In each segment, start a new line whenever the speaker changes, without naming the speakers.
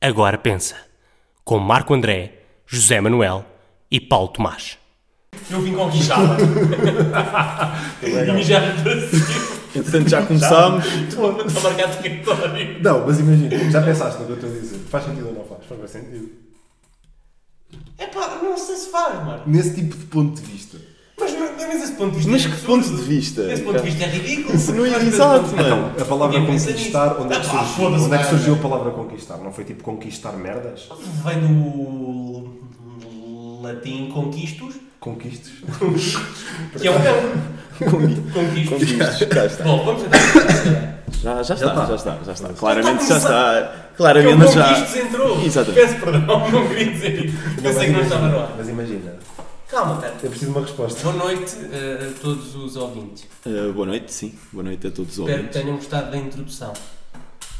Agora pensa. Com Marco André, José Manuel e Paulo Tomás.
Eu vim conquistado. e mijar para cima.
Entretanto, já começámos.
Estou a mandar marcar território.
Não, mas imagina, já pensaste no que eu estou a dizer. Faz sentido ou não faz? Faz bem sentido.
É pá, não sei se faz, mano.
Nesse tipo de ponto de vista.
Mas, mas, mas esse ponto de vista.
Mas
é
que
absurdo.
ponto de vista?
Esse ponto de vista é ridículo.
Isso não é
Mas, mas,
exato,
mas,
mano.
A palavra
Ninguém pensa
conquistar,
nisso.
onde é que
Ah, pá,
surgiu,
foda-se,
onde é que
cara.
surgiu a palavra conquistar? Não foi tipo conquistar merdas?
Vem do latim conquistos,
Conquistos?
que é um cão. Conquistos.
Conquistos, cá está.
Bom, vamos tentar.
Já, já, está, já está, já está. Claramente já
está
está.
Que o
Claramente já.
Conquistos entrou.
Exatamente.
Peço perdão, não queria dizer isso. Pensei que não estava no ar.
Mas imagina,
Calma, cara.
eu preciso de uma resposta.
Boa noite eh, a todos os ouvintes.
Eh, boa noite, sim. Boa noite a todos os
Espero que
ouvintes.
tenham gostado da introdução.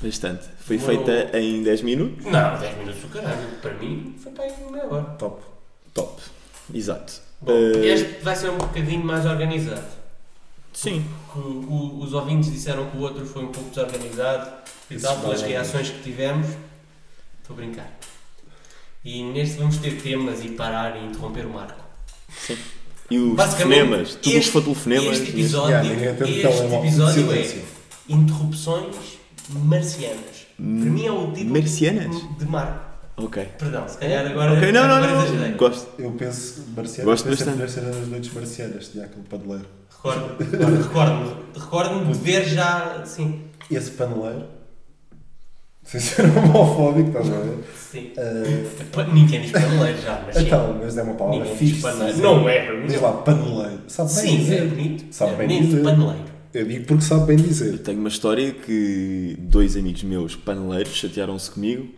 Bastante. Foi
Bom.
feita em 10 minutos.
Não, 10 minutos do caralho. Para mim, foi para aí meia hora.
Top.
Top. Exato.
Bom,
Eh,
este vai ser um bocadinho mais organizado.
Sim.
que o- os ouvintes disseram que o outro foi um pouco desorganizado e
Isso
tal, pelas
vai.
reações que tivemos. Estou a brincar. E neste vamos ter temas e parar e interromper o Marco.
E os
Basicamente,
telefonemas. Tudo isto
este-
foi telefonemas.
Este
neste-
episódio,
Yeah, ninguém atende o
este
telemóvel.
episódio
Silêncio.
é Interrupções Marcianas. Para mim é o título
Marcianas?
de Marco.
né? Ok.
Perdão, se calhar agora.
Ok, não, não,
agora
não.
exagerei.
não. Gosto.
Eu penso marciano,
Gosto
penso
bastante.
em marciano nas noites marcianas, tinha aquele paneleiro.
Recordo-me, recordo-me, recordo-me, recordo-me de ver já. Sim,
Esse paneleiro, sem ser homofóbico, estás a ver?
sim.
Ah,
Ninguém diz paneleiro já, mas. sim.
então, mas é uma palavra
Ninguém
fixe.
diz paneleiro.
sim.
Não é, mas-
Diz lá, paneleiro. Sabe bem
Sim,
dizer.
é bonito.
Sabe
é
bem
bonito,
dizer.
paneleiro.
Eu digo porque sabe bem
Eu
dizer.
tenho uma história que dois amigos meus paneleiros chatearam-se comigo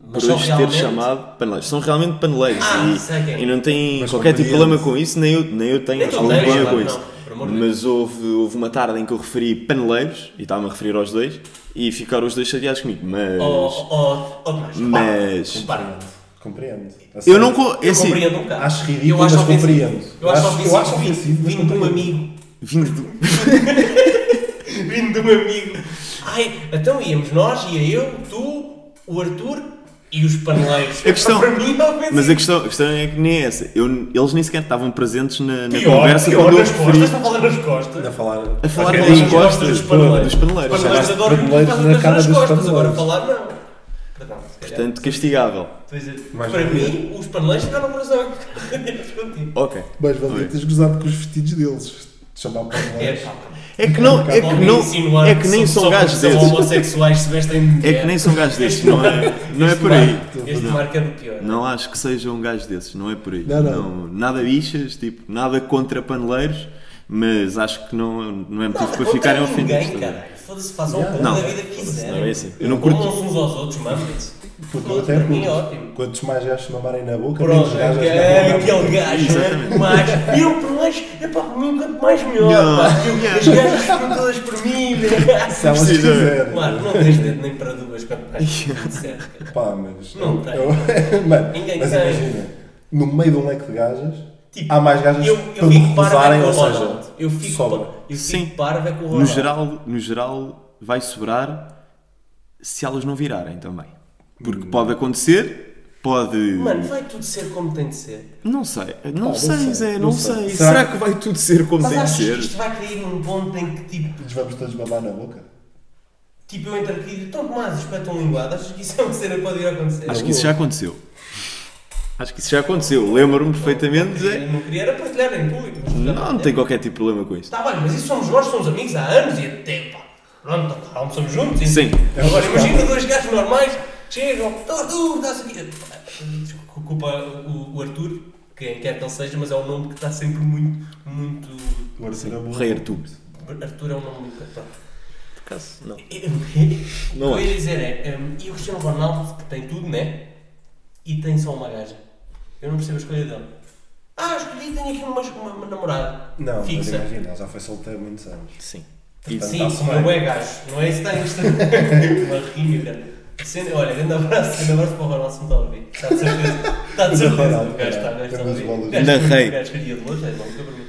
Mas
por
são
os
realmente-
ter chamado paneleiros. São realmente paneleiros
Ah,
e,
sei quem.
e não têm
Mas
qualquer tipo de
compreendo.
problema com isso, nem eu, nem eu tenho
Nem tu
algum
tens,
problema
claro,
com
não,
isso.
por amor de Deus.
Mas houve, houve uma tarde em que eu referi paneleiros e estava-me a referir aos dois e ficaram os dois chateados comigo. Mas
Oh, oh, oh, Tomás,
Mas-
repara, repara.
Compreendo.
eu não. co-
Eu
é assim,
compreendo um bocado.
Acho ridículo,
eu acho
mas
ofensivo.
compreendo.
Eu acho
Acho-
ofensivo.
eu acho ofensivo, mas
vindo de um
compreendo.
amigo.
vindo do.
Vindo de um amigo. Ai, então íamos nós, ia eu, tu, o Arthur e os paneleiros.
A questão-
Para mim é ofensivo.
Mas a questão, a questão é que nem é essa. Eu, eles nem sequer estavam presentes na, na
Pior,
conversa
pior,
quando eu
nas costas,
referi.
estão a falar nas costas.
A falar.
A falar
Ok,
pelas
nas costas
costas
dos paneleiros.
dos paneleiros.
Os paneleiros
Já
adoram muito
paneleiros
fazer
na
nas
cara dos
costas, agora
paneleiros.
falar não. Perdão, se calhar.
Portanto, castigável.
Pois é,
Mais
para
valia.
mim, os paneleiros tiveram razão. Contigo.
Ok.
Mas valia
Ok.
teres gozado com os vestidos deles. De chamar
É
paneleiros.
pá.
É que não, é que
Alguém
não,
insinuar
é que nem
só-
são
só
gajos
porque São
desses.
homossexuais se vestem de
É
mulher.
que nem são gajos desses, não é, não é por aí.
Este marca do pior.
Não acho que seja um gajo desses, não é por aí.
Não, não.
nada bichas, tipo, nada contra paneleiros, mas acho que não, não é
Nada
motivo para
contra
ficarem ofendidos.
Ninguém,
tá bem?
caralho. Foda-se, façam o
Yeah.
que
Não,
da vida
foda-se,
quiserem.
não é assim. Eu não curto.
Comam-se uns aos outros, mamem-se.
Porque eu
Pronto,
até
Para mim é
curto.
ótimo.
Quantos mais gajos se mamarem na boca, menos
Pronto,
gajas
é
na boca.
aquele gajo, né?
Exatamente.
mas eu por mais, é pá, por mim quanto mais melhor,
Não.
pá. Eu- as gajas ficam todas por mim,
Se elas
né?
Precisa.
quiserem.
Claro, não tens dedo nem para duas quanto mais disseres, cara.
Pá, mas.
Não tem.
Eu- Mano,
Ninguém
mas
tem.
imagina, no meio de um leque de gajas,
Tipo,
há mais gajas
eu,
para
eu
me
fico parva é
recusarem,
com o
ou
Ronald.
seja,
Eu fico,
sobra.
pa- eu
Sim.
fico parva é com o Ronald.
No geral, no geral, vai sobrar se elas não virarem também. Porque pode acontecer, pode.
Mano, vai tudo ser como tem de ser.
Não sei, não
Pá, Ah, não
sei,
sei,
Zé, não,
não
sei.
sei.
Será,
Será
que... vai tudo ser como
Mas
tem que
achas que
ser?
isto vai cair num ponto em que tipo,
Nos vamos todos babar na boca.
tipo eu entro aqui e digo, tão mais, espetam linguado, achas que isso é uma cena que pode ir a acontecer?
Acho que isso já aconteceu. Acho que isso já aconteceu. Lembro-me perfeitamente, Zé.
Eu não queria era partilhar em público. mas-
Não, não tenho qualquer tipo de problema com isso.
Está bem, mas isso somos nós, somos amigos há anos e até pá. Pronto, tá, almoçamos juntos. e-
Sim.
Agora imagina dois gajos normais chegam, "Então, Arthur, estás aqui. Desculpa o, o Arthur, quem quer que ele seja, mas é um nome que está sempre muito, muito.
O Arthur é bom.
Rei Artur.
Arthur é um nome muito. pá.
Não.
o
Não
que eu
é.
ia dizer é, hum, e o Cristiano Ronaldo, que tem tudo, né? E tem só uma gaja. Eu não percebo a escolha dele. Ah, escolhi, tenho aqui uma, uma, uma namorada.
Não, mas
fixa.
imagina, tá ele já foi solteiro há muitos anos.
Sim.
Sim,
Tá-se bem.
não é gajo, não é isso que está em questão. Uma riquinha, cara. Sendo- Olha, grande abraço, grande abraço para o Ronaldo, se me está a ouvir. Está de certeza, está de
Mas o
certeza,
Ronaldo, é
o gajo está, o gajo está a
tem umas
ouvir. O
bolas.
gajo- é
Na
O
rei.
gajo queria de longe, é bom, fica para mim.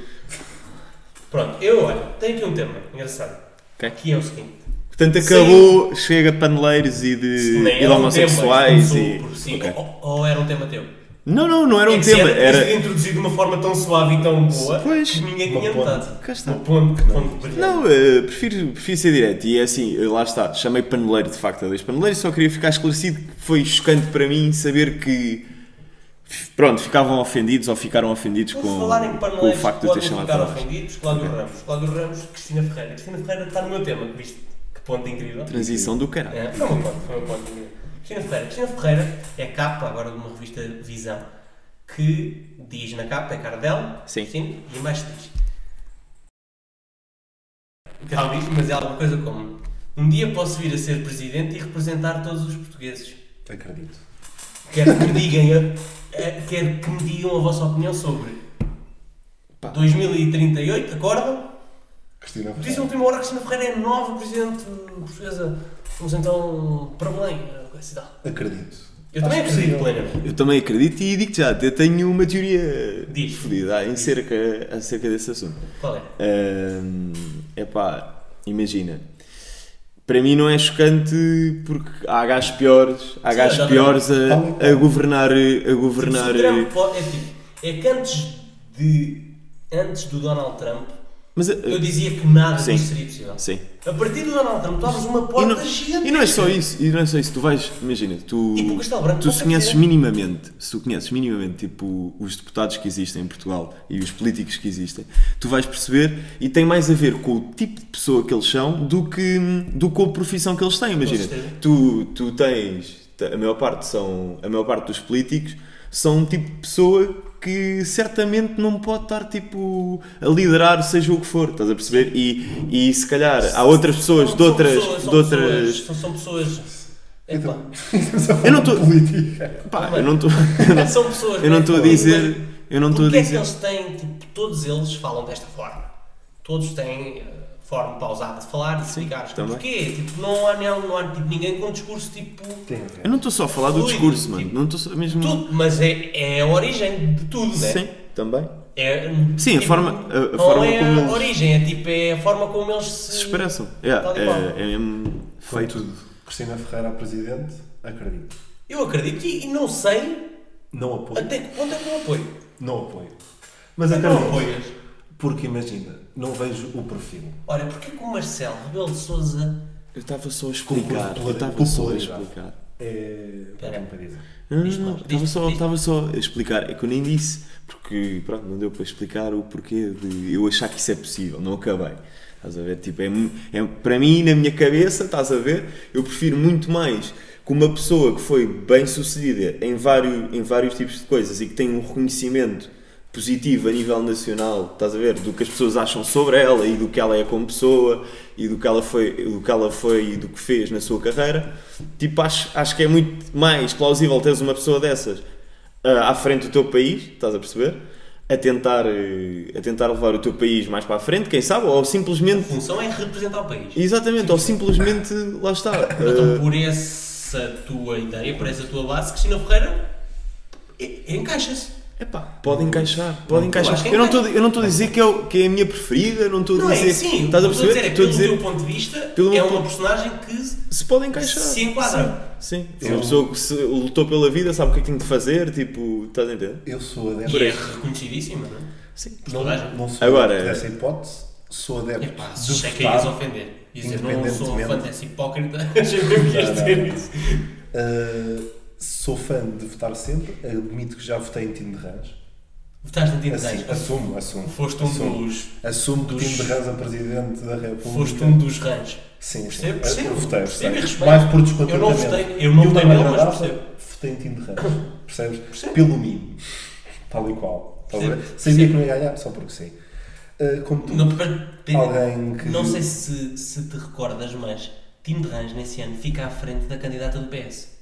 Pronto, eu, olha, tenho aqui um tema engraçado,
Ok.
que é o seguinte.
Portanto, acabou, chega de paneleiros e de,
Nem
e de
era um
homossexuais.
tema,
e...
isto começou por si.
Ok.
ou, ou era um tema teu?
Não, não, não era um
é que se
tema.
era,
Era...
era... introduzido de uma forma tão suave e tão boa
Pois.
que ninguém
Uma
tinha
ponte.
notado.
Cá está.
Uma ponte, ponte brilhante.
Não, eh, prefiro, prefiro ser direto. E é assim, eh, lá está. Chamei paneleiro de facto a dois paneleiros. Só queria ficar esclarecido que foi chocante para mim saber que. f- Pronto, ficavam ofendidos ou ficaram ofendidos
Por
com,
falar em
com o
paneleiros,
facto de eu ter
podem
chamado
ficar
paneleiros.
ofendidos, Cláudio Ramos, Cláudio Ramos, Cristina Ferreira. Cristina Ferreira está no meu tema, viste? Que ponto incrível.
Transição do caralho.
É, foi uma ponte, foi uma ponte incrível. Cristina Ferreira. Cristina Ferreira é capa agora de uma revista Visão que diz na capa, é cara dela,
Sim.
Cristina, e embaixo diz. Ela diz, mas é alguma coisa como um dia posso vir a ser presidente e representar todos os portugueses.
Acredito.
Quero que me digam a, a- quero que me digam a vossa opinião sobre
Pá.
2038, acordam?
Cristina
Disse a
Ferreira.
última hora que Cristina Ferreira é nova presidente portuguesa. Vamos então para Belém, a cidade.
Acredito.
Eu também
Acho que
acredito
sim.
plenamente.
Eu também acredito e digo-te já, eu tenho uma teoria
Diz.
fodida em cerca, acerca desse assunto.
Qual é?
É pá, imagina. Para mim não é chocante porque há gajos piores, há
Sim,
gajos
já
piores
Tal
a,
e
a
qual.
governar, a governar.
Se o Trump pode- é tipo, é que antes de. Antes do Donald Trump,
Mas a-
eu dizia que nada
Eh, Sim.
disto seria possível.
sim.
A partir do Donald Trump, tu abres uma
E
porta
não,
gigante.
e não é só isso, e não é só isso, tu vais, imagina, tu,
Tipo o Castelo Branco,
tu
não
se
sei
conheces
dizer.
minimamente, se tu conheces minimamente tipo os deputados que existem em Portugal e os políticos que existem, tu vais perceber e tem mais a ver com o tipo de pessoa que eles são do que do que com a profissão que eles têm, imagina.
certeza.
Tu, tu tens, a maior parte são, a maior parte dos políticos são um tipo de pessoa que certamente não pode estar tipo a liderar seja o que for, estás a perceber? E, e se calhar há outras pessoas
São-
de
são
outras,
pessoas- são
de outras
pessoas- São, são pessoas. Epá.
Então, estamos a falar
Eu não tô-
de política.
Pá,
Bem,
eu não estou.
São pessoas.
Eu
bem
não estou a
fortes.
dizer. Eu não estou a
Porque é que
dizer.
eles têm, tipo, todos eles falam desta forma. Todos têm eh, forma pausada de falar e de explicar.
também.
Porquê? Tipo, não há, não, não há tipo, ninguém com discurso tipo.
Tem a ver.
Eu não estou só a falar do
Fluido,
discurso, mano.
tipo,
Não estou só mesmo.
Tudo, mas é, é a origem de tudo, né?
Sim, também.
É,
Sim, a
tipo,
forma- a- a
não
forma
é
como
a
eles-
origem, é tipo, é a forma como eles se.
Se expressam. É,
Tal e qual.
é, é mesmo feito.
Feito de Cristina Ferreira a presidente, acredito.
Eu acredito e, e não sei
Não apoio.
até que ponto é que eu apoio.
Não apoio. Mas então
Não
acredito.
apoias.
Porque imagina, não vejo o perfil.
Olha, porquê que o Marcelo Rebelo de Souza.
Eu estava só a explicar.
Popularidade.
Eu estava só a
Popularidade.
explicar.
É.
Pera.
Não para dizer.
Não,
Diz
não, não.
lá,
Estava
diz,
Ah, só,
diz.
estava só a explicar. É que eu nem disse. Porque, pronto, não deu para explicar o porquê de eu achar que isso é possível. Não acabei. Estás a ver? Tipo, é, mu- é, para mim, na minha cabeça, estás a ver? Eu prefiro muito mais que uma pessoa que foi bem sucedida em vários, em vários tipos de coisas e que tem um reconhecimento positivo a nível nacional, estás a ver? Do que as pessoas acham sobre ela e do que ela é como pessoa e do que ela foi, do que ela foi e do que fez na sua carreira. Tipo, acho, acho que é muito mais plausível teres uma pessoa dessas ah, à frente do teu país, estás a perceber? A tentar, eh, a tentar levar o teu país mais para a frente, quem sabe? Ou
A
simplesmente.
função é representar o país.
Exatamente, ou simplesmente lá está.
Então,
ah,
por essa tua ideia, por essa tua base, Cristina Ferreira e- encaixa-se.
Epá, pode encaixar, pode encaixar.
acho que
Eu Ah, não estou eu não estou a dizer que é, o- que é a minha preferida, não estou a
Não
dizer.
é? Sim,
estás a
o que eu
perceber?
estou
Estou a
é que, pelo
dizer
teu ponto de vista,
pelo
é
meu
uma
ponto-
personagem que se-
se pode encaixar.
se enquadra.
Sim, se uma pessoa que se lutou pela vida sabe o que é que tem de fazer, tipo, estás a entender?
Eu sou
E
adepto.
é reconhecidíssima, não é?
Sim.
Por
Não,
toda a gente.
não sou
Agora-
adepto dessa hipótese, sou adepto
Epá,
do
se é que ias
Estado.
ofender. E dizer, não sou fã
Independentemente.
dessa hipócrita. Achei mesmo que ias dizer isso.
Uh, sou fã de votar sempre, admito que já votei em Tim de Rãs.
Votaste no Tino
Assim,
Reis.
assumo, assumo.
Foste um
assumo.
dos.
Assumo que
dos-
Tim de Rãs é presidente da República.
Foste um dos rãs.
Sim,
Percebo,
sim.
percebo.
Eu votei,
Percebo e
votei.
respeito.
Mais por descontentamento.
Eu não votei- eu não
E o
votei
Lama
nele, mas
Gradava,
percebo.
Votei em Tim de Rãs. Percebes? Pelo mínimo. Tal e qual. Estás a ver?
Percebo,
Sabia
percebo.
que não ia ganhar, só porque sim. Uh, como tu.
Não, porque-
Alguém que-
não sei se, se te recordas, mas Tim de Rãs nesse ano fica à frente da candidata do PS.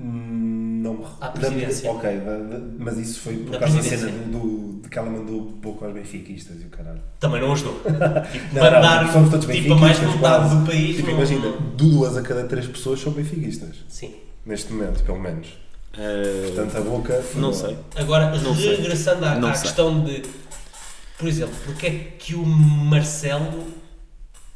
Hum, Não me
À
da-
presidência.
Ok, da- da- mas isso foi por
Da
causa da
presidência.
cena do, do, de que ela mandou um pouco aos benfiquistas e o caralho.
Também não ajudou. Tipo,
Não, não,
mandar
porque somos todos
tipo, a mais de
benfiquistas,
metade
quase.
do país.
Tipo,
não-
imagina, duas a cada três pessoas são benfiquistas.
Sim.
Neste momento, pelo menos.
Ah,
Portanto, a boca. é.
não sei.
Agora,
Não sei.
regressando à,
Não
à
sei.
questão de. Por exemplo, porque é que o Marcelo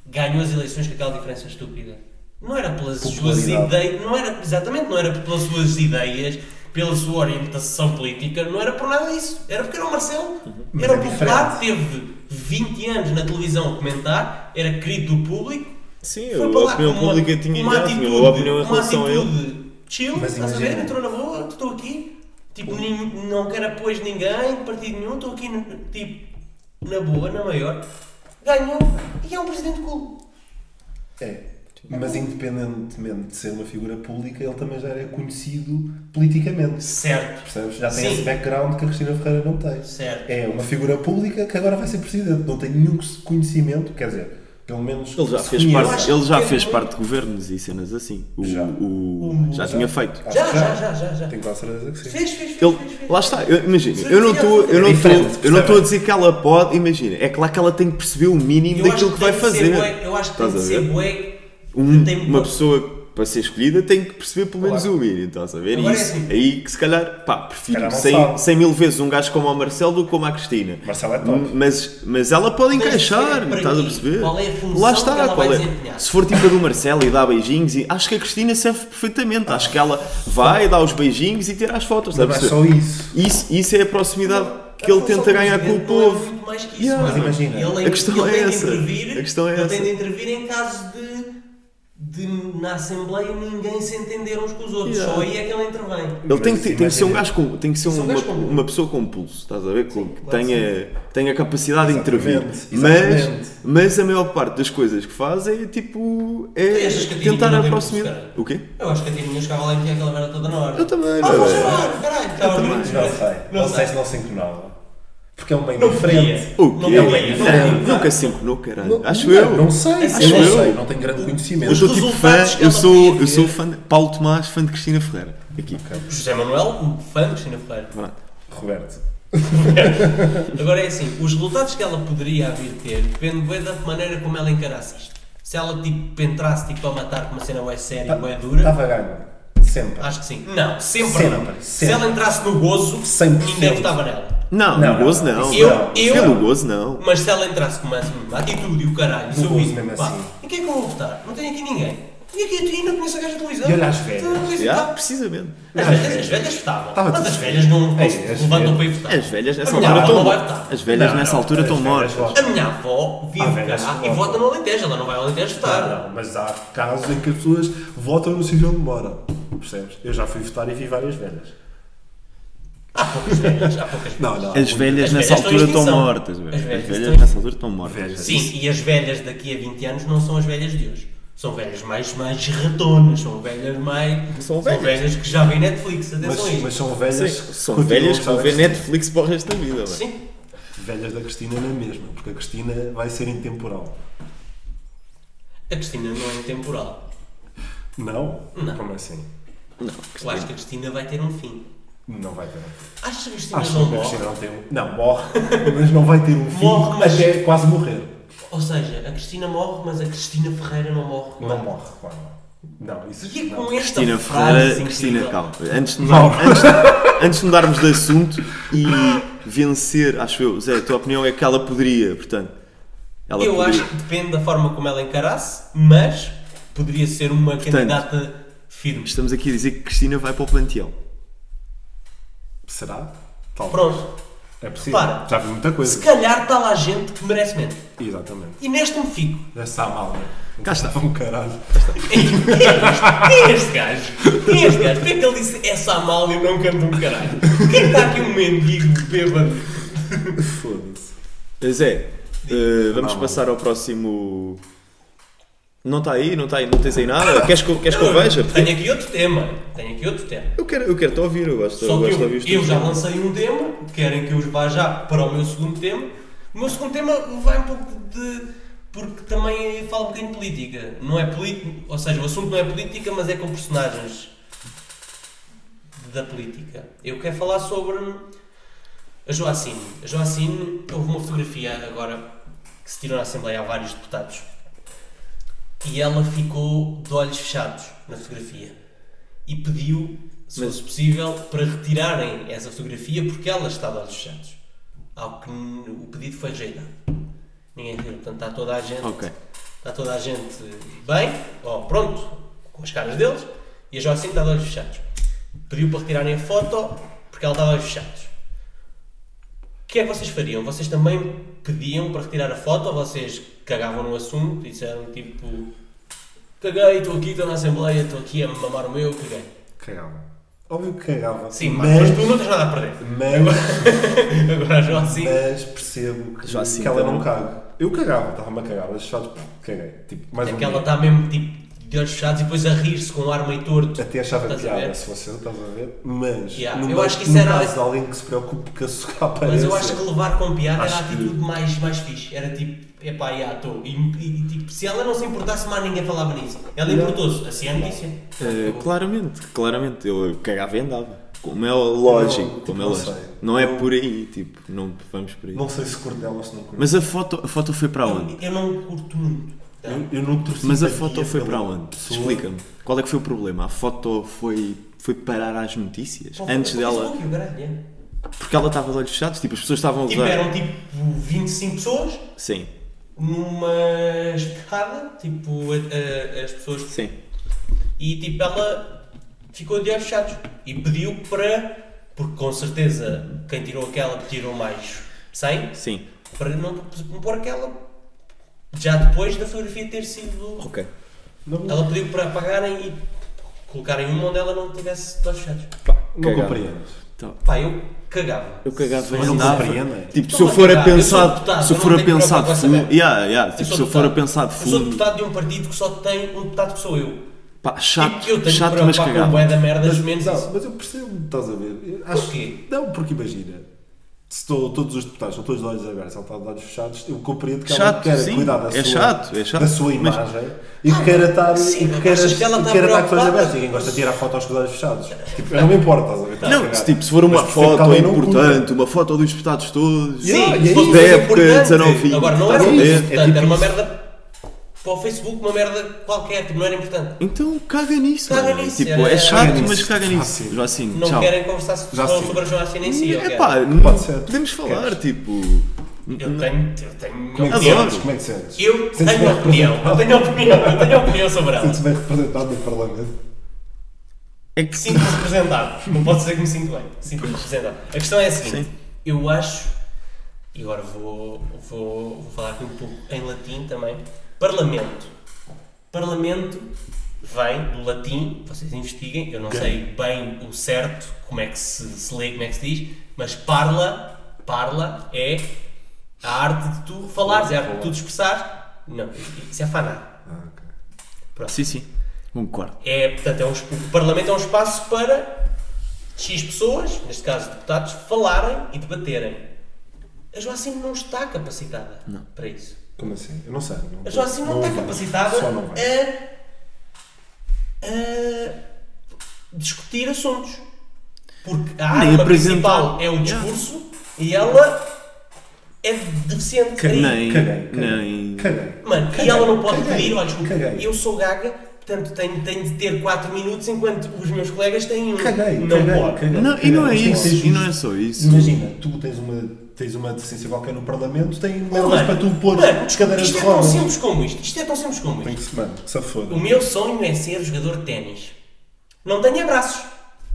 ganhou as eleições com aquela diferença estúpida? Não era pelas suas
Popularidade.
ideias, não era, exatamente, não era pelas suas ideias, pela sua orientação política, não era por nada disso. Era porque era o Marcelo,
Uhum.
Mas
era
é
popular, teve 20 anos na televisão a comentar, era querido do público,
Sim,
foi
a
para lá
opinião
com uma,
pública tinha
uma
idade,
atitude,
a opinião em
uma
relação a ele.
atitude chill,
Mas
estás a ver?
imagina.
Entrou na boa, estou aqui, tipo, nin- não quero apoio de ninguém, de partido nenhum, estou aqui, tipo, na boa, na maior, ganhou e é um presidente cool.
É. Mas independentemente de ser uma figura pública, ele também já era conhecido politicamente.
Certo,
Percebes? Já tem
Sim.
esse background que a Cristina Ferreira não tem.
certo.
É uma figura pública que agora vai ser presidente. Não tem nenhum conhecimento, quer dizer, pelo menos.
Ele já
que se
fez
conheça.
parte,
acho
ele já
que é
fez
muito-
parte de governos e cenas assim. O,
Já.
o- Ah. já tinha feito.
Acho
Já,
que
já, já, já, já.
Tenho quase certeza que sim.
Fez, fez, fez.
Ele,
fez, fez.
lá está, eu- imagina,
Sim,
eu não
sim,
estou
sim.
eu não
É
estou
diferente,
eu não estou
percebem?
a dizer que ela pode, imagina, é claro que ela tem que perceber o mínimo
Eu acho
daquilo que, vai
tem de ser
fazer.
bué- eu acho que tem
Estás
de
a
ser
ver?
bué.
Um-
tem-
uma pessoa para ser escolhida tem que perceber pelo menos um,
Claro.
o mínimo, estás a ver? E
Agora é
isso,
assim.
aí que se calhar, pá, prefiro
calhar não
100,
sabe.
100 mil vezes um gajo como o Marcelo do que como a Cristina.
Marcelo é top.
M- Mas, mas ela pode
Mas
encaixar,
para
estás a
mim,
perceber?
qual é a função
Lá está,
que ela vai
qual é?
desempenhar?
Se for tipo a do Marcelo e dá beijinhos, e acho que a Cristina serve perfeitamente. Acho que ela vai dar os beijinhos e tirar as fotos,
Mas
estás
não
a
é
perceber?
só isso.
Isso, isso é a proximidade
A
que ele
função
tenta
do
ganhar com o
presidente não é
povo.
muito mais que isso,
Yeah.
mano.
Mas imagina,
Ele,
a questão
ele
é
tem de
essa.
intervir,
A questão é
ele tem
essa.
de intervir em casos de, de na Assembleia ninguém se entender uns com os outros.
Yeah.
Só aí é que ele intervém.
Ele tem que,
Mas
ter- tem que ser um
imagina.
gajo com, tem que ser
Isso é um
uma,
gajo com pulso.
uma pessoa com pulso, estás a ver? Com- que
claro,
tenha, tenha capacidade de intervir.
Exatamente, exatamente.
Mas, mas a maior parte das coisas que faz é tipo.
Tu
é
achas que a Tininha
tentar
não
a
tem pulso,
proximidade.
cara?
O quê?
Eu acho que a Tininha chegava lá e metia aquela merda toda na hora.
Eu também,
Ah,
não
vou
é?
chamar, caralho. Estava
também.
muito-
Não sei.
Não
Não sei
sei.
se não sincronavam. Porque é um meio
Não
diferente.
podia.
O
Não
quê?
é bem diferente.
Nunca se enconou, caralho.
Não-
Acho
não,
eu.
Não sei,
Acho
eu não
eu.
sei. Não tenho grande
Eu
conhecimento.
sou tipo fã,
resultados que
eu
ela
sou,
podia
eu sou
ter.
fã de Paulo Tomás, fã de Cristina Ferreira. Aqui.
José Manuel, um fã de Cristina Ferreira.
Pronto.
Roberto.
Agora é assim, os resultados que ela poderia vir ter depende bem da maneira como ela encarasse isto. Se ela tipo entrasse tipo a matar com uma cena é séria ou é dura,
Estava ganho. Sempre.
acho que sim. Não, sempre,
Sempre,
não. Se
sempre.
ela entrasse no gozo,
100%.
ninguém votava nela.
Não,
Não,
no gozo
não.
não.
Eu-
Não.
eu-
Pelo gozo não.
Mas se ela entrasse com uma, uma atitude e o caralho,
No
sou
gozo
isto,
mesmo
pá,
assim.
em quem é que eu vou votar? Não tenho aqui ninguém. E aqui eu ainda conheço a gaja da televisão.
E olha as velhas.
Então, assim,
Ah,
tá.
precisamente.
As velhas, as velhas votavam.
Tava
mas
tudo
as velhas não
Ei,
não
as
se levantam
velhas-
para ir votar.
As velhas nessa
A minha
altura
avó não vai
estão.
votar.
As velhas
Não,
nessa
não,
altura
as
estão
velhas
mortas.
votam.
A minha avó
Ah,
vive
velhas
cá e
votam.
vota no Alentejo. Ela não vai ao Alentejo votar.
Não, mas há casos em que as pessoas votam no sítio onde moram. Percebes? Eu já fui votar e vi várias velhas.
Há poucas velhas, há poucas
Não, não.
As velhas
As
nessa
velhas estão em
altura estão
extinção.
mortas. velho.
As
As
velhas
velhas
estão em-
nessa altura estão mortas.
Velhas.
Sim, e as velhas daqui a 20 anos não são as velhas de hoje. São velhas mais, mais ratonas, são velhas mais.
São velhas.
que já veem Netflix, atenção a
Mas,
isto.
mas são velhas.
Sim, São
continuam
velhas que
a
vão
votar
ver
na Cristina.
Netflix para o resto da vida. velho.
Sim,
Velhas da Cristina na mesma, porque a Cristina vai ser intemporal.
a Cristina não é intemporal.
Não?
Não.
Como assim?
Não,
Eu acho que a Cristina vai ter um fim.
Não vai ter.
Acho que a Cristina
Acho
não
que a
morre.
Cristina não tem um. Não, morre, mas não vai ter um fim
Morre, mas-
até quase morrer.
Ou seja, a Cristina morre, mas a Cristina Ferreira não morre.
Não morre, claro. Não, isso
E é
não.
com esta
Cristina
frase
Ferreira,
incrível.
Cristina, calma. Antes de,
Não.
mudar, antes, de- antes de mudarmos de assunto e vencer, acho eu, Zé, a tua opinião é que ela poderia, portanto. Ela
Eu
poderia.
acho que depende da forma como ela encarasse, mas poderia ser uma candidata firme.
Estamos aqui a dizer que Cristina vai para o plantel.
Será? Talvez.
Pronto.
É possível.
Repara.
Já vi muita
Se
coisa.
calhar está lá gente que merece menos.
Exatamente.
E neste me fico.
Essa malda.
Cá está.
Um caralho.
Ei, Quem é este- quem é este gajo? Quem é este gajo? Porquê é que ele disse essa mal e não canta um caralho? Quem está aqui um mendigo bêbado?
Foda-se.
Zé, eh, vamos
Não.
passar ao próximo. Não está aí, não está aí, não tens aí nada? Queres que, eu- queres que eu veja? Porque
Tenho aqui outro tema. Tenho aqui outro tema.
Eu quero, eu quero te ouvir, eu gosto, eu
Só que
gosto de
eu,
ouvir os
eu
teus
já
temas.
lancei um tema, querem que eu vá já para o meu segundo tema. O meu segundo tema vai um pouco de. porque também fala um bocadinho de política. Não é político, ou seja, o assunto não é política, mas é com personagens da política. Eu quero falar sobre a Joacine. A Joacine, houve uma fotografia agora que se tirou na Assembleia a vários deputados e ela ficou de olhos fechados na fotografia e pediu, se
Mas-
fosse possível, para retirarem essa fotografia porque ela está de olhos fechados. Ao que n- o pedido foi rejeitado. Ninguém retirou, portanto está toda a gente
Ok.
Está toda a gente bem, ó, pronto, com as caras deles, e a Joacinta está de olhos fechados. Pediu para retirarem a foto porque ela estava de olhos fechados. O que é que vocês fariam? Vocês também pediam para retirar a foto ou vocês cagavam no assunto e disseram tipo caguei, estou aqui, estou na Assembleia, estou aqui a mamar o meu, caguei.
Cagava. Óbvio que cagava.
Sim, mas, mas tu não tens nada a perder.
mas,
Agora assim, a Joacinta.
mas percebo que,
Já assim,
que ela
então.
não caga. Eu cagava, estava-me a cagar, mas chato, caguei. Tipo, mais
É
um
que ela
dia.
está mesmo tipo de olhos fechados e depois a rir-se com um ar meio torto.
Até achava
Estás tá a ver?
piada, se você estás a ver. Mas,
Yeah,
no,
eu
meio-
acho que
no
isso era-
caso de alguém que se preocupe com a sua
Mas
aparência.
eu acho que levar com piada era a
Acho que-
atitude mais, mais fixe. Era tipo, epá, já estou. E, e, tipo, se ela não se importasse, mais ninguém falava nisso. Ela
Não.
importou-se. Assim é a notícia.
Eh, claramente, claramente. Eu cagava e andava. Como é lógico.
tipo,
como é
não
lógico.
sei.
Não é por aí, tipo, não vamos por aí.
Não sei se curto dela ou se não curto.
Mas a foto, a foto foi para onde?
Eu, eu não curto muito. tá?
eu, eu não torci
Mas a
para
foto
guia
foi
pela
para onde?
pessoa.
Explica-me. Qual é que foi o problema? A foto foi, foi parar às notícias?
Pô,
Antes
pô,
dela.
um Facebook, caralho, é.
Porque ela estava de olhos fechados, tipo, as pessoas estavam a
Tipo,
usar.
eram tipo 25 pessoas
Sim,
numa escada. Tipo, a- a- as pessoas
sim.
E tipo, ela ficou de olhos fechados e pediu para. Porque com certeza quem tirou aquela tirou mais 100
Sim.
para não pôr aquela já depois da fotografia ter sido.
Ok.
Não,
Ela pediu para apagarem e colocarem uma onde ela não tivesse de olhos fechados.
não
Cagava.
compreendo.
Então,
Pá, eu cagava.
eu cagava e
Mas não
andava.
compreendem.
Tipo,
Não
se eu
Então vai
for a
cagar, eu
pensar.
sou deputado,
se eu
eu
for
não
a
tenho
pensar de
preocupação com
fundo.
saber.
Yeah, yeah, tipo,
sou
se eu for a
deputado.
pensar de
Eu sou
fundo.
deputado de um partido que só tem um deputado que sou eu.
Pá, chato,
Tipo, eu tenho que
chato, mas
preocupar com o bué
cagava.
da merda,
Mas,
menos
não,
isso.
mas eu percebo, estás a ver? Eu Acho
quê?
Não, porque imagina, se estou, todos os deputados estão todos de olhos abertos, ela está de olhos fechados, eu compreendo que ela
Chato,
quer
sim,
cuidar da,
é
sua,
chato, é chato,
da sua
mas- Ah,
imagem e que quer estar,
sim,
e que
mas
quer,
achas que ela
e
está
tá
quer estar com os olhos
preocupada?
abertos. Ninguém gosta de tirar foto aos olhos fechados. Tipo, eu não me importo, estás a
Tá
ver? Está a
Não,
cagar.
se, tipo, se for uma
Mas percebo que
foto
alguém não curta.
importante, uma foto dos deputados todos.
Sim,
Yeah, e
se
é
fosse
isso.
uma coisa
Da época,
importante.
19,
Agora, não
tá
era
a
uma coisa
ver? É
importante,
tipo
era uma
isso.
merda para o Facebook, uma merda qualquer, tipo, não era importante.
Então caga nisso,
Caga
mano.
nisso,
Tipo,
era-
é chato,
Caga nisso.
mas caga
Ah, sim.
nisso. Joacinho,
Não
tchau.
querem conversar so-
Já sei.
sobre a Joacine em si. eu
é
quero.
pá, não
Pode ser.
podemos falar,
Queres?
tipo.
eu tenho, eu tenho
Como é que te
opinião.
Adoro.
sentes? Como é que te sentes?
Eu
Sentes-te bem
tenho opinião, eu tenho opinião, eu tenho opinião sobre ela.
Sentes bem representado no Parlamento?
É que
Sinto-me representado. Não posso dizer que me sinto bem. Sinto-me representado. A questão é a seguinte:
Sim.
eu acho, e agora vou, vou, vou falar aqui um pouco em latim também. Parlamento. Parlamento vem do latim, vocês investiguem, eu não sei bem o certo, como é que se, se lê, como é que se diz, mas parla, parla é a arte de tu falares, é a arte de tu te expressares. Não, isso é fanar.
Sim, sim. Concordo.
É, portanto, é um esp- o Parlamento é um espaço para X pessoas, neste caso deputados, falarem e debaterem. A Joacim não está capacitada para isso.
Como assim? Eu não sei.
A Joacim não, está
vai.
capacitada é-
Só não vai.
a, a discutir assuntos. Porque a
Nem
arma
apresentar.
principal é o discurso e ela é deficiente.
Que
aí.
nem.
Caguei, caguei,
Nem.
caguei.
Mano, e
Caguei,
ela não pode
caguei,
pedir, olha, desculpa,
caguei.
eu sou gaga, portanto tenho, tenho de ter 4 minutos enquanto os meus colegas têm um.
Caguei,
não
caguei,
pode.
caguei.
Não, e não é
Tem que
isso,
ser justo.
e não é só isso.
Imagina, tu tens uma, tens uma deficiência qualquer no Parlamento, tem merdas
Mano,
para tu pôr
mano,
as cadeiras
isto
de
é tão
rodas.
simples como isto. Isto é tão simples como
Tem
isto.
que se, mano, que se foda.
O meu sonho é ser jogador de ténis. Não tenho abraços.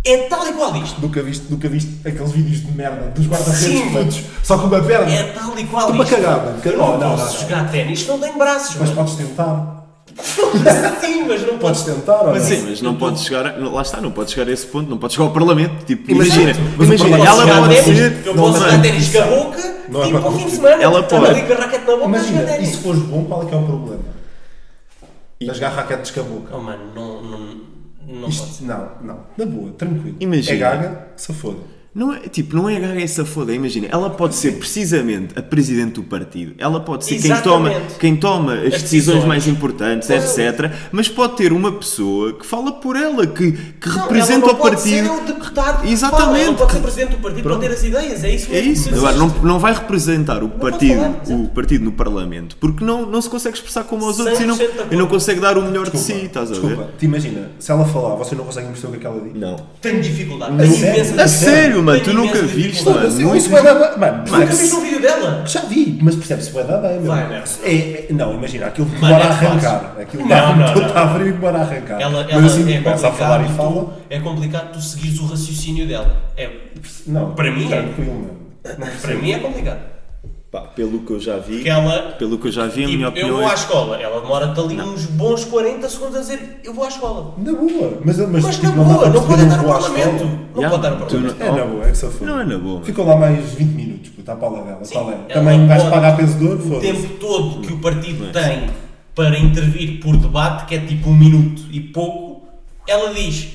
É tal e qual isto.
Nunca viste, nunca viste aqueles vídeos de merda dos
Sim.
guarda-redes todos, só com uma perna.
É tal e qual
Estou-me Tipo a
isto.
cagar, mano.
Eu
Não,
não,
não,
posso
não, não.
jogar ténis, não tenho braços.
Mas
mano.
podes tentar.
Sim, mas não
Podes
posso.
tentar, ou
Mas
não?
sim, mas não pode chegar, lá está, não pode chegar a esse ponto, não pode chegar ao Parlamento. Tipo,
Imagina,
imagina, mas
imagina,
o Parlamento,
jogar
ela pode
ténis,
ser.
Eu
não
posso
é
jogar
uma
ténis com a boca,
Não
tipo ao
é uma
fim de
competição.
semana,
Ela
estou
pode.
ali com a raquete na boca, jogar
Imagina, e
ténis.
se fores bom, qual é que é o problema? Das garraquetes com a boca.
Oh mano, não, não, não pode
Isto,
ser.
não, não. Na boa, tranquilo.
Imagina.
É gaga, se foda.
Não é, tipo, não é a gaga essa foda, imagina. Ela pode ser precisamente a presidente do partido, ela pode ser quem toma,
Exatamente.
quem toma as,
As
decisões,
decisões.
mais importantes, etc. Mas pode ter uma pessoa que fala por ela, que, que
Não, é ela
representa
não
o
pode
partido.
Ser o deputado que Fala,
Exatamente.
ela não pode ser
que-
presidente do partido
Pronto.
para ter as ideias, é isso
É
mesmo.
isso,
Mas
agora não,
existe.
não vai representar o
pode
partido,
falar, exato.
o partido no Parlamento porque não, não se consegue expressar como aos outros e não,
100% de acordo.
e não consegue dar o melhor de
Desculpa,
si, estás a ver?
Desculpa, te imagina, se ela falar, você não consegue perceber o que é que ela diz.
Não.
Tenho dificuldade.
Não.
Tenho imensa
Não.
A sério, mano, tu
tenho
nunca
imensa
viste,
dificuldade.
mano.
Foda-se, eu
nunca
isso
vi-
vai dar. Mano,
Nunca
foda-se.
viste um vídeo dela?
Já vi, mas percebe-se vai dar bem, meu.
Vai, não.
É- é- não, imagina, aquilo
Mano,
demora
é
a
fácil.
arrancar. Aquilo
Não,
dá
não,
muito
não.
a abrir e demora a arrancar.
Ela, ela
mas assim que
é,
começa
complicado
a falar e
tu,
fala.
é complicado tu seguires o raciocínio dela. É,
Não,
Para mim é.
tranquilo, mano.
para mim é complicado.
Pá, pelo que eu já vi,
Porque ela.
pelo que eu já vi, a
tipo,
minha
eu
opinião
vou à
é.
escola. Ela demora-te ali uns bons 40 segundos a dizer eu vou à escola.
Na boa, mas, mas,
Mas
tipo,
na boa,
dá
não
para
pode
perceber
estar no
um boa
Parlamento.
escola.
Não
Já,
pode estar no
tu
Parlamento.
É na boa, é que só foi.
Não é na boa, mano.
Ficou lá mais 20 minutos, puta, à pala dela.
Sim,
qual é?
ela
Também vais
pode-
pagar pensador?
O
Foda-se.
tempo todo que o partido tem para intervir por debate, que é tipo um minuto e pouco, ela diz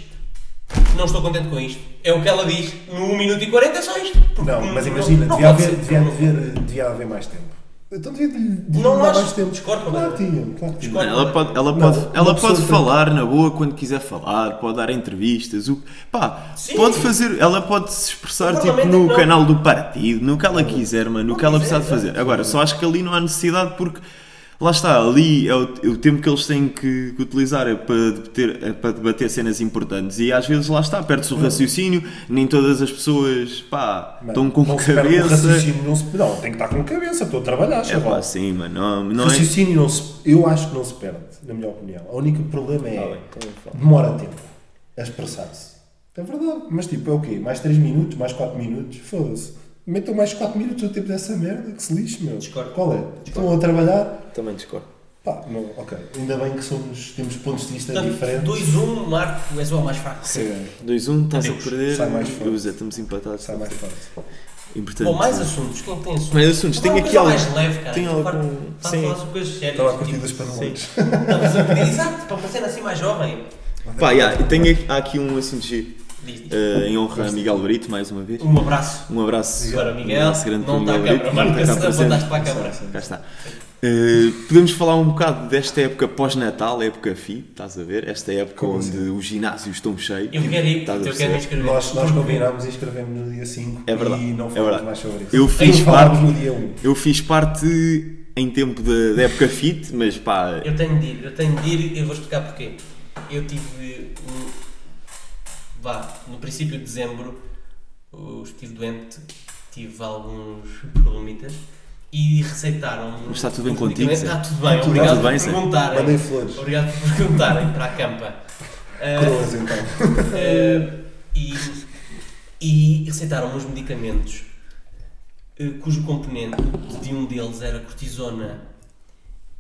não estou contente com isto. É o que ela diz no 1 minuto e 40 é só isto. Porque
Não, mas imagina, devia,
pode
haver,
ser.
devia, haver, devia haver mais tempo. Então devia devia
Não
dar
acho,
mais tempo.
discordo
Claro que
completamente.
tinha, claro que tinha.
Discordo.
Ela pode, ela
Não,
pode,
uma
ela
pessoa
pode
tem-
falar na boa quando quiser falar, pode dar entrevistas, o, pá,
Sim.
pode fazer, ela pode
O
se expressar tipo
Parlamento é
no
que não.
canal do partido, no que ela quiser, mano, no que ela
quiser,
precisar de fazer. Agora, só acho que ali não há necessidade porque lá está, ali é o, é o tempo que eles têm que, que utilizar é para, debater, é para debater cenas importantes e às vezes lá está, perde-se o raciocínio, nem todas as pessoas
Hum.
pá,
Mano,
estão com
não se perde o
cabeça.
raciocínio, Não, se, não, tem que estar com cabeça, estou a trabalhar,
É
chaval.
pá, sim, mano, não, não é.
raciocínio não se, eu acho que não se perde, na minha opinião. O único problema é
Tá bem, então eu falo.
demora tempo a expressar-se. É verdade, mas tipo, é o quê? Mais 3 minutos, mais 4 minutos? Foda-se. Metam mais 4 minutos no tempo dessa merda, que se lixe, meu.
Discordo.
Qual é? Estão a trabalhar?
Também discordo.
Pá, não, ok. Ainda bem que somos, temos pontos de vista
Portanto,
diferentes.
2-1, Marco, és o mais fraco.
Sim,
2-1, estás a
Adeus.
perder.
Sai mais forte.
Usa, estamos empatados.
sai mais forte.
Importante.
Ou mais um. assuntos, quem é tem assuntos?
Mais assuntos,
Vamos
tem
lá, uma
aqui
coisa
algo-
mais leve, cara.
tem
Para-
algum-
para
Sim.
falar sobre coisas sérias,
Estava a
tipo,
curtir um das panelões.
estamos a- Exato, para uma cena assim mais jovem.
Pá, yeah, e tenho aqui, há aqui um assunto giro.
Diz, diz.
Eh, em honra a Miguel Brito, mais uma vez.
Um abraço.
Um abraço.
Agora, Miguel,
um abraço
não
grande para o
está
Miguel
a câmara,
Brito.
Marco,
está
se
cá
não
presente.
apontaste para a câmara.
Cá está. Eh, podemos falar um bocado desta época pós-natal, época FI, estás a ver? Esta época
Como
onde
assim?
os ginásios estão cheios.
Eu quero ir,
Estás Tipo, tá a
eu quero
perceber?
me inscrever.
Nós, nós combinámos e escrevemos no dia 5
É verdade,
e não
é
falámos
verdade.
mais sobre isso.
Eu fiz
Não falámos
parte-
no dia 1.
Eu fiz parte em tempo da, da época fit, mas pá,
Eu tenho de ir, eu tenho de ir, eu vou explicar porquê. Eu tive um. Vá, no princípio de dezembro eu estive doente, tive alguns problemitas e receitaram-me.
Mas está tudo bem
os
contigo,
medicamentos. Está
Zé?
tudo bem,
Está tudo
obrigado
bem,
por
Zé?
perguntarem.
Mandem flores.
Obrigado por perguntarem para a campa.
É.
Ah,
Coroas então.
Uh, e, e receitaram uns medicamentos uh, cujo componente de um deles era cortisona.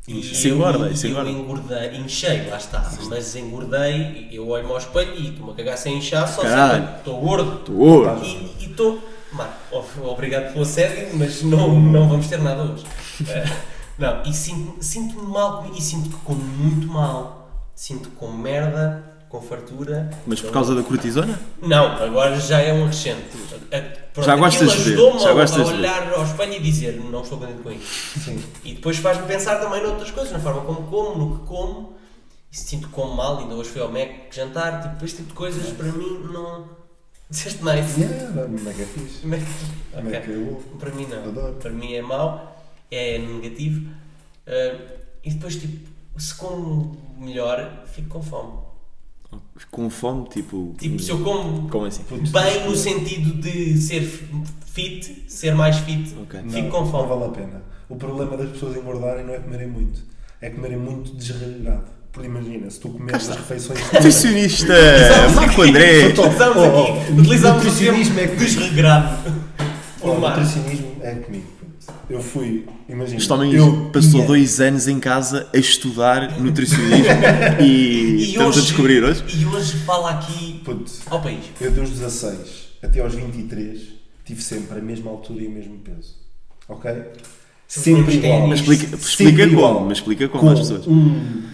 E
Se
eu-
engorda,
e
se
eu
engorda.
engordei, enchei, lá está, mas engordei, eu olho-me ao espelho e estou-me a cagar sem inchar, só
Caralho.
sei que estou gordo.
tu ouro.
E estou. Marco, of- obrigado pelo assédio, mas não, não vamos ter nada hoje. Eh, não, e sinto- sinto-me mal comigo, e sinto que como muito mal. Sinto que como merda, com fartura.
Mas por causa da cortisona?
Não, agora já é um acrescento. Eh, pronto,
Já gostas
aquilo
de ver,
ajudou-me
já
a-
gostas
a
de ver.
olhar ao espelho e dizer não estou contente com isto.
Sim.
E depois faz-me pensar também noutras coisas, na forma como como, no que como. E se sinto que como mal, ainda hoje fui ao Mac jantar, tipo, este tipo de coisas para mim não. Disseste nice.
Yeah, É, mega fixe.
Como é que-
Como é
Ok.
que eu-
Para mim não.
Adoro.
Para mim é mau, é negativo. Ah, e depois, tipo, se como melhor, fico com fome.
Com fome, tipo.
eh,
Tipo, se eu como
Como assim?
bem no sentido de ser f- fit, ser mais fit,
Ok.
fico
não,
com
Não
fome.
vale a pena. O problema das pessoas engordarem não é comerem muito. É comerem muito desregrado. Porque imagina, se tu comeres as refeições...
Nutricionista! Marco André!
Sou top.
Utilizamos
Oh,
aqui,
oh,
utilizamos o
nutricionismo é
termo
que-
desregrado.
O
Por mar.
nutricionismo é comigo. puto. Eu fui, imagina...
Este homem
eu
passou
ia-
dois anos em casa a estudar nutricionismo e, estamos a descobrir hoje.
E hoje fala aqui
Puto,
ao país.
eu dos 16 até aos 23 tive sempre a mesma altura e o mesmo peso. Ok? Sempre
Mas
igual.
Mas explica,
Sempre
explica
igual.
como, mas explica como
com
às pessoas.
1,80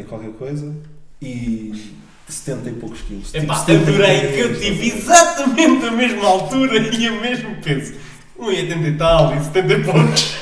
e qualquer coisa e 70 e poucos quilos. Tipo,
Epá,
70 e
adorei
poucos
que eu
quilos.
tive exatamente a mesma altura e o mesmo peso. 1,80 e tal e 70 e poucos.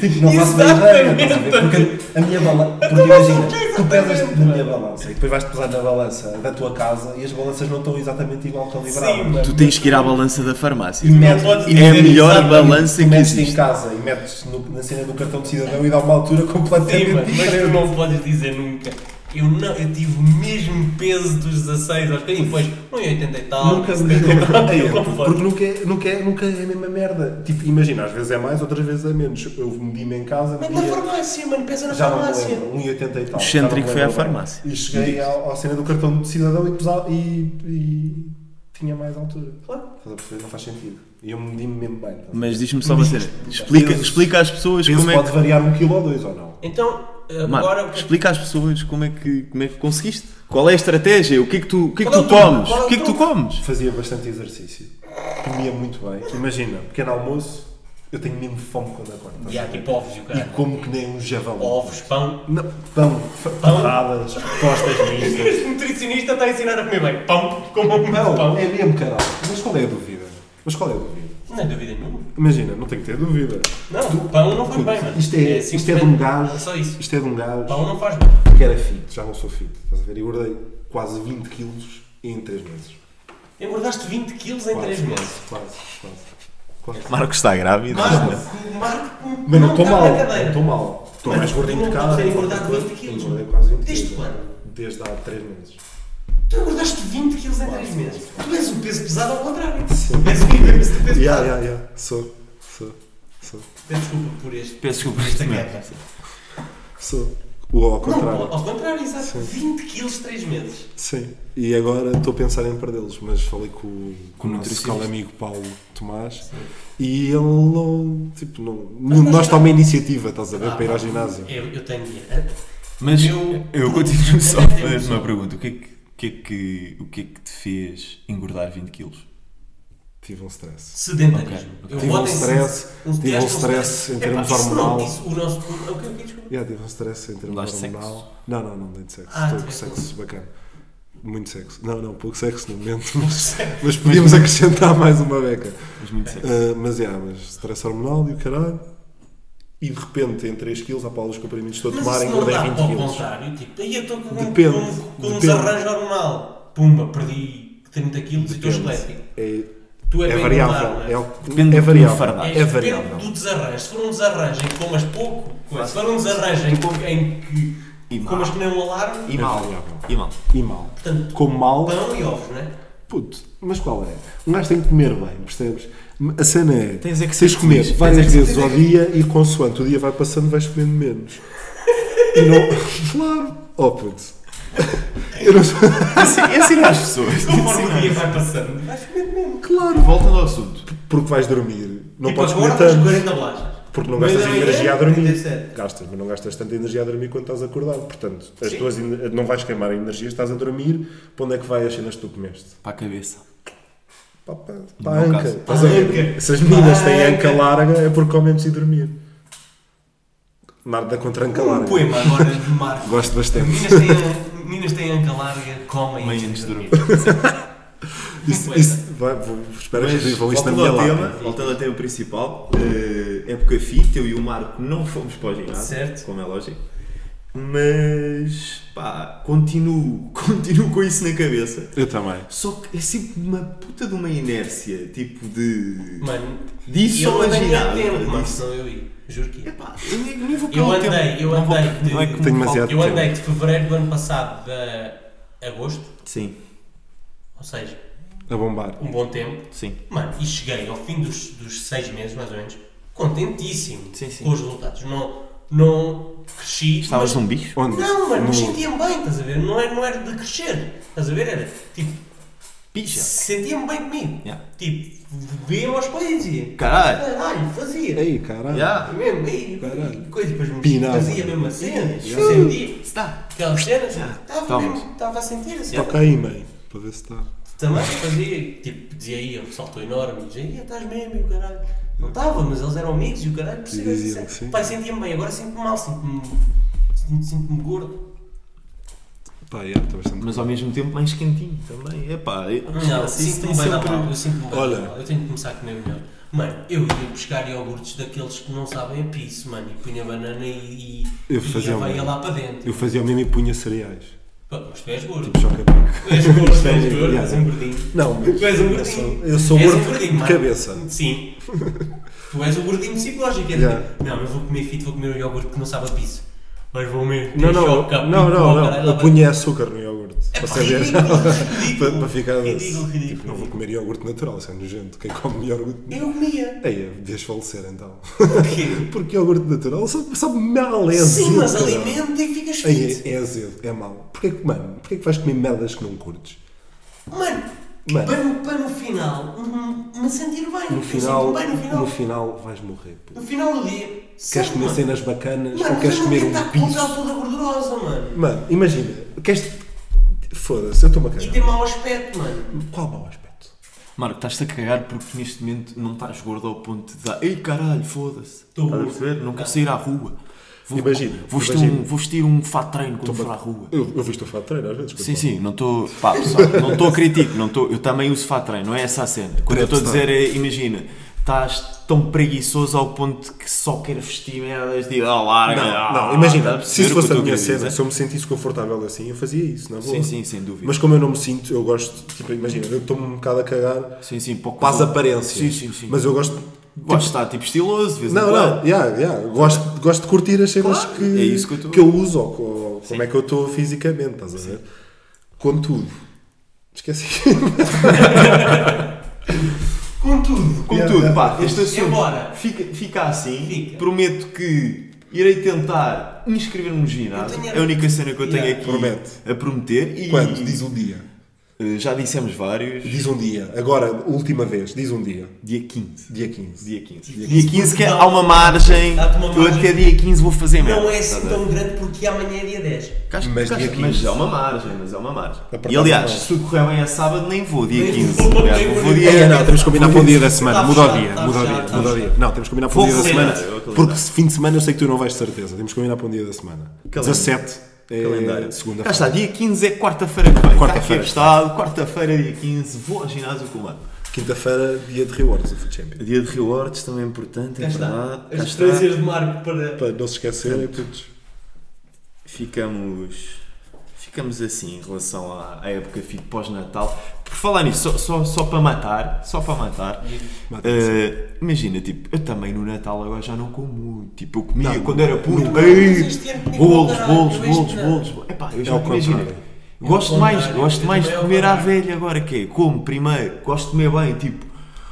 Tipo, não faço bem ideia, estás a ver? Porque a minha balança. Porque imagina,
faço
tu
exatamente,
pesas na
mano.
minha balança e depois vais pesar na balança da tua casa e as balanças não estão é? exatamente igual
Sim,
calibradas.
mano.
Tu tens que ir à balança da farmácia.
Não
Não podes
É
dizer
a melhor
exatamente.
balança
Tu
que
metes em
existe.
casa e metes no- na cena do cartão de cidadão e dá uma altura
Sim,
completamente
mano, mas tu
diferente.
não podes dizer nunca. Eu, não, eu tive o mesmo peso dos 16 aos 15, depois 1,80 é e tal.
Nunca
70
me
e tal, eu
deu
conforto.
tipo Porque nunca é, nunca, é, nunca é a mesma merda. Tipo, imagina, às vezes é mais, outras vezes é menos. Eu medi-me em casa,
Mas na
media-
farmácia, mano, pensa na
já não me
farmácia.
lembro, 1,80 e tal.
O excêntrico
já não me
foi à
lembro bem.
farmácia.
E cheguei ao- à cena do cartão de cidadão e, pesava, e, e tinha mais altura.
Claro.
Estás a perceber? Não faz sentido. E eu medi-me mesmo bem. estás a ver?
Mas diz-me só uma cena. Explica,
Pesos-
explica às pessoas
Peso
como é
pode
que.
variar um quilo ou dois ou não.
Então,
Mano,
agora. o que é que-
explica às pessoas como é, que, como é que conseguiste. Qual é a estratégia? O que é que tu, o que é que
Qual
tu
é o truque?
comes?
Qual é o
O que é que tu
truque?
comes?
Fazia bastante exercício. Comia muito bem. Imagina, pequeno almoço, eu tenho mesmo fome quando acordo. estás
Já,
a ver?
tipo ovos e o
E
caralho.
como que nem um javalão.
Ovos, pão.
Não, pão, f- torradas, costas mistas.
Este nutricionista está a ensinar a comer bem. Pão, como um
Não,
pão.
é mesmo, caralho. Mas qual é a dúvida? Mas qual é a dúvida?
Não é dúvida nenhuma.
Imagina, não tem que ter dúvida.
Não, pão não faz bem, mano.
Isto é, isto é de um
simplesmente-
gajo.
Só isso.
Isto é de um gajo
Pão não faz bem.
que era fit, já não sou fit. Estás a ver? Eu guardei quase 20 quilos em 3 meses.
Engordaste 20 quilos em 3 meses.
Quase, quase. quase.
Marcos está grávido.
Marco, Marco,
Mas não tá
nunca
estou mal,
na cadeira.
não estou mal. Estou
Mas
mais
tu
gordinho
não
de
podes
casa.
ter engordado 20 quilos.
Engordei quase 20
Desde
quilos.
quando?
Desde há 3 meses.
Tu engordaste 20 quilos em 3 meses. Tu és o peso pesado ao contrário. És o inverso do peso
Ya,
pesado.
ya, ya. Sou, sou, sou,
Peço desculpa por este.
Peço desculpa,
Esta
isto
guerra.
sou. O ao
Não,
contrário.
pô, ao contrário, exato.
Sim.
20 quilos em 3 meses.
Sim, e agora estou a pensar em perdê-los, mas falei com, o- com o nosso
nutricionista.
caro amigo Paulo Tomás e ele não. Tipo, não, não-
nós-
nós tomamos iniciativa, estás a ver,
Ah,
para ir ao ginásio.
Eu, eu tenho Ah, dinheiro.
Mas
Eu-
eu, continuo só a
Eu tenho
fazer
noção.
uma pergunta. O que, é que, o, que é que, o que é que te fez engordar 20 quilos?
Tive um stress.
Sedentarismo.
Ok.
Eu
Tive um
voto em
stress,
sed-
tive um
no
stress em
Epá,
termos
isso não,
hormonal.
isso- o nosso. O, o que é que é, desculpa?
Yeah, tive um stress em
Mudaste
termos
de
hormonal.
sexo?
Não, não, não dei de sexo.
Ah,
Estou com
tiveste
sexo bacana. Muito sexo. Não, não, pouco sexo no momento, mas, mas podíamos acrescentar mais uma beca.
Mas muito sério.
Ah, mas é, mas stress hormonal e o caralho. E de repente, em 3 kg, à pala dos comprimidos, estou a
Mas
tomar,
isso não
engordei
dá
20
para o
kg.
contrário. Tipo, aí eu estou com,
Depende,
com, com um
depende.
desarranjo hormonal. Pumba, perdi 30 quilos e estou esquelético.
É,
Tu é,
é
bem
variável.
engordado, não
É,
é?
o-
Depende
é
do
variável.
fardado.
É variável.
Depende do desarranjo. Se for um desarranjo em que comas pouco, coisa. se for um desarranjo em que, em que
E mal.
comas que nem um alarme,
E mal.
É variável.
E mal.
E mal.
portanto,
Como mal,
pão e ovos, não é?
puto, mas qual é? Um gajo tem que comer bem, percebes? A cena é,
Tens é que
tens
ser
de comer
feliz,
várias
tens é que
vezes ao dia e consoante o dia vai passando vais comendo menos. E não... Claro. Oh, puto. Eu não sou...
Ensinar às é pessoas.
Conforme o dia vai passando, vais comer mesmo.
Claro.
Voltando ao assunto.
Porque vais dormir. Não
Tipo,
podes
agora
comer
tens
tanto.
40 bolachas.
Porque não
Mas
gastas
não é
energia a dormir.
37.
Gastas, mas não gastas tanta energia a dormir quando estás acordado. Portanto, as tuas ener- não vais queimar energias, estás a dormir. Para onde é que vai as cenas que tu comeste?
Para a cabeça.
Pá, pá,
No
pá a
meu
anca.
caso.
Estás a ver?
Anca.
Se as meninas têm
Anca.
anca larga, é porque comem antes de dormir. Nada contra anca
Um
larga.
poema agora de Marco.
Então, Gosto bastante.
Meninas têm, meninas têm anca larga, comem
Comem
antes de
antes
dormir.
de
Um
Isso,
poema.
isso, vai, vou, espero que escrevam isto na minha
voltando ao tema,
lápide.
voltando ao tema principal, eh, época fit, eu e o Marco não fomos para o ginásio,
Certo.
como é lógico, mas pá, continuo, continuo com isso na cabeça.
Eu também.
Só que é sempre uma puta de uma inércia, tipo de.
Mano,
Diz
eu
só
andei
imaginar,
há tempo, mano,
diz-
senão eu ia. Juro que ia.
Epá, eu nem- nem vou
Eu
pelo
andei,
tempo,
eu
não vou-
andei de-
não é que me
Tenho
falta-
demasiado
Eu andei de fevereiro do ano passado a agosto,
Sim,
ou seja,
A bombar.
um bom tempo.
sim.
Mano, e cheguei ao fim dos, dos seis meses, mais ou menos, contentíssimo
Sim, sim.
com os resultados. Não, não cresci.
Estavas
mas-
num bicho?
Onde?
Não, mano,
No-
mas sentia-me bem, estás a ver? Não era, não era de crescer, estás a ver? Era tipo,
Picha.
sentia-me bem comigo.
Yeah.
Tipo, bebia-me aos pés e
Caralho.
caralho, fazia.
Ei, caralho.
Já.
Mesmo, aí,
Caralho.
coisa, depois me
Pinava.
fazia mesmo a cena,
Yeah.
sentia.
Está.
Aquelas cenas,
Yeah.
estava
Toma.
mesmo, estava a sentir assim.
Toca aí, mãe. Para ver se tá. está.
Também Então, fazia, tipo, dizia aí, um salto enorme, dizia, "Ia, estás mesmo, e o caralho. Não estava, mas eles eram amigos e o caralho percebeu
diziam que
isso.
sim.
Pai, sentia-me bem, agora sinto-me mal, sinto-me sinto- sinto-me gordo.
Pá, já, está bastante.
Mas ao mesmo tempo mais quentinho também. Epá, eu-
Não,
isso tem
sinto-me bem da
sempre-
mal, eu sinto-me bem
Olha.
da mal, eu tenho de começar a comer melhor. Mano, eu ia buscar iogurtes daqueles que não sabem a piso, mano, e punha banana e, e,
Eu
e
fazia um-
aveia lá para dentro.
Eu fazia o mesmo e punha cereais.
Pá, Mas tu és gordo,
Tipo, choca
tu és um gordo, tu és
Isto é-
gordo, és um
yeah.
gordinho.
Não, mas
Tu és um
eu sou,
gordinho.
eu sou
És um
gordo
gordinho,
de
mano.
cabeça.
Sim. tu és o gordinho psicológico. É
Yeah.
um tipo, não, eu vou comer fit, vou comer um iogurte que não sabe a piso. Mas vou mesmo.
Não, não,
Choca,
não, não,
pipó,
não.
caralho,
Eu
lá
punha açúcar no iogurte.
vai- Epá,
para
é
saber.
ridículo,
para,
ridículo, É
para ficar doce.
Ridículo,
Tipo, não vou
ridículo.
comer iogurte natural, isso é nojento. Quem come iogurte
Eu comia.
Aí, devias falecer então.
Porquê?
Porque iogurte natural sabe, sabe mal, é azedo.
Sim, mas
caralho.
alimenta e ficas fit.
Aí, é, é azedo, é mau. Porquê que, mano, porquê que vais comer merdas que não curtes?
Mano,
é. Mano.
Para, no- para no final hum, me sentir bem.
No final,
Eu sinto bem no final.
no final vais morrer. pô.
No final do dia.
Queres
sempre,
comer
mano.
cenas bacanas
Mano,
ou queres comer um
Mano,
piso?
toda gordurosa, mano.
Mano, imagina, queres. Foda-se, eu estou-me a
E
cagar.
tem mau aspecto, mano.
Qual é mau aspecto?
Marco, estás-te a cagar porque neste momento não estás gordo ao ponto de dar. Ei caralho, foda-se.
Tô Tá.
Estás a
gordo.
perceber? Não quero sair à rua. Vou,
Imagina,
Vou vestir,
imagina.
Um, vou vestir um fato treino quando for à rua.
Eu, eu visto o fato de treino às vezes. quando
Sim,
falo.
sim, não estou. Pá, pessoal, não estou a critico, não tô, eu também uso fato treino, não é essa a cena. Quando eu estou a dizer é, imagina, estás tão preguiçoso ao ponto que só queres vestir merdas de. Ah, larga,
Não,
ah,
não,
tá a
imagina, se
perceber
isso
o que eu
fosse a
tô
minha
querer
cena,
dizer? né?"
se eu me sentisse confortável assim, eu fazia isso, na boa.
Sim, sim, sem dúvida.
Mas como eu não me sinto, eu gosto, tipo, imagina, eu estou-me um bocado a cagar
Sim, sim, pouco.
para as aparências.
Sim, sim, sim. Mas
Mas eu gosto.
gosto de estar tipo estiloso, de vez em
Não,
quando.
não, yeah, yeah, eu gosto, gosto de curtir as cenas
Claro,
que,
é isso que eu tô-
uso, ou, co- ou como é que eu estou fisicamente, estás a ver? Contudo, esqueci.
Contudo,
é
Contudo, pá, este assunto
Embora.
fica, fica assim.
Fica.
Prometo que irei tentar inscrever-me no ginásio.
Eu tenho-
É a única cena que eu tenho
Yeah.
aqui
Promete.
a prometer. E
Quanto? Diz um dia.
Eh, Já dissemos vários.
Diz um dia. Agora, última vez, diz um dia.
Dia 15.
Dia 15.
Dia 15. Dia 15,
quinze,
que é
porque
há uma margem.
Dá-te uma
Eu
margem.
até dia 15 vou fazer mesmo.
não é assim tão grande porque amanhã é dia 10.
Mas dia 15.
Mas é uma margem, mas é uma margem.
Apertado
E aliás,
não.
se tudo correr bem a sábado, nem vou dia
é. Nem
15.
vou,
Aliás,
nem
vou,
vou.
dia.
É, não, temos que combinar para o dia da semana.
Tá
Muda o
fechado,
dia,
tá
muda o dia,
fechado, tá
muda o dia.
fechado.
Não, temos que combinar para o
Vou
dia da
calendar,
semana.
eu vou calendar.
Porque se fim de semana eu sei que tu não vais de certeza. Temos que combinar para um dia da semana.
Calendário.
17 é
Calendário. Cá está,
segunda-feira.
dia 15 é quarta-feira que vem.
Quarta-feira.
Quarta-feira. Está quarta-feira, dia 15, vou ao ginásio com o Mano.
Quinta-feira, dia de rewards do Food Champion.
Dia de rewards também é importante, é
Cá
verdade.
Ah,
está.
Cá
As
está.
referências de Marco para.
Para não se esquecer, é todos.
Ficamos. Ficamos assim em relação à, à época fi- pós-natal. Por falar nisso, só, só, só para matar, só para matar.
Mata,
eh, imagina, tipo, eu também no Natal agora já não como muito. Tipo, eu comia
Não,
quando era puto.
não.
ei,
Mas este tipo ano comi
bolos,
com
bolos,
caralho,
bolos,
este
bolos. Epá,
É
eu já
ao
imagina.
contrário.
Gosto
ao
mais,
contrário,
gosto
eu
mais de
também ao
comer à
contrário.
velha agora que é. Como primeiro, gosto de comer bem, tipo,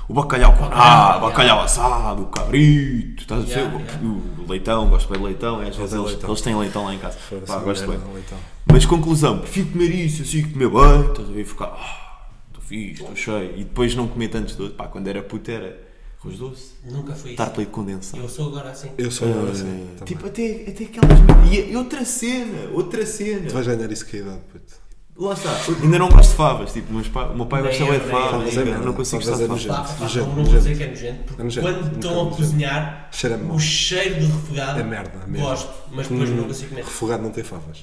o bacalhau com ah, bacalhau assado, o cabrito, estás a perceber?
Yeah, yeah.
O leitão, gosto bem de leitão, é e às vezes eles,
leitão.
eles têm leitão lá em casa.
Foda-se,
Pá,
uma
gosto
é
bem.
merda, um
então.
leitão.
Mas conclusão, prefiro comer isso, assim comer bem, estás a ver ficar, ah, estou fixe, estou cheio. E depois não comer tantos doces. Pá, quando era puto era arroz doce,
Nunca foi isso.
tartlete condensado.
Eu sou agora assim.
Tá Eu sou
Ah,
agora assim. também.
tipo, até, até aquelas. mer- E e outra cena, outra cena.
Tu vais ganhar isso que é a idade, puto.
Lá está, ainda não gosto de favas. Tipo, meus pa- o meu pai
Nem
gosta bem
eu,
de
nem
favas.
Favas
e
é
eu
merda,
não consigo
favas
gostar de
é
favas.
nojento.
Pá, pá, pá,
nojento,
não vou dizer
nojento.
que é nojento, porque
É nojento,
quando
nunca
estão a
nojento.
cozinhar,
Cheira-me mal.
o cheiro de refogado
É merda mesmo. Hum.
gosto, mas depois não consigo comer.
Refogado é não tem favas.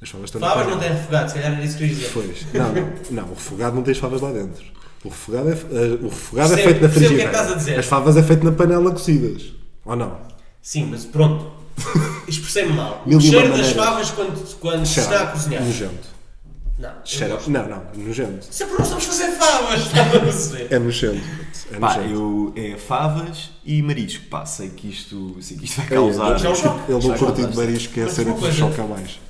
As favas estão na
Favas
carne.
não tem refogado, se calhar era isso que eu ia dizer.
Pois. Não, não, não, o refogado não tens favas lá dentro. O refogado é, eh, o refogado
Percebo-
é feito na
percebo o que
frigideira.
é que estás a dizer.
As favas é feito na panela cozidas. Ou não?
Sim, mas pronto. Expressei-me mal.
Mil
o
e uma
cheiro das
maneiras.
favas quando, quando se está a cozinhar.
Nojento.
Não, eu
Cheira.
gosto.
Não, não, nojento.
Sempre é nós estamos a fazer favas, estava a perceber.
É nojento. puto. É
Pá,
nojento.
eu, é favas e marisco. Pá, sei que isto, sei que isto vai
É,
causar.
já o choque.
Ele não
Já
curtiu de
contaste.
marisco, que é a
Mas
cena
uma
que me
coisa-
choca mais.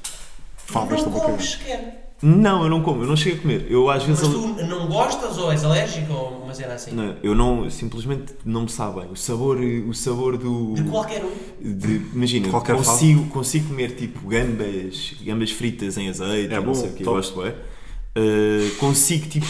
Favas
Não
estão
comes
bacalhau.
sequer.
Não, eu não como, eu não chego a comer. Eu às
Mas
vezes. ali-
tu não gostas ou és alérgico ou uma cena assim?
Não, é? eu não, simplesmente não me sabem. O sabor, o sabor do.
De qualquer um.
de- imagina,
Qualquer
consigo, consigo comer tipo gambas, gambas fritas em azeite,
É
não
bom,
sei o que,
top.
gosto bem. Uh, consigo tipo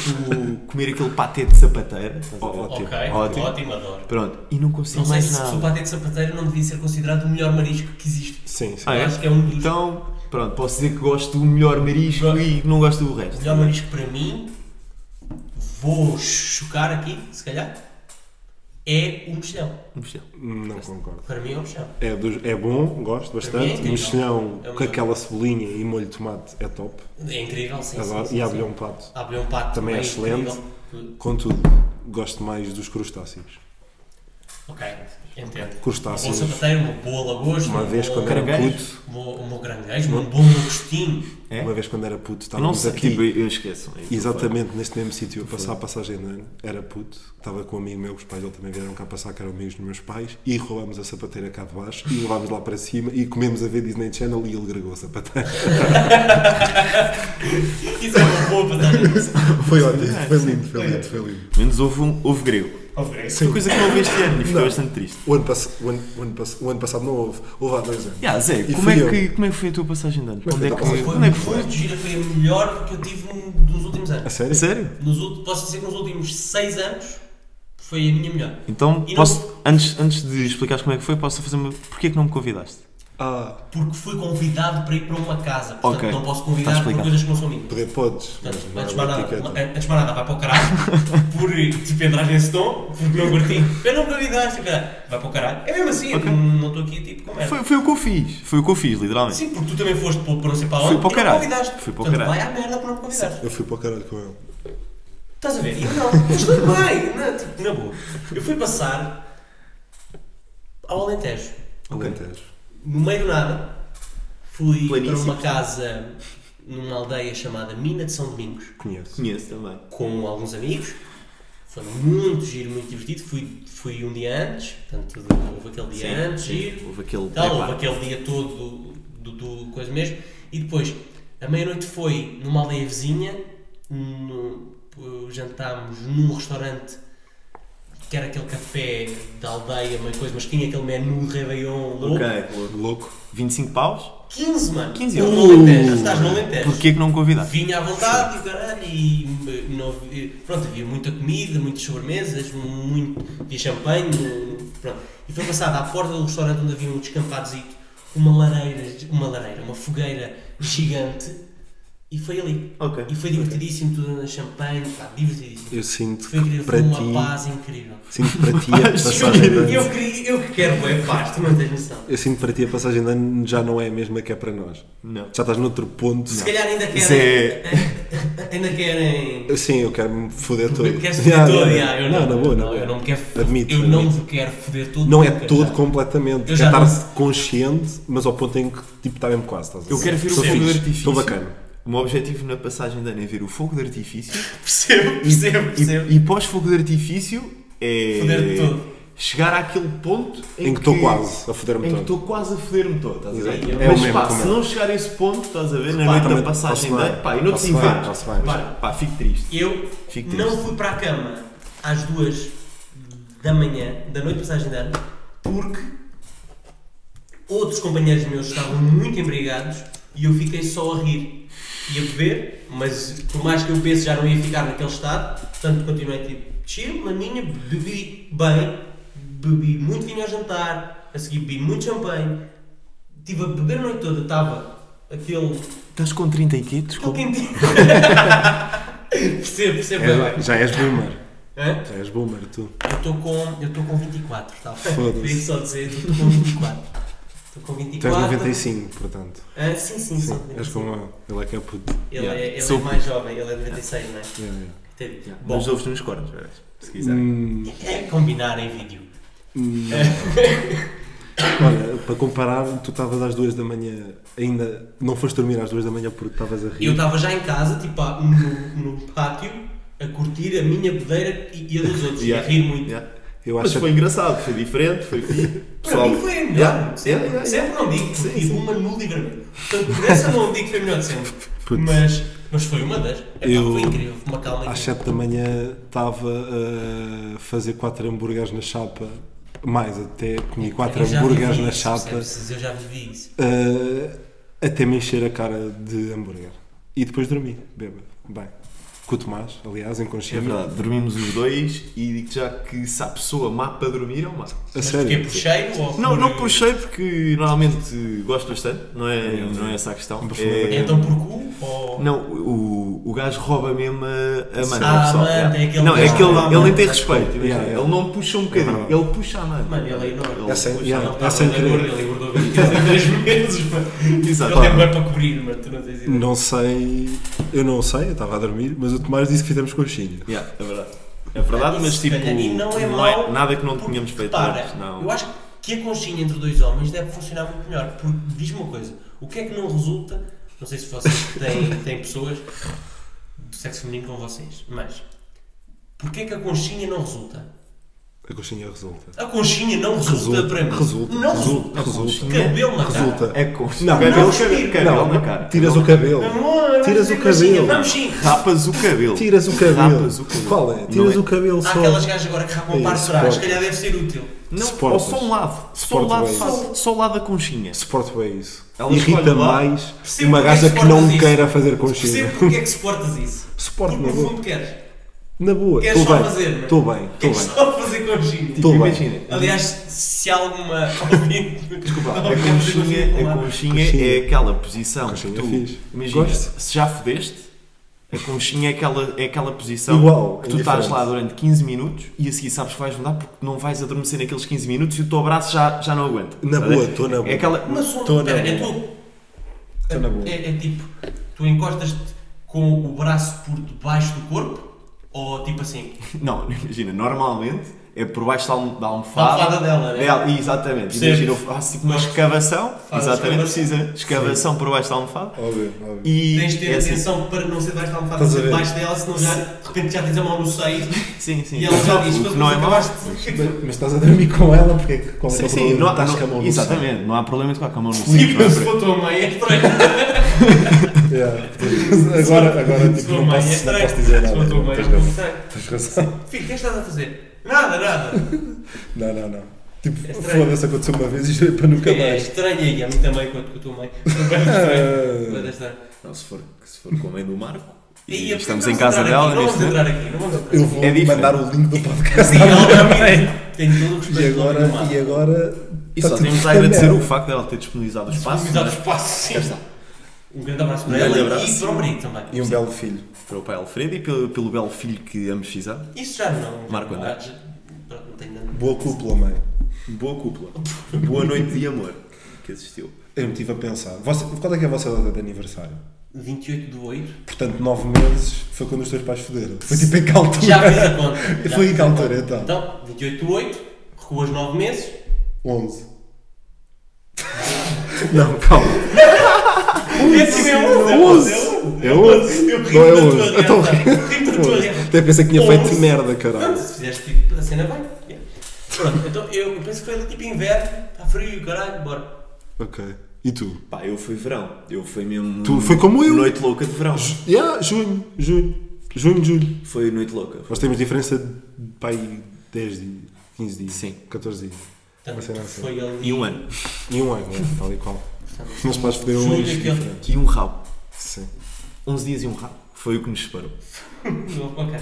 comer aquele patê de sapateiro. estás a ver?
Ótimo,
ok,
ótimo.
ótimo, adoro.
Pronto, e não consigo
Não sei
mais
se
nada.
o patê de sapateiro não devia ser considerado o melhor marisco que existe.
Sim, sim.
Ah, é?
Acho que é um dos-
Então, pronto, posso dizer que gosto do melhor marisco e não gosto do
O
resto.
melhor marisco para mim, vou chocar aqui, se calhar, é o mexilhão.
Um mexilhão.
Não concordo.
Para mim é o mexilhão.
É, dos- é bom,
mim
gosto
é
bastante.
incrível.
Mexilhão
É
com
uma-
aquela cebolinha e molho de tomate é top.
É incrível, sim.
Adoro.
sim, sim,
E
sim.
abre um pato.
Há um pato
Também é excelente.
incrível.
Contudo, gosto mais dos crustáceos.
Ok, entendo.
Crustáceos.
Um bom sapateiro, uma boa lagosta,
assim Uma vez
um
quando
bom-
era
Caranguejos?
puto,
um bom- um bom granguejo, mano, bom lagostim.
Uma vez quando era puto,
Eu não
estávamos
sei,
aqui.
tipo, eu esqueço. é isso que eu falo.
Exatamente, neste mesmo sítio, eu passava a passagem de ano, era puto, estava com um amigo meu, os pais dele também vieram cá passar, que eram amigos dos meus pais, e roubámos a sapateira cá de baixo, e levámos lá para cima, e comemos a ver Disney Channel, e ele gregou a sapateira.
Isso é uma boa passagem.
Foi ótimo, foi lindo, foi lindo, foi lindo.
Menos houve um ovo grego. Foi coisa que não houve este ano e fiquei
Não.
bastante triste.
O ano, pass- o ano- o ano pass- o ano passado não houve, houve há dois anos.
Yeah, Zé,
E
como é,
fui eu.
que, como é que foi a tua passagem de ano?
Como é
Onde é
que
que,
foi a tua
Foi
onde é que foi?
muito gira, foi a melhor que eu tive nos últimos
A
anos.
sério?
Sério?
Nos, ult- posso dizer que nos últimos 6 anos foi a minha melhor.
Então,
E não-
posso, antes, antes de explicares como é que foi, posso fazer uma. Porquê que não me convidaste?
Ah,
Porque fui convidado para ir para uma casa. Portanto,
Ok.
não posso
Está
convidar por
explicado.
coisas que não são minhas.
poder podes, mas
Portanto,
não é
Antes de
uma
mais nada,
etiqueta.
antes de mais nada, vai para o caralho por tipo, entrar nesse tom, porque não curti. Eu não convidaste, cara. Vai para o caralho. É mesmo assim,
Ok.
eu não não estou aqui tipo com merda.
Foi, foi o que eu fiz. Foi o que eu fiz, literalmente.
Sim, porque tu também foste para, para não sei para
Fui
onde
para o
e
caralho.
não convidaste.
Fui para o
Portanto, vai
caralho.
à merda por não me convidaste.
Eu fui para o caralho com ele.
Estás a ver? E eu não, mas tudo bem. Na, tipo, na boa. Eu fui passar ao Alentejo,
Okay.
no meio do nada. Fui
Planíssimo.
para uma casa numa aldeia chamada Mina de São Domingos.
Conheço.
Conheço também.
com alguns amigos. Foi muito giro, muito divertido. Fui, fui um dia antes, portanto, houve aquele dia
Sim,
antes,
sim.
giro.
Houve aquele
tal,
preparo.
houve aquele dia todo do, do, do coisa mesmo. E depois, a meia-noite foi numa aldeia vizinha, no- eh, jantámos num restaurante que era aquele café da aldeia, uma coisa, mas tinha aquele menu de Réveillon louco.
Ok,
Louco.
25 paus?
15, mano.
15
Eu
euros. Uh.
no Alentejo, estás no Alentejo.
Porquê que não me convidaste?
Vinha à vontade e o caralho, e hum, não havia- pronto, havia muita comida, muitas sobremesas, muito, havia champanhe, hum, pronto. E foi passado à porta do restaurante onde havia um descampadozito, uma lareira, uma lareira, uma fogueira gigante, e foi ali.
Ok.
E foi divertidíssimo, tudo na champanhe, pá, divertidíssimo.
Eu sinto
Foi incrível,
que
foi
para
uma
ti,
paz incrível.
sinto que para ti a
Vais
passagem de
chorar.
ano-
Eu, queria, eu que quero é paz, tu não tens noção.
Eu sinto que para ti a passagem de ano já não é a mesma que é para nós.
Não.
Já estás noutro ponto.
Se calhar ainda
Isso
querem.
é-
Ainda querem.
Sim, eu quero-me foder todo.
Eu quero foder
Ya,
todo,
ya.
já, eu
não,
não,
na boa, na boa.
eu não me quero foder.
Admito,
eu não
admito.
me quero foder todo.
Não é
nunca,
todo
já.
completamente.
Eu
Quer
já
estar
não-
consciente, mas ao ponto em que tipo, está mesmo quase. Estás a
Eu
ver?
quero ver o
Estou
fogo
fixe,
de artifício.
Estou bacana.
O meu objetivo na passagem de ano é ver o fogo de artifício.
Percebo, percebo, percebo.
E, e pós-fogo de artifício é.
Foder-te todo.
Chegar àquele ponto em,
Em que estou quase a foder-me
Em que
todo.
estou quase a foder-me todo, estás a
Exato.
ver?
É o
Mas
mesmo, é
pá,
o
se
mesmo.
não chegar a esse ponto, estás a ver? Na
Pá,
noite
também
da passagem
posso
de
bem,
ano, pá, e não
posso
te
bem,
invadas.
posso bem.
Pá, pá, fico triste.
Eu
Fico triste.
não fui para a cama às duas da manhã, da noite de passagem de ano, porque outros companheiros meus estavam muito embriagados e eu fiquei só a rir e a beber, mas por mais que eu pense já não ia ficar naquele estado, portanto continuei tipo chill na minha, bebi bem, bebi muito vinho ao jantar, a seguir bebi muito champanhe, estive a beber a noite toda, estava aquele.
Estás com 30 e quê?
aquele
Desculpa.
quentinho. percebo, percebo bem,
É,
bem.
já és boomer.
Hã?
Já és boomer, tu.
Eu estou com, eu tô com 24, tá?
Foda-se.
Queria só dizer, estou com 24. Estou com 24.
Tu és 95, portanto.
Ah, sim, sim,
Sim,
sou de
és
95.
como eu. Ele é que é puto.
Ele,
Yeah.
é, ele
Sou-
é mais jovem, ele é de 96, não é?
É, é.
Entendi. Bom,
Mas ouves-te nos cornos, velho, se quiser.
Hum,
é combinar em vídeo. é
olha, para comparar, tu estavas às 2 da manhã, ainda não foste dormir às 2 da manhã porque estavas a rir.
Eu estava já em casa, tipo, ah, no, no pátio, a curtir a minha bedeira e, e a dos outros, e
Yeah.
a rir muito.
Yeah.
Eu
Mas
acho
foi engraçado, foi diferente, foi fixe.
Para mim foi a melhor.
Yeah,
sempre
yeah, yeah,
sempre não digo, porque tive uma nula e vermelho. Portanto, por essa não digo que foi a melhor de sempre.
Putz.
Mas, mas foi uma das. Epá,
Eu-
Foi incrível, foi uma calma
Às
incrível.
7 da manhã estava a fazer 4 hambúrgueres na chapa, mais até comi 4
Eu já
hambúrgueres
vivi
na
isso,
chapa,
percebes? Eu já vivi isso.
ah, até me encher a cara de hambúrguer. E depois dormi, bêbado. Bem, com o Tomás, aliás, em
É
Conchima.
verdade, dormimos os dois e digo já que se a pessoa má para dormir é o má.
a
Mas
sério.
porquê? Por cheiro ou
Não,
por-
não puxei porque normalmente gosto bastante, não é, não é essa a
um
questão.
perfumaria.
Então por cu ou...
Não, o, o gajo rouba mesmo a, a mano.
Ah,
ao pessoal,
a mano, é aquele
não, é
gajo
aquele.
que dá a
Ele
mano.
nem tem respeito. imagina.
Yeah, yeah. É
Ele não puxa um bocadinho,
verdade.
ele puxa a mano.
Mano, ele é enorme.
Essa-
Ele
yeah,
puxa-
essa
ele
é incrível.
engordou- Ele engordou 23 meses, mano.
Exato.
Ele tem bem para cobrir, mano. Tu não tens ideia.
Não sei, eu não sei, eu estava a dormir, mas o Tomás disse que fizemos conchinha.
Yeah, é verdade. É verdade, mas
Se
tipo.
calhar, e não é mau,
nada que não
porque,
tenhamos feito
repara,
antes, não.
Eu acho que que a conchinha entre dois homens deve funcionar muito melhor. Porque diz-me uma coisa, o que é que não resulta? Não sei se vocês têm, têm pessoas do sexo feminino com vocês, mas porquê é que a conchinha não resulta?
A coxinha resulta.
A conchinha não resulta,
Resulta,
para mim.
resulta,
não
resulta,
resulta.
resulta.
Cabelo na cara.
Resulta.
É concha.
Não,
cabelo,
não,
cabelo,
respira.
cabelo
não,
na cara.
É
tiras o cabelo.
Amor,
Tiras
vamos
o
ter conchinha,
cabelo.
Vamos sim.
Rapas o cabelo.
Tiras o cabelo.
Rapas o cabelo.
Qual é?
Não
Tiras
é-
o cabelo
Há
só.
aquelas gajas agora que um rapam
É
para
isso,
trás, se
corta.
calhar deve ser útil.
Não, ou
Suportas.
só um lado. Só um
Suporto
lado
bem
faz. Só o lado da conchinha.
Suporto bem é isso.
Ela
Irrita
escolhe lá.
mais
Percebo
uma
porque é que
gaja que não
suportas isso.
queira fazer conchinha.
Percebo porque é que suportas isso.
Suporto,
Porque
na
no
boa.
fundo queres.
Na boa.
Queres
Estou
só fazer,
bem.
não é?
Estou bem. Estou
Queres
bem.
só fazer conchinha.
Tô bem.
Imagina.
Aliás, se há alguma. Desculpa,
A conchinha, a conchinha é
Conchinha.
aquela posição
Conchinha
que tu,
é fixe.
imagina,
Gosto.
se já fodeste, a conchinha é aquela, é aquela posição
Igual,
que tu
indiferente.
estás lá durante 15 minutos e a seguir sabes que vais mudar porque não vais adormecer naqueles 15 minutos e o teu braço já, já não aguenta.
Na
Tá bem?
boa, tô na boa.
É aquela,
Mas um,
Tô na
pera, é
boa.
tu.
Tô na boa.
É, é tipo, tu encostas-te com o braço por debaixo do corpo? Ou tipo assim?
Não, imagina, normalmente é por baixo da alm- da almofada,
Da almofada dela, né?
dela, exatamente.
Percebo.
Imagina, eu faço tipo uma escavação,
Faz
exatamente,
escavação.
precisa escavação por baixo da almofada.
Óbvio, óbvio.
E
Tens de ter
é assim.
atenção para não ser debaixo da almofada,
Estás a
ser
ver?
debaixo dela, senão já de repente já tens a mão no seio
Sim, sim.
e ela já diz:
O
"Mas
que não é mau.
acabaste
Mas, mas estás a dormir com ela porque é que qual é que é
Sim,
o
sim,
problema?
não, há-
Estás com a mão no
não,
saco.
exatamente, não há problema de colocar a mão no
E
cinto. não é?
mas se for tua mãe, é estranho.
Yeah. Agora, agora
Se
tipo,
for
não
mãe, é
posso, não
estranho.
posso dizer
Se
nada.
for tua mãe, é
Tens razão.
estranho.
Tens razão.
Filho, o que é que estás a fazer? Nada, nada.
Não, não, não. Tipo,
É estranho.
foda-se, aconteceu uma vez e jurei para nunca
É
mais.
estranho aí, a mim também, quanto com a tua mãe. Bué de estranho, bué de estranho.
Não, se for, se for com a mãe do Marco. E
Ia,
estamos em
vamos
casa
entrar
dela
aqui, Não
neste
vamos
momento.
entrar aqui, não vamos entrar
Eu
aqui.
vou
É diferente.
mandar o link do podcast.
Sim, ela tem todo o
E
respeito
agora,
é
e agora.
E
tá
só
tudo
temos a
na
agradecer
merda.
o facto dela ter disponibilizado o espaço
Convidado
não é?
espaço, sim.
Cá está.
Um grande abraço para
Um grande
ela
abraço.
e para o marido também.
E um belo filho.
para o pai Alfredo e pelo, pelo belo filho que ambos fizeram.
Isso já não.
Marco André.
já- pronto, Não tenho nada.
Boa cúpula, mãe.
Boa cúpula. Boa noite de amor que assistiu.
Eu me estive a pensar. Você, qual é que é a vossa data de aniversário?
28 de 8.
Portanto, nove meses foi quando os teus pais fuderam. Foi tipo em que altura?
Já fiz a conta. já
Foi em
fiz
que
a
altura,
conta.
então?
Então, 28 de 8, recuas 9 meses.
11.
Não, calma.
Esse meu,
é
é
11.
onze,
É 11.
Eu
Não é
rimo da
11.
tua
Então,
reação. Rimo da tua reação.
até pensei que tinha feito
Onze.
merda,
Pronto,
caralho.
se fizeste tipo, a cena bem. yeah. Pronto, então eu eu penso que foi ali tipo inverno, está frio, caralho, bora.
Ok. E tu?
Pá, eu fui verão. Eu fui mesmo.
Tu foi como eu.
Noite louca de verão.
Yeah, junho, junho. Junho, julho.
Foi noite louca.
Nós temos diferença de pai 10 dias, 15 dias,
Sim.
14 dias. Uma cena
Portanto,
assim.
foi ali.
E um ano.
E um ano, é, tal e qual.
Portanto,
Meus pais foram
Julho,
um
aquele-
diferentes.
E um rabo.
Sim.
11 dias e um rabo. Foi o que nos separou.
não, ok.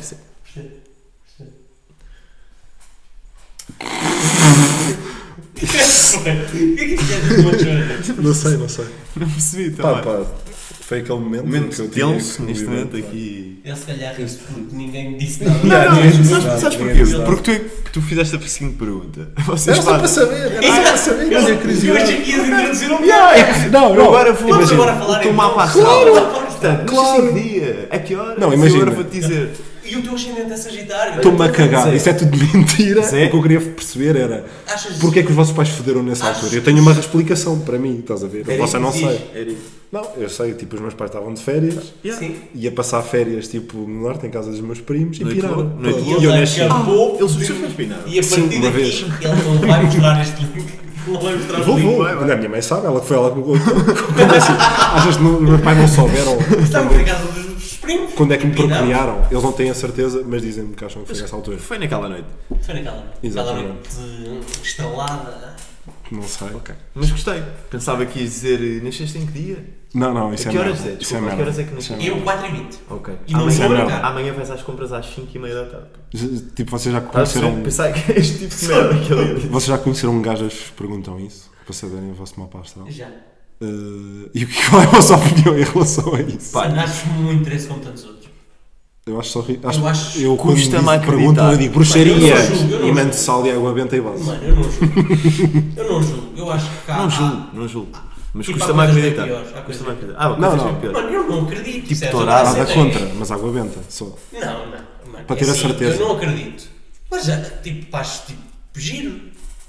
O que é que é fizeste com a chora?
Não sei, não sei.
Não percebi
Pá,
também.
pá. Foi aquele momento,
Momento
que eu tinha.
tenso
que
neste
viver,
momento
pá.
aqui.
Eu se calhar ri porque ninguém me disse nada.
Não,
Não,
ninguém nos dá,
sabes, sabes
ninguém
porquê?
nos dá.
Porque tu, é que tu fizeste a seguinte pergunta. Vocês
Era só para
fazem-
saber, era só para saber que
Eu
tinha
eu achei
curiosidade.
que ias introduzir um
Não,
Eu agora vou
Vamos
imagina,
agora falar
o teu
em Claro!
mapa astral.
Claro!
Portanto,
Claro!
claro. dia, a que horas?
Não,
Eu
imagina.
agora vou-te dizer.
E o teu ascendente é Sagitário?
Estou-me a cagar,
Zé.
isso é tudo mentira.
Zé.
O que eu queria perceber era
Achas-
porque é que os vossos pais fuderam nessa
Achas-
altura. Eu tenho uma explicação para mim, estás a ver? Eu
Era
posso, eu é- não
isso que
sei.
diz, era isso.
Não, eu sei, tipo, os meus pais estavam de férias,
Sim.
ia passar férias, tipo, no norte, em casa dos meus primos, e
Noite
piraram.
louca, noite
Pô,
E
e eu
ele
nasci.
acabou.
é Ah. Eles sempre pinaram.
E a
Sim,
partir
uma
daqui,
vez.
ele não vai mostrar este link. Não vai mostrar
Vou,
o link.
vou. Olha, a minha mãe sabe, ela que foi ela que me contou. Quando é assim, Às vezes não- os meus pais não souberam
Estamos em casa dos primos.
quando é que me
Combinado.
procriaram. Eles não têm a certeza, mas dizem-me que acham que foi nessa altura.
Foi naquela noite.
Foi naquela noite. Aquela noite
Exatamente.
eh, estrelada.
Não sei.
Mas gostei. Pensava que ia dizer, eh, nasceste em que dia?
Não, não, isso
A
é
que horas
merda.
é?
Isso é
Desculpa, a que horas é
merda.
que
Isso é
nasceu?
merda.
Eu, 4 um e 20.
Ok. Ah,
E não
mas
vou
é merda.
brincar.
Amanhã vais às compras às 5h30 da tarde.
Tipo, vocês já
Estás a
conheceram...
perceber? Tá, Pensei que é este tipo de merda que ele ia dizer.
Vocês já conheceram gajas que perguntam isso? Para saberem o vosso mapa astral?
Já.
Eh, e o que- qual é a vossa opinião em relação a isso?
Pá,
Andaste muito interesse como tantos outros.
Eu acho só ri-
Eu acho-
eu quando
custa-me
digo-
acreditar.
perguntam, eu digo bruxaria
Eu não julgo, eu não
e mando
julgo.
sal e água benta e base.
Mano, eu não julgo. eu não julgo. Eu acho que cá.
Não
há-
julgo, não julgo. Mas
Tipo, há
custa-me a
coisas bem
acreditar.
piores, há coisas
Custa-me a
bem
acreditar. Ah,
Não,
coisas
não.
bem piores.
Mano, eu não acredito.
Tipo,
percebes?
tourada,
Outra
Nada
cena é-
contra, mas água benta só.
Não, não. Mano,
Para ter
é
a
assim,
certeza.
ah, Eu não acredito. Mas já, tipo, acho tipo, giro.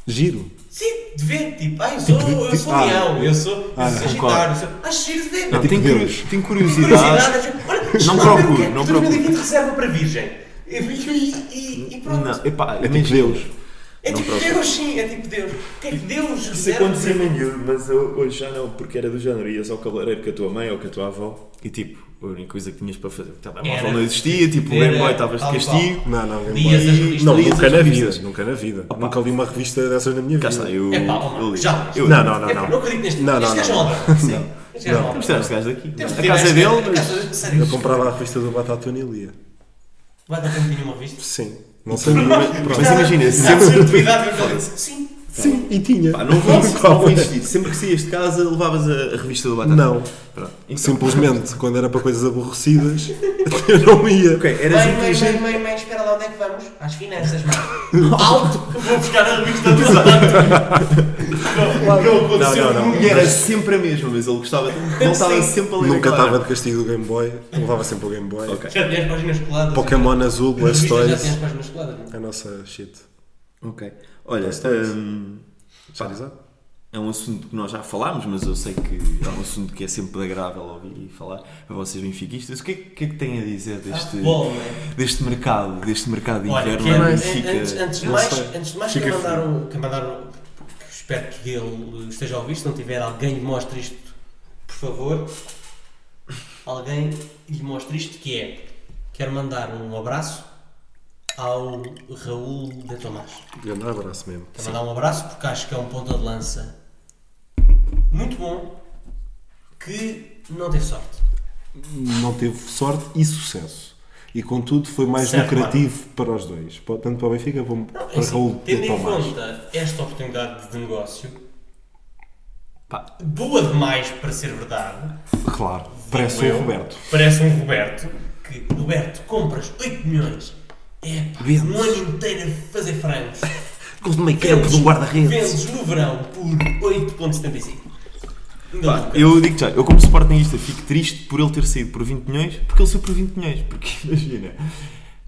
Giro.
Sim, de ver, tipo, ah, eu sou,
de-
eu
tipo,
sou
ah,
leão, eu sou
ah,
eu sou sagitário, eu sou. Acho giro de ver.
É
Não,
tipo
tenho
Tenho,
Deus.
curios- tenho
curiosidade,
curiosidade.
acho- olha, deixa
Não
lá ver o que é
procuro,
que
não
2020 reserva para virgem. E, e, e- e pronto.
Não, epá,
É tipo Deus.
é
não
tipo
procuro.
Deus, sim, é tipo Deus. O que é que Deus
Isso
reserva?
acontecia em miúdo, mas eu, hoje já não, porque era do género. Ias ao cabeleireiro com a tua mãe ou com a tua avó e tipo, a única coisa que tinhas para fazer, o telemóvel
Era-
não existia, tipo, o
era
Game Boy estavas de
tal e
castigo.
Não, não, Game
Lias
Boy.
as revistas.
Não,
lias
nunca
as
na
revistas.
vida.
Nunca na vida. Nunca li uma revista dessas na minha vida.
Cá está, eu.
É pá,
eu
Omar,
li.
já.
Eu-
Não, não, não,
É pá,
não.
não acredito neste
Não, não,
Este gajo é
não.
obra. Sim. Este gajo é obra.
Vamos tirar este gajo daqui.
Temos
a
de
casa é
tirar
dele,
esta- a casa- sério,
Eu comprava a revista do Batatuna e lia.
Vai dar tempo de nenhuma revista.
Sim. Não sabia. mas pronto.
Mas imagina,
Sim.
sempre-
Sim.
Sim, e tinha.
Pá, não vou, não vou insistir. Sempre que saías de casa, levavas a, a revista do Batata.
Não.
Pronto. Então,
Simplesmente, quando era para coisas aborrecidas, eu não ia.
ok,
Mãe, mãe,
um
eras
mãe,
inteligente.
mãe, mãe, espera lá, onde é que vamos? Às finanças, mãe. Alto! Vou buscar a revista do Exato. Não, não
Não,
aconteceu
não, não.
nunca.
E era sempre a mesma, mas ele gostava tanto. Não estava sempre a ler
Nunca
aquela
estava
merda.
de castigo do Game Boy, levava sempre o Game Boy.
Ok.
Já tinha as páginas coladas.
Pokémon azul,
As revistas Já
Blastoise,
tinha as páginas coladas. não?
a nossa shit.
Ok. Olha, hum, pá,
Charizard?
é um assunto que nós já falámos, mas eu sei que é um assunto que é sempre agradável ouvir e falar a vocês benfiquistas. O que é, o que, é que têm a dizer deste,
Bom, né?
deste mercado, deste mercado de
Olha,
inverno?
quero,
onde
antes,
fica-
antes- antes de
não
mais,
sei.
antes de mais
Fica
quem mandar o. Quem mandar o que espero que ele esteja a ouvir, se não tiver, alguém lhe mostre isto, por favor. Alguém lhe mostre isto, que é. Quero mandar um abraço ao Raul de Tomás.
Grande abraço mesmo.
Quero mandar um abraço porque acho que é um ponta de lança muito bom que não teve sorte.
Não teve sorte e sucesso. E contudo foi mais
Certo,
lucrativo para os dois. Para- Tanto para o Benfica como
Não, é
para
assim,
Raul
tendo em
de Tomás.
conta esta oportunidade de negócio,
Pá.
boa demais para ser verdade,
Claro,
um
parece
eu.
o Roberto.
parece um Roberto, que Roberto, compras 8 milhões, é pá,
Vendes.
um ano inteiro a fazer frangos,
Gol de meio campo, de um guarda-redes.
vendes no verão por 8.75. Ainda
Pá,
lucra.
eu digo já, eu como Sportingista fico triste por ele ter saído por 20 milhões, porque ele saiu por 20 milhões. Porque imagina,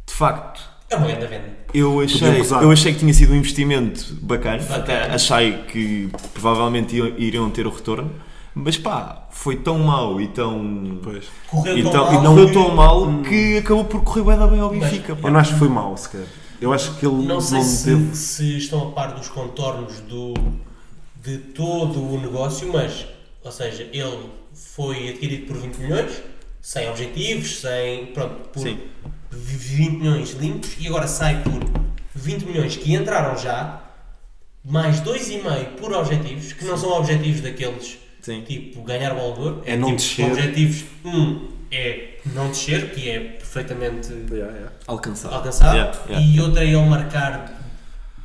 de facto,
É uma grande venda.
Eu
Podiam
achei,
usar.
eu achei que tinha sido um investimento bacana,
Bacana.
até achei que provavelmente iam- iriam ter o retorno, mas pá, foi tão mau e tão.
Pois.
Correu
e,
tão
tão-
mal
Então, e não deu
que-
tão mal que acabou por correr bué da bem ao Benfica. pá.
Eu não acho que foi mau sequer. Eu acho que ele
Não sei se,
teve.
se estão a par dos contornos do, de todo o negócio, mas, ou seja, ele foi adquirido por 20 milhões, sem objetivos, sem. pronto, por
Sim.
20 milhões limpos e agora sai por 20 milhões que entraram já, mais 2,5 por objetivos, que não são objetivos daqueles
Sim.
tipo ganhar bola de ouro,
É não
tipo,
descer.
Objetivos, um é não descer, que é perfeitamente
Yeah, yeah.
Alcançado.
alcançado
Yeah, yeah.
e outra é ele marcar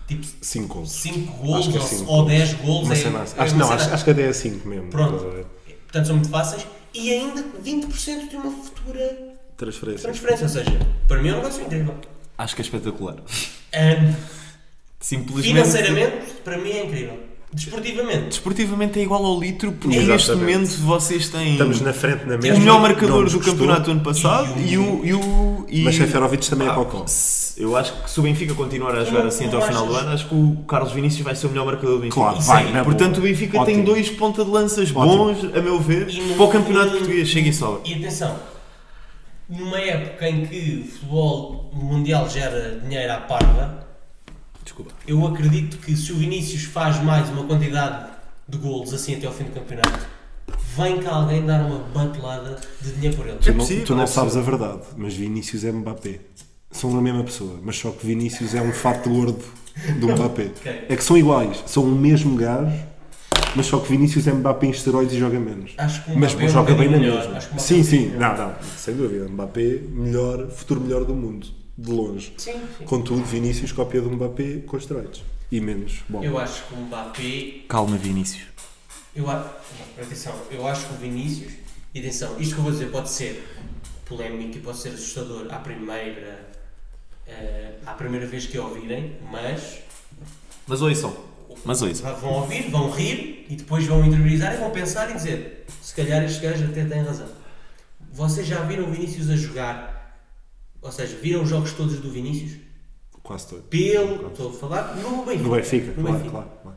tipo
Cinco gols.
5
Acho
gols
que é
ou-
cinco
ou
gols.
10 gols.
Uma
é-
cena assim.
é
acho,
uma
não,
cena-
acho, acho que até é 5 mesmo.
Pronto.
Estás a ver?
Portanto, são muito fáceis e ainda 20% de uma futura
Transferência.
transferência. Ou seja, para mim é um negócio incrível.
Acho que é espetacular.
Ahm,
Simplesmente.
financeiramente, para mim é incrível. Desportivamente,
Desportivamente é igual ao litro, porque neste
Exatamente.
momento vocês têm
Estamos na frente na
o
mesa.
melhor
Não
marcador
nos
do
custou.
campeonato ano passado e o. E o e...
Mas Seferovic também é
Ah,
cocó.
se- Eu acho que se o Benfica continuar a jogar
não-
assim
não
até ao final do
achas?
ano, acho que o Carlos Vinícius vai ser o melhor marcador do Benfica.
Claro,
Isso aí.
vai. na boa.
Portanto, o Benfica tem
Ótimo.
dois ponta de lanças
Ótimo.
bons, a meu ver,
E no-
para o campeonato português. Chega e sobra.
e atenção, numa época em que o futebol mundial gera dinheiro à parva,
Desculpa.
Eu acredito que se o Vinícius faz mais uma quantidade de golos assim até ao fim do campeonato, vem cá alguém dar uma batelada de dinheiro por ele.
Tu,
É
não,
possível,
tu não
é
sabes a verdade, mas Vinícius é Mbappé. São a mesma pessoa, mas só que Vinícius é um fato gordo do Mbappé.
Ok.
É que são iguais, são o mesmo gajo, mas só que Vinícius é Mbappé em esteroides e joga menos.
Acho que o
mas
Mbappé é um
joga bem
bocadinho
na
melhor,
mesma.
acho que o Mbappé é
Sim,
um
sim,
bocadinho
não, não, sem dúvida. Mbappé, melhor, futuro melhor do mundo, de longe.
Sim, sim.
Contudo, Vinícius cópia do Mbappé com esteroides e menos. Bom,
Eu acho que o Mbappé.
Calma, Vinícius.
Eu a... Atenção, eu acho que o Vinícius. E atenção, isto que eu vou dizer pode ser polémico e pode ser assustador à primeira. eh, à primeira vez que ouvirem, mas
Mas ouçam. Mas ouçam.
vão ouvir, vão rir e depois vão interiorizar e vão pensar e dizer: se calhar este gajo até tem razão. Vocês já viram o Vinícius a jogar? Ou seja, viram os jogos todos do Vinícius?
quase todo.
Pelo, estou a falar, no Benfica.
No Benfica,
No
claro,
Benfica.
claro, claro.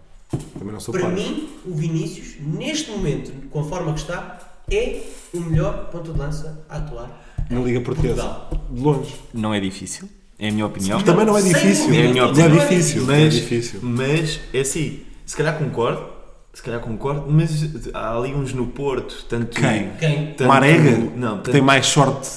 Também não sou
Para
pai.
mim, o Vinícius, neste momento, com a forma que está, é o melhor ponta de lança a atuar.
Na Liga Portuguesa. De longe.
Não é difícil, é a minha opinião.
Sim,
Também não é
Sem
difícil.
dúvida.
É a minha
Não
opinião.
é difícil. Não é
Mas,
difícil.
mas é assim, se calhar concordo, se calhar concordo, mas há ali uns no Porto, tanto.
Quem?
Quem?
tanto-
Marega,
Não,
que
tanto-
tem mais sorte.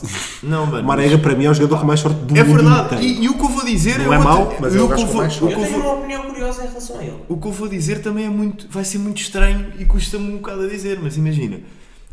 Não, mano.
Marega, para mim, é o jogador com mais sorte do mundo.
É verdade,
inteiro.
e, e o que eu vou dizer
Não é
eu vou-
mau, mas é
eu
o gajo
que
com
vou-
mais
o que
sorte.
Eu
eu
tenho
vou-
uma opinião curiosa em relação a ele.
o que eu vou dizer também é muito, vai ser muito estranho e custa-me um bocado a dizer, mas imagina,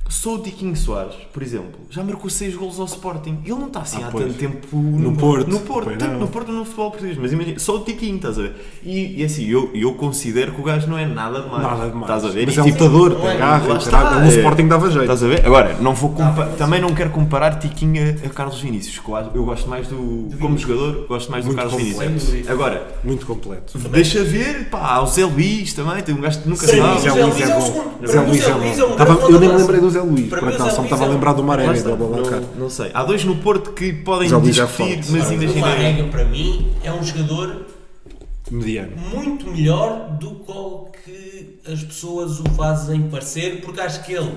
só o Tiquinho Soares, por exemplo, já marcou 6 golos ao Sporting. Ele não está assim
Ah,
há
pois.
tanto tempo
No Porto.
No Porto,
Pois
tanto
não.
no Porto como no futebol português, mas imagina, só o Tiquinho, estás a ver? E, e assim, eu, eu considero que o gajo não é nada demais.
Nada demais.
Estás a ver?
Mas
E
é
tipo,
lutador,
não é-
tem garra,
lá
o
está,
caralho. O
é.
Sporting dava jeito.
Estás a ver? Agora, não vou compa-
Ah, mas-
também não quero comparar Tiquinho a, a Carlos Vinícius. que Eu acho- eu gosto mais do. Como jogador, gosto mais do
Muito
Carlos
completo.
Sem
Vinícius.
dúvida.
Agora,
Muito completo.
Deixa ver, pá, há o Zé Luís também, tem um gajo que nunca
Sim,
sabe.
Zé Luís
um
é o segundo.
bom. Zé
Para mim,
Luís
o Zé
é bom.
Luís é um
Tava-
grande
Eu nem me
ponto de
lembrei do
lança.
Zé Luís,
Para
por
mim, o Zé
acaso, só me
Luís
estava a
é um-
lembrar do
Lá
Marega e
está,
do Abalacar.
não, não sei. Há dois no Porto que podem
um Zé Luís é
discutir,
forte.
mas
O
imagina.
Marega, para mim, é um jogador
Mediano.
muito melhor do qual que as pessoas o fazem parecer, porque acho que ele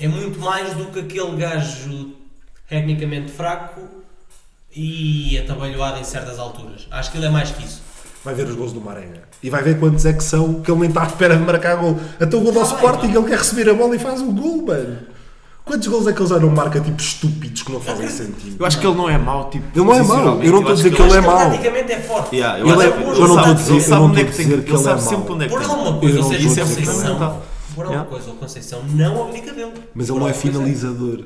é muito mais do que aquele gajo tecnicamente fraco e atabalhoado em certas alturas. Acho que ele é mais que isso.
Vai ver os gols do Marega. E vai ver quantos é que são que ele nem está à espera de marcar gol. Até o gol do
Tá bem,
Sporting,
mano.
ele quer receber a bola e faz o gol, mano. Quantos gols é que ele já não marca, tipo, estúpidos, que não fazem sentido?
Eu acho que ele não é mau, tipo.
Ele não é mau,
posicionalmente,
eu não estou a dizer
acho
que ele é
Acho
mau.
Praticamente é forte.
Yeah, eu
Ele
acho
é- eu
que ele
não estou a
sabe-
dizer-
ele
eu não
sabe
estou
onde é
a
que tem que
dizer que
ele
ele
sabe
é
sempre
mau.
onde é que
Por
tem.
alguma coisa, ou
Eu não
seja,
vou
o
dizer que ele é
Conceição,
mau.
por alguma
Yeah.
coisa, o Conceição não abdica dele.
Mas
Por
ele não
alguma
é
coisa.
finalizador.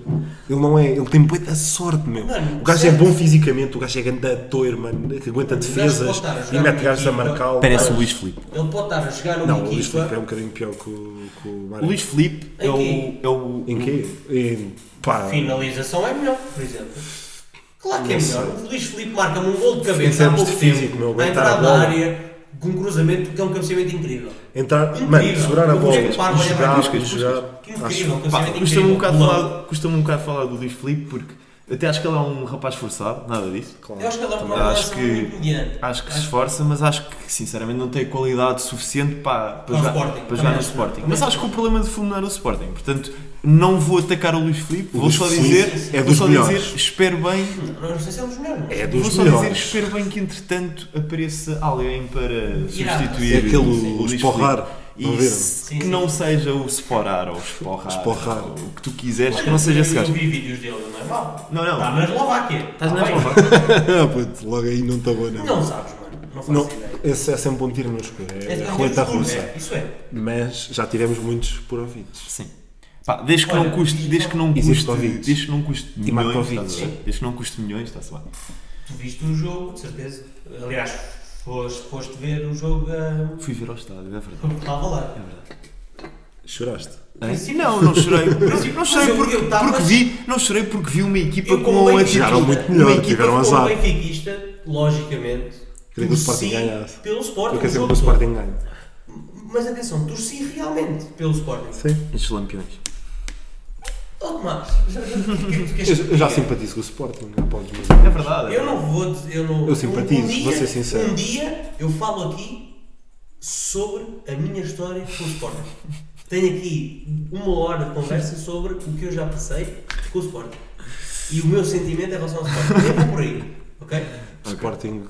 Ele não é. Ele tem muita sorte, meu.
Mano,
O gajo é
certo.
bom fisicamente, o gajo é grande ator, mano, que aguenta
gajo pode
defesas
estar a jogar
e mete
numa
gajos a
equipa-
marcar.
Parece o Luís Filipe.
Ele pode estar a jogar numa
Não, o Luís Filipe é
equipa.
um bocadinho pior que o, que o
O
Marega.
Luís Felipe é o.
Em
É o
Em quê? Em. Pá.
Finalização é melhor, por exemplo. Claro que é
Não
melhor.
sei.
O Luís Filipe marca-me um gol de
Em
cabeça há
termos
pouco
de
tempo,
físico, meu,
na
aguentar a
entrada da
bola.
área, com um cruzamento que é um cabeceamento incrível.
Entrar.
Incrível.
Mano, segurar a
Eu
bola.
vou ter é que parar,
e
olha,
Jogar,
vai,
e
buscas,
jogar.
que incrível,
Acho-
um
Pá,
cabeceamento
custa-me um
incrível.
bocado
Logo.
falar- custa-me um bocado falar do Luís Felipe porque até acho que ele é um rapaz forçado, nada disso.
Eu acho que ele é um
Também
problema
acho que-
muito mediano.
Acho que se esforça, mas acho que sinceramente não tem qualidade suficiente para,
Para o
para, jogar,
Sporting.
para
Também
jogar no
acho que
Sporting.
não.
Mas acho que o problema de fulminar é o Sporting, portanto não vou atacar o Luís Filipe, vou
Luís
só
Filipe
dizer,
é
vou
dos
só
melhores.
dizer, espero bem,
Não sei se é um dos melhores.
É
vou
dos
só dizer,
melhores.
espero bem que entretanto apareça alguém para
Irá.
substituir
É aquele o
Luís
Sporrar,
Filipe.
não
E
viram?
se-
Sim,
que
sim.
não seja o Sporar ou o Sporrar,
Sporrar.
ou o que tu quiseres,
Olha,
que não seja esse
Eu
gajo.
vi vídeos dele, não é mau.
Não, não.
Está na Eslováquia.
Estás
Tá
na
bem.
Eslováquia.
Ah, puto, logo aí não está bom, não.
Não sabes, mano. Não faço
Não,
ideia.
esse é sempre um tiro no escuro. É,
É,
é
é,
tá
roleta
um escuro,
russa.
é, Isso é.
Mas já tivemos muitos por ouvidos.
Sim. Pá, desde que
Olha,
não custe,
e-
desde que não
Existe
custe,
Covid.
desde que não custe
E marca
milhões,
Covid.
está-se bem. desde que não custe milhões, está-se bem.
Tu viste o jogo, de certeza. Aliás, foste, foste ver o jogo eh, a.
Fui ver ao estádio, é verdade.
Estava lá.
Choraste?
Sim, não, não chorei. Não
Mas
chorei
eu-
porque,
eu tava-
porque vi, não chorei porque vi uma equipa
Eu
assim- com
como
a
benfiquista-
Jogaram muito melhor,
uma equipa
tiveram
como
azar.
benfiquista, logicamente.
Queria que o Sporting
torci
ganhasse.
Pelo Sporting.
Porque é
o
sempre
jogo
que o Sporting ganha.
todo. Mas atenção, torci realmente pelo Sporting.
Sim.
Estes lampiões.
Oh, Tomás, já- já- o que é que tu queres que
Eu, eu já
diga?
simpatizo com o Sporting, não podes mas-
É verdade. é
Eu não vou. dizer- Eu, não,
Eu simpatizo,
um dia-
vou ser sincero.
Um dia eu falo aqui sobre a minha história com o Sporting. Tenho aqui uma hora de conversa sobre o que eu já passei com o Sporting. E o meu sentimento em relação ao Sporting. Nem vou por aí, ok?
Sporting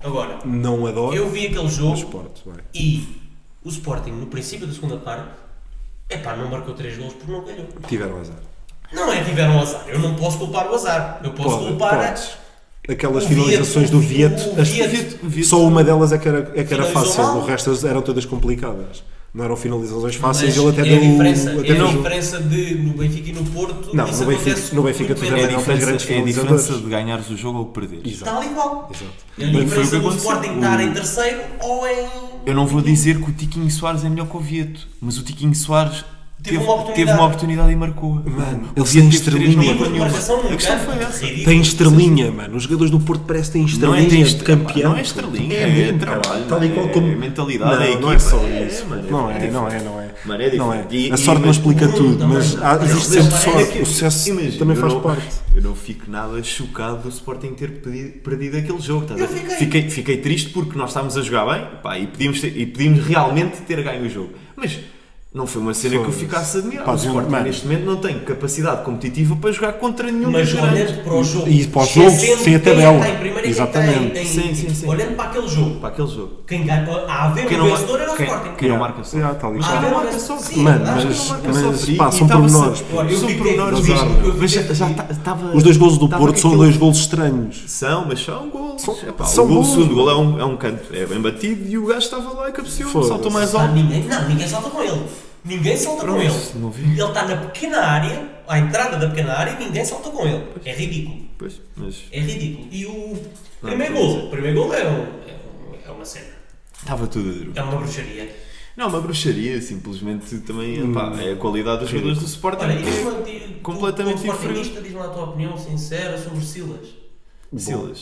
Agora,
não adoro.
eu vi aquele
o
jogo
Sport, vai.
e o Sporting, no princípio da segunda parte, epá, não marcou 3 gols porque não ganhou.
Tiveram azar.
Não é tiveram azar. Eu não posso culpar o azar. Eu posso
Pode,
culpar a-
podes. Aquelas
O
finalizações
Vieto,
do
o
Vieto, as-
Vieto, o Vieto.
só uma delas é que era, é que era
Finalizou
fácil,
mal.
o resto eram todas complicadas. Não eram finalizações fáceis,
Mas
ele até
é
deu. um-
a diferença,
até
é a
deu-
diferença de no Benfica e no Porto.
Não,
isso
no Benfica-
acontece
no Benfica
muito
tu
menos.
também não
a
Fez
diferença,
grandes
é a
finalizadores.
diferença de ganhares o jogo ou perderes.
Exato.
Está ali igual.
Exato.
É A
Bem, foi o
diferença
que
do
aconteceu.
Sporting estar em
O-
terceiro ou em.
Eu não vou dizer que o Tiquinho Soares é melhor que o Vieto, mas o Tiquinho Soares
Tive uma oportunidade.
teve uma oportunidade e marcou. Mano, ele
sem
devia ter três, não é
estrelinha.
marcou nenhuma.
Marcação num
A questão
canto,
foi essa.
é um ridículo.
Tem estrelinha, mano. Os jogadores do Porto parecem que têm
Não é,
estrelinhas de campeão.
não é estrelinha, é,
mesmo,
trabalho,
caralho, tal e qual
é
como-
mentalidade,
Não,
é equipa.
não é só isso.
mano, é
não, é,
diferente.
não é, não é.
Mano, é
não é.
diferente. E-
a
e-
sorte não
mas-
explica
Bruno
tudo,
também.
mas há-
Não,
existe
mas
sempre
repara
sorte.
que-
O sucesso
é Imagina,
também
eu
faz
não-
parte.
Eu não fico nada chocado do Sporting ter pedi- perdido aquele jogo. estás a
Eu
ver?
fiquei.
Fiquei, fiquei triste porque nós estávamos a jogar bem pá, e, podíamos ter- e podíamos realmente ter ganho o jogo. Mas não foi uma cena que eu
Foda-se.
ficasse admirado.
Pá,
o
de um-
Sporting
mano.
neste momento não tem capacidade competitiva para jogar contra nenhum
Mas
dos grandes.
olhando para o jogo,
E para o jogo,
esquecendo
sem a
quem é que
tabela.
está em primeiro e quem é que
Exatamente.
está em- em-
Sim, sim, sim.
Olhando para aquele jogo,
Para aquele jogo.
quem ganha, a haver
Quem
um
não mar-
vencedor era o
quem-
Sporting. Ah,
quem não marca só.
Yeah, tá tal e
Mas
qual.
qual.
Quem não
Sim,
marca só.
sim,
Mano,
acho que
mas,
não marca
mas
só. E-
pá,
e
são
estava
pormenores.
sempre-
pá.
Olha, eu
São
fiquei-
pormenores
Mas
bizarros.
olha, eu
Mas já
fiquei-
estava.
tá- Os dois golos do Porto são dois golos estranhos.
São, mas são gols.
São-
Epá,
são
o gol, o
gols.
segundo gol é um, é um canto, é bem batido e o gajo estava lá e cabeceou,
Foda-se.
saltou mais
Ah,
alto.
ninguém, não, ninguém salta com ele. Ninguém salta com
Pronto,
ele.
não vi.
Ele está na pequena área, à entrada da pequena área, e ninguém salta com ele. É
Tá.
ridículo.
Pois, mas
É ridículo. E o
Não,
primeiro
não sei
gol, o primeiro gol é, um- é um- é uma cena.
estava tudo a duro.
É uma bruxaria.
Não, uma bruxaria, simplesmente também
Hum.
epá, é a qualidade dos jogadores do Sporting.
Olha,
que
e
é
diz-me, tu- tu,
completamente
como
inferior.
sportingista, diz-me lá a tua opinião sincera sobre Silas.
Silas,
Como é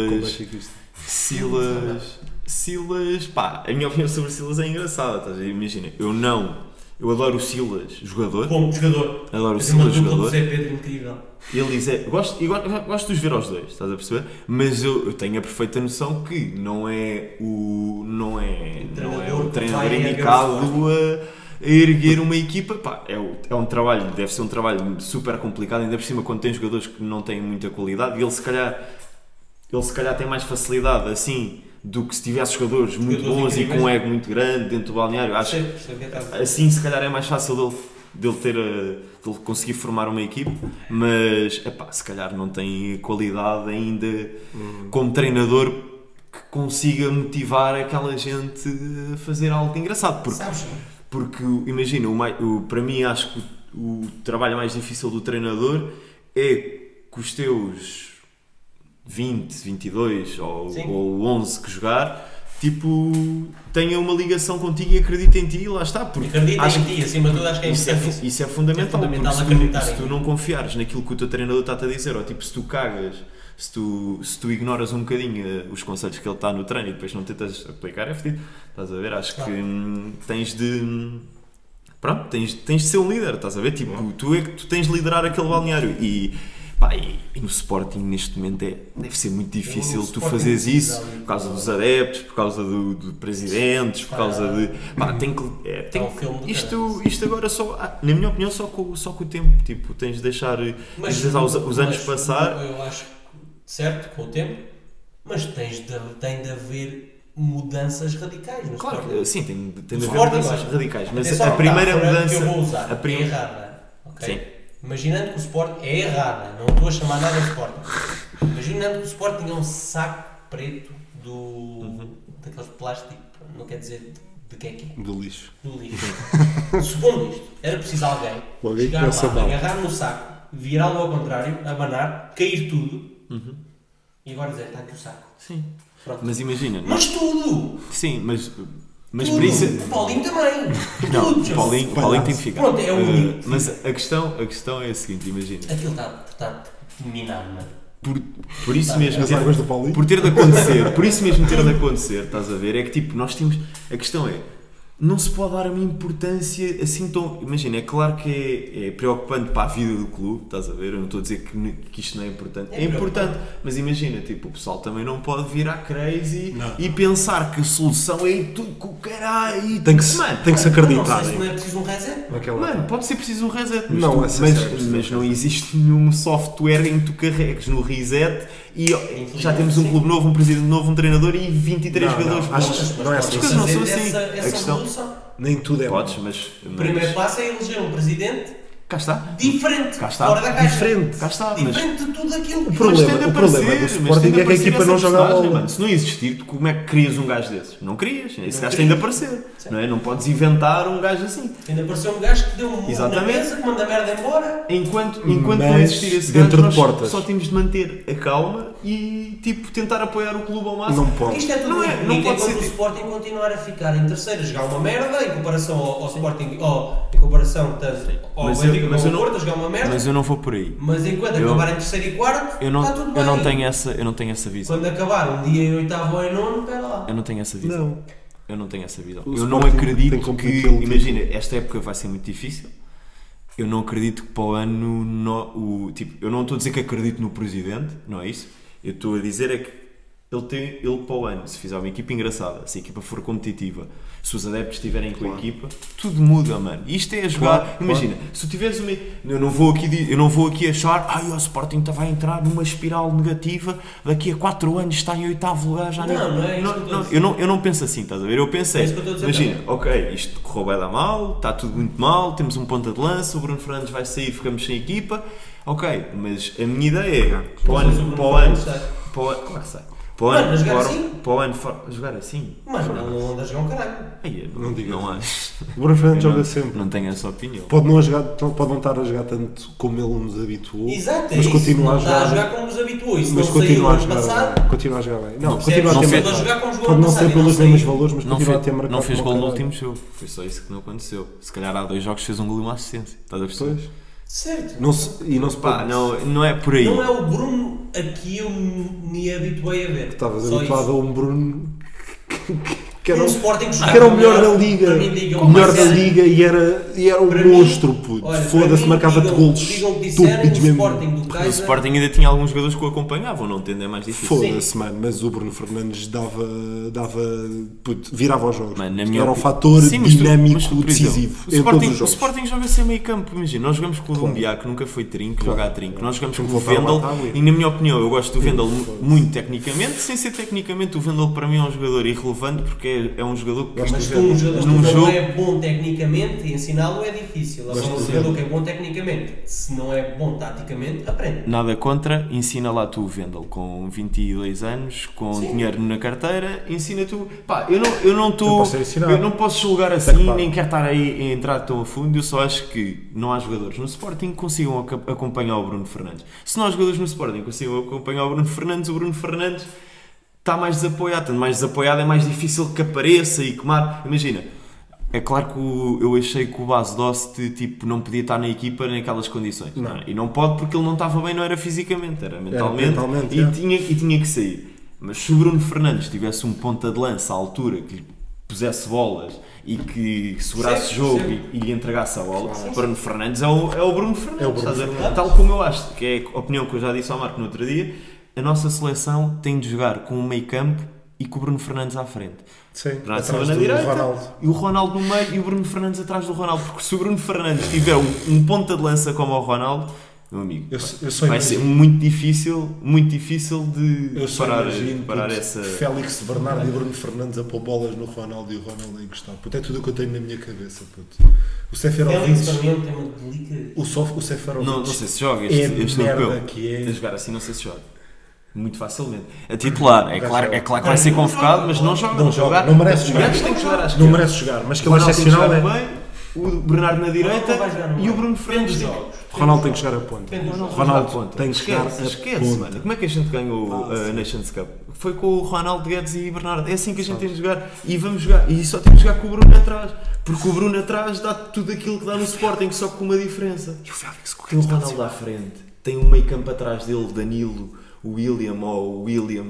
Silas,
que isto-
Silas, Silas, pá, a minha opinião sobre Silas é engraçada, estás a ver? Imagina, eu não, eu adoro o Silas, jogador,
Bom jogador.
adoro o
Mas uma
Silas,
dupla do
jogador,
Zé Pedro incrível.
Eles é. Gosto, e gosto, gosto de os ver aos dois, estás a perceber? Mas eu, eu tenho a perfeita noção que não é o. não é.
O
não é
treinador
o
que
treinador
vai
indicado
agarrar
a, a erguer uma equipa. Pá, é, o- é um trabalho, deve ser um trabalho super complicado, ainda por cima quando tem jogadores que não têm muita qualidade e ele se calhar. Ele se calhar tem mais facilidade assim do que se tivesse jogadores muito
Jogadores
bons e com um
incríveis.
ego muito grande dentro do balneário. Acho,
Percebo, percebo o que é que estás a dizer.
Assim, se calhar, é mais fácil dele, dele ter, eh, dele conseguir formar uma equipe, mas epá, se calhar não tem qualidade ainda como treinador que consiga motivar aquela gente a fazer algo engraçado. Porque,
Sabes?
porque imagina, o, mai- o- para mim, acho que o, o trabalho mais difícil do treinador é que os teus 20, 22 ou,
Sim.
ou 11 que jogar. Tipo, tenha uma ligação contigo e acredita em ti e lá está. Porque
Acredita
acho
em
que-
ti, acima de tudo, acho que é
isso é,
importante.
fu- isso é fundamental,
É fundamental
porque se tu-
acreditar
se tu,
em-
não confiares naquilo que o teu treinador está-te a dizer, ou tipo, se tu cagas, se tu, se tu ignoras um bocadinho eh, os conselhos que ele está no treino e depois não tentas aplicar, é fedido. Estás a ver? Acho que hum, tens de. hum, Pronto, tens, tens de ser um líder, estás a ver? Tipo, tu é que tu tens de liderar aquele balneário e. Pá, e, e no Sporting neste momento é, deve ser muito difícil tu
Sporting é
fazeres isso
precisa ali-
por causa dos adeptos, por causa do, do presidentes, por causa de. Pá, tem que. é, tem
É um filme do
que isto, isto agora só. ah, Na minha opinião, só com, só com o tempo. Tipo, tens de deixar, tens de deixar os, os anos
mas é-
passar.
Eu acho que, certo, com o tempo, mas tens de, tem de haver mudanças radicais no
Claro,
Sporting.
que, sim, tem, tem de haver
Sporting,
mudanças
olha,
radicais. Mas
Atenção,
a primeira
metáfora
mudança.
que eu vou usar
a prim-
é errada. ok?
Sim.
Imaginando que o Sporting é errada, não estou a chamar nada de Sporting. Imaginando que o Sporting é um saco preto do
Uhum.
daqueles plásticos, não quer dizer de que é que é.
Do lixo.
no lixo.
Uhum.
Supondo isto, era preciso alguém
Logo aí
chegar lá,
começa mal.
agarrar no saco, virá-lo ao contrário, abanar, cair tudo e agora dizer, está aqui o saco.
Uhum. Sim.
Pronto. Mas,
Mas imagina.
tudo!
Sim, mas. Mas
tudo.
por isso.
O Paulinho também!
Não,
tudo!
o Paulinho, o Paulinho tem que ficar.
Pronto, é o
Eh,
único.
mas a questão, a questão é a seguinte: imagina.
Aquilo está está minado, mano.
Por, por isso mesmo.
As
ter-
águas do Paulinho.
por ter de acontecer, por isso mesmo ter de acontecer, estás a ver? É que tipo, nós temos. A questão é. Não se pode dar a minha importância assim tão. Imagina, é claro que é, é preocupante para a vida do clube, estás a ver? Eu não estou a dizer que, ne- que isto não é importante.
É
É, importante, mas imagina, tipo, o pessoal também não pode vir à crazy
Não.
e pensar que a solução é ir tudo com o caralho. e-
Tem que se,
Mano,
tem que se
Não
acreditar.
né?
sei se não
hein?
é preciso um reset.
Naquela-
Mano, pode ser preciso um reset. Mas
Não,
tu-
é
mas,
sincero, é preciso
mas não existe nenhum software em que tu carregues no reset e ó, já temos um clube novo, um presidente novo, um treinador e 23
Não, não,
jogadores.
acho-
novos.
não é assim.
podes
As coisas não
fazer
são assim.
Essa,
A
essa
questão-
revolução.
Nem tudo é
Podes,
mau.
mas.
O
mas-
primeiro passo é eleger um presidente
Cá está.
Diferente.
Cá está.
Fora da caixa.
Diferente.
Cá está, mas-
Diferente de tudo aquilo.
O problema-
mas tem de
o
aparecer,
problema do
mas tem de
Sporting é que a
aparecer
equipa
essa
não joga a
personagem,
bola.
mano. Se não existir, tu como é que crias um gajo desses? Não crias. Esse gajo tem de aparecer. Não, é? não podes inventar um gajo assim.
Ainda apareceu um gajo que deu um murro na
Exatamente.
mesa, que manda a merda embora.
Enquanto, enquanto não
Mas
existir esse
dentro
gajo,
de
nós
portas.
só temos de manter a calma e tipo, tentar apoiar o clube ao máximo.
Não
Porque
pode.
isto é tudo
Não é-
muito
não
bonito,
pode
enquanto
ser
o
tipo-
Sporting continuar a ficar em terceiro, a jogar uma merda, em comparação ao, ao Sporting, ao, em comparação portanto, ao
Mas eu-
Benfica
mas
com
eu
o
não-
Porto, a jogar uma merda.
Mas eu não vou por aí.
Mas enquanto
Eu-
acabar em terceiro e quarto,
Eu não,
está tudo bem.
eu não tenho essa, eu não tenho essa visão.
Quando acabar um dia em oitavo ou em nono, espera lá.
Eu não tenho essa visão.
Não.
Eu não tenho essa visão.
O
eu não
Sporting tem
acredito
como
que.
aquele tipo-
Imagina, esta época vai ser muito difícil. Eu não acredito que para o ano. No, o, tipo, eu não estou a dizer que acredito no presidente, não é isso? Eu estou a dizer é que ele, tem, ele para o ano, se fizer uma equipa engraçada, se a equipa for competitiva, se os adeptos estiverem com a equipa, tudo muda, mano. Isto é a jogar. imagina, se tu tiveres uma. Eu não vou aqui, di- eu não vou aqui achar. Ai, o Sporting tá- vai entrar numa espiral negativa, daqui a 4 anos está em oitavo lugar, já
Não, não é isso que eu estou a dizer.
eu não, eu não penso assim, estás a ver? Eu pensei,
É isso que eu estou a dizer
imagina, ok, isto correu bem da mal, está tudo muito mal, temos um ponta de lança, o Bruno Fernandes vai sair, ficamos sem equipa, ok, mas a minha ideia é, para o
Ah, Mas o
ano,
Bruno
para o ano,
Fernandes sai.
para o ano, claro que sai, para o
Mano, a
ano,
jogar
para o-
assim?
para o ano, fora- jogar assim,
Mas ele não anda a jogar um caralho.
aí, eu não,
Não digas.
não acho,
O Bruno
Eu
Fernandes
não-
joga sempre.
não tenho essa opinião.
Pode não, a jogar, pode não estar a jogar tanto como ele nos habituou,
Exato, é
mas
isso.
continua
não
a jogar.
Está a jogar como nos habituou. E se
mas
não saiu no
continua a
ano
jogar,
passado,
bem. continua a jogar bem. Não,
percebes?
continua a ter
Não fez-
marcado.
a jogar como jogou
Pode
ano
não ser
passado e
pelos
não
mesmos
saiu.
valores, mas
Não
continua a
fez,
ter marcado.
não fez
como
gol no
caralho.
último jogo, foi só isso que não aconteceu. Se calhar há dois jogos fez um gol e uma assistência, estás a perceber?
Pois.
certo.
Não se, e não se
Pá,
pode.
não, não é por aí.
Não é o Bruno a que eu me habituei a ver.
Estavas
Só
habituado
isso.
a um Bruno que era,
Um
o-
Sporting que
que era o
jogava
melhor da liga.
Para mim, digam
O melhor da
mais sério.
liga e era, e era um
Para mim,
monstro, puto.
olha, para
Foda-se,
mim,
marcava-te
digam-
golos.
digam o que disseram,
estúpidos
o
mesmo.
Sporting do
eh,
O
Kaiser.
Sporting ainda tinha alguns jogadores que o acompanhavam, não tendo é mais difícil.
Foda-se, mano, mas o Bruno Fernandes dava, dava puto, virava os jogos.
Mano, na
Isto
minha
era um
opinião-
fator
Sim, mas tu-
dinâmico
mas tu, por exemplo,
decisivo
o
em
Sporting,
todos os jogos.
O Sporting joga sem meio campo, imagina. Nós jogamos com o Lumbiá, que nunca foi trinco, joga a trinco. Nós jogamos
Tem que
com o
voltar ao
Vendel
ataque.
e, na minha opinião, eu gosto do
É
Vendel mu- muito tecnicamente, sem ser tecnicamente. O Vendel, para mim, é um jogador irrelevante porque é, é um jogador que
Mas tu, um jogador
num
que
jogo.
não é bom tecnicamente, ensiná-lo é difícil. Agora, um jogador que é bom tecnicamente, se não é bom taticamente, aprende.
Nada contra, ensina lá tu o Vendel com 22 anos, com dinheiro na carteira, ensina tu. Pá, eu não eu não
Não
estou.
posso ser ensinado.
Eu não posso julgar
Tem que
assim,
parar.
nem quero estar aí a entrar tão a fundo. Eu só acho que não há jogadores no Sporting que consigam aca- acompanhar o Bruno Fernandes. Se não há jogadores no Sporting que consigam acompanhar o Bruno Fernandes, o Bruno Fernandes está mais desapoiado. Estando mais desapoiado, é mais difícil que apareça e que mate. Imagina. É claro que o- eu achei que o Base Dost tipo, não podia estar na equipa naquelas condições. Não. é? E não pode porque ele não estava bem, não era fisicamente, era mentalmente.
mentalmente,
e,
é.
tinha, e tinha que sair. Mas se o Bruno Fernandes tivesse um ponta de lança à altura que lhe pusesse bolas e que segurasse
Sim,
o jogo
sim.
e, e lhe entregasse a bola, Bruno Fernandes é o, é o Bruno Fernandes.
É o Bruno
estás a ver? Tal como eu acho, que é a opinião que eu já disse ao Marco no outro dia, a nossa seleção tem de jogar com o meio campo e com o Bruno Fernandes à frente.
Sim,
Bernardo
atrás
Silva na
do
direita
Ronaldo.
e o Ronaldo no meio e o Bruno Fernandes atrás do Ronaldo. Porque se o Bruno Fernandes tiver um, um ponta de lança como o Ronaldo, meu amigo,
Eu,
pá,
eu só
vai
imagino-
ser muito difícil, muito difícil de
Eu só
parar,
imagino
parar
puto,
essa.
Félix Bernardo e Bruno Fernandes a pôr bolas no Ronaldo e o Ronaldo a encostar. Puto, é tudo o que eu tenho na minha cabeça. Puto. O
Félix para
Seferovic.
mim é um tema delicado.
O, Sof, o Seferovic.
Não, não sei se joga este,
é
este
merda
europeu.
que é.
A jogar assim, não sei se joga. Muito facilmente. A titular, é
Vai
claro,
jogar.
é claro que vai ser convocado, mas não joga.
Não joga,
jogar,
não merece
os
jogar.
gajos têm que jogar à
Não
esquerda.
merece jogar, mas que
O
ele é
Ronaldo tem que
excepcional.
jogar no
É.
meio, o Bernardo na direita
vai jogar no
e
meio.
o Bruno Fernandes de-
Ronaldo tem que jogar a ponta.
Depende dos jogos.
Ronaldo tem que chegar
esquece,
a
esquece,
ponta.
mano. Como é que a gente ganhou a Nations Cup? Foi com o Ronaldo Guedes e Bernardo. É assim que a gente tem de jogar. E vamos jogar. E só temos de jogar com o Bruno atrás. Porque o Bruno atrás dá tudo aquilo que dá no Sporting, só com uma diferença.
E o é Félix
Tem o Ronaldo à frente. Tem um meio campo atrás dele, Danilo, William, ou William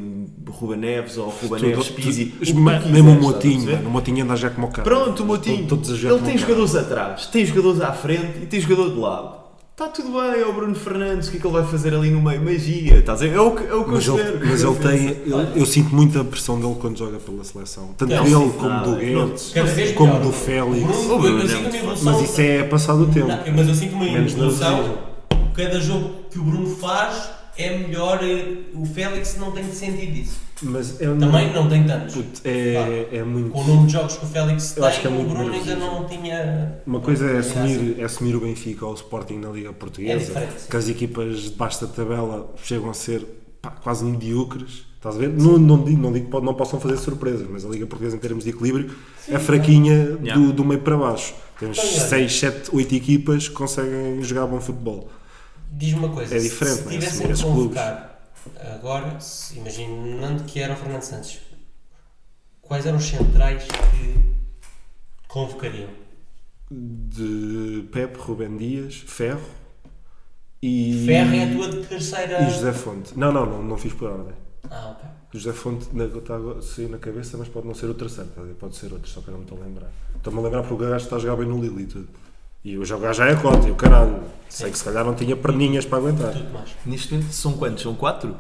Ruba Neves, ou Ruba Neves Pizzi. o que tu
Mesmo o
quiseres,
Motinho,
estás a perceber?
mano. O Motinho anda a jogar como o cara.
Pronto, o Motinho.
Todos a jogar
Ele
como
tem
o cara.
jogadores atrás, tem jogadores à frente e tem jogador de lado. Está tudo bem, é o Bruno Fernandes, o que é que ele vai fazer ali no meio? Magia, estás a ver? É o que, é o que
Mas
eu
ele,
espero.
mas ele tem. ele- eu sinto muito a pressão dele quando joga pela seleção. Tanto
é Não,
dele
sim, Ah,
como do
nada.
Guedes,
Cada vez
como
melhor.
do Félix.
Bruno, eu,
Bruno,
eu sinto uma
é
evolução.
Mas isso é passado o tempo.
Não, mas eu sinto uma
Menos
evolução.
nervosismo.
Cada jogo que o Bruno faz é melhor. eh, O Félix não tem sentido isso.
Mas eu não-
Também não tem tantos.
Puto, é, é muito.
Com o número de jogos que o Félix
Eu
tem,
acho que é
o
muito
Bruno
menos
ainda
isso.
não tinha.
Uma coisa é
não tinha
assumir, é assumir o Benfica ou o Sporting na Liga
assim. É
Portuguesa,
diferente, sim.
que as equipas debaixo da tabela chegam a ser pá, quase medíocres. Estás a ver? Não, não digo, não digo que po- não possam fazer surpresas, mas a Liga Portuguesa, em termos de equilíbrio, é fraquinha
Yeah.
do, do meio para baixo. Temos
Então, olha.
6, 7, 8 equipas que conseguem jogar bom futebol.
Diz-me uma coisa,
É diferente,
se
não é?
tivessem
Assumir
de
esses clubes.
convocar agora, se- imaginando que era o Fernando Santos, quais eram os centrais que convocariam?
De Pepe, Rubem Dias, Ferro e.
Ferro é a tua terceira.
E José Fonte. Não, não, não, não fiz por ordem.
Ah, ok.
José Fonte na, está a sair na cabeça, mas pode não ser o terceiro, tá a ver? pode ser outro, só que eu não me estou a lembrar. Estou-me a lembrar porque o gajo está a jogar bem no Lille e tudo. E hoje o gajo já é cota, e o caralho. Sei que se calhar não tinha perninhas para aguentar.
Tudo mais.
Neste momento são quantos? São 4?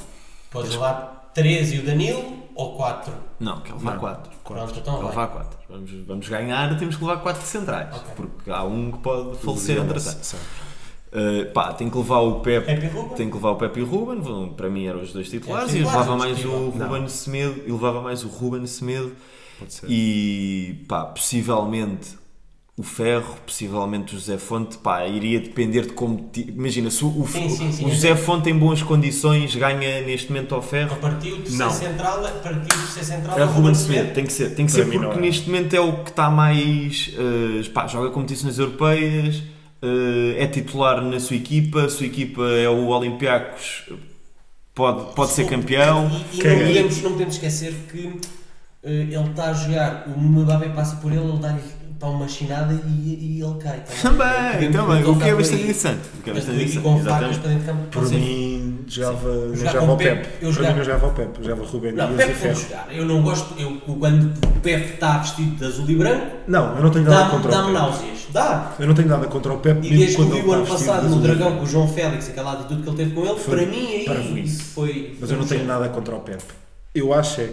Podes levar 13 e o Danilo ou 4?
Não, que ele vá 4.
Pronto,
Que ele
então
vá
vai.
4. Vamos, vamos ganhar, temos que levar 4 centrais.
Ok.
Porque há um que pode falecer entretanto.
Sabe?
Uh, pá, tem que levar o Pepe,
Pepe e Ruben?
tem que levar o Pepe e o Ruben, vão- para mim eram os dois titulares,
É,
e levava
titulares,
mais o
discutível.
Ruben Semedo, e levava mais o Ruben Semedo
Pode ser.
e pá, possivelmente o Ferro, possivelmente o José Fonte, pá, iria depender de como ti- imagina, se o, o-
Sim, sim, sim,
o
eu
José Fonte em boas condições ganha neste momento ao Ferro
Partiu de Então ser
Não.
central, partiu de ser central
é
ao
Ruben Semedo, tem que ser, tem que ser
mim não
porque
é.
neste momento é o que está mais. eh, pá, joga competições europeias, eh, é titular na sua equipa, a sua equipa é o Olympiacos, pode, pode ser campeão.
E, e
Quem
não,
é?
podemos, não podemos esquecer que eh, ele está a jogar, o Mbappé passa por ele, ele dá-lhe para uma chinada e, e ele cai. tá
Também,
Podemos
também, o que é
colocar
bastante
por aí.
interessante. O que é bastante
E
interessante.
com facas
exatamente.
para dentro de campo.
Por
Sim.
mim, jogava, não
Jogar
jogava
com
o
o Pepe,
Pepe.
eu
Para
jogava-
mim, não jogava o Pepe, jogava o Rubem
Não,
Dias e
Pepe pode
Ferro.
jogar. Eu não gosto, eu, quando o Pepe está vestido de azul e branco,
Não, eu não tenho nada
dá-me
contra
dá
o Pepe.
náuseas. Dá!
Eu não tenho nada contra o Pepe,
E
mesmo
desde que
quando
vi
ele
o ano
está vestido
passado
de
no
azul.
Dragão com o João Félix, aquela atitude que ele teve com ele,
Foi
para mim aí
parvoíce.
foi.
Mas eu não tenho nada contra o Pep. Eu acho é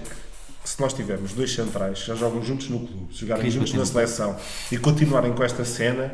que se nós tivermos dois centrais que já jogam juntos no clube, se jogarem
Queria
juntos na
continuar.
seleção e continuarem com esta cena,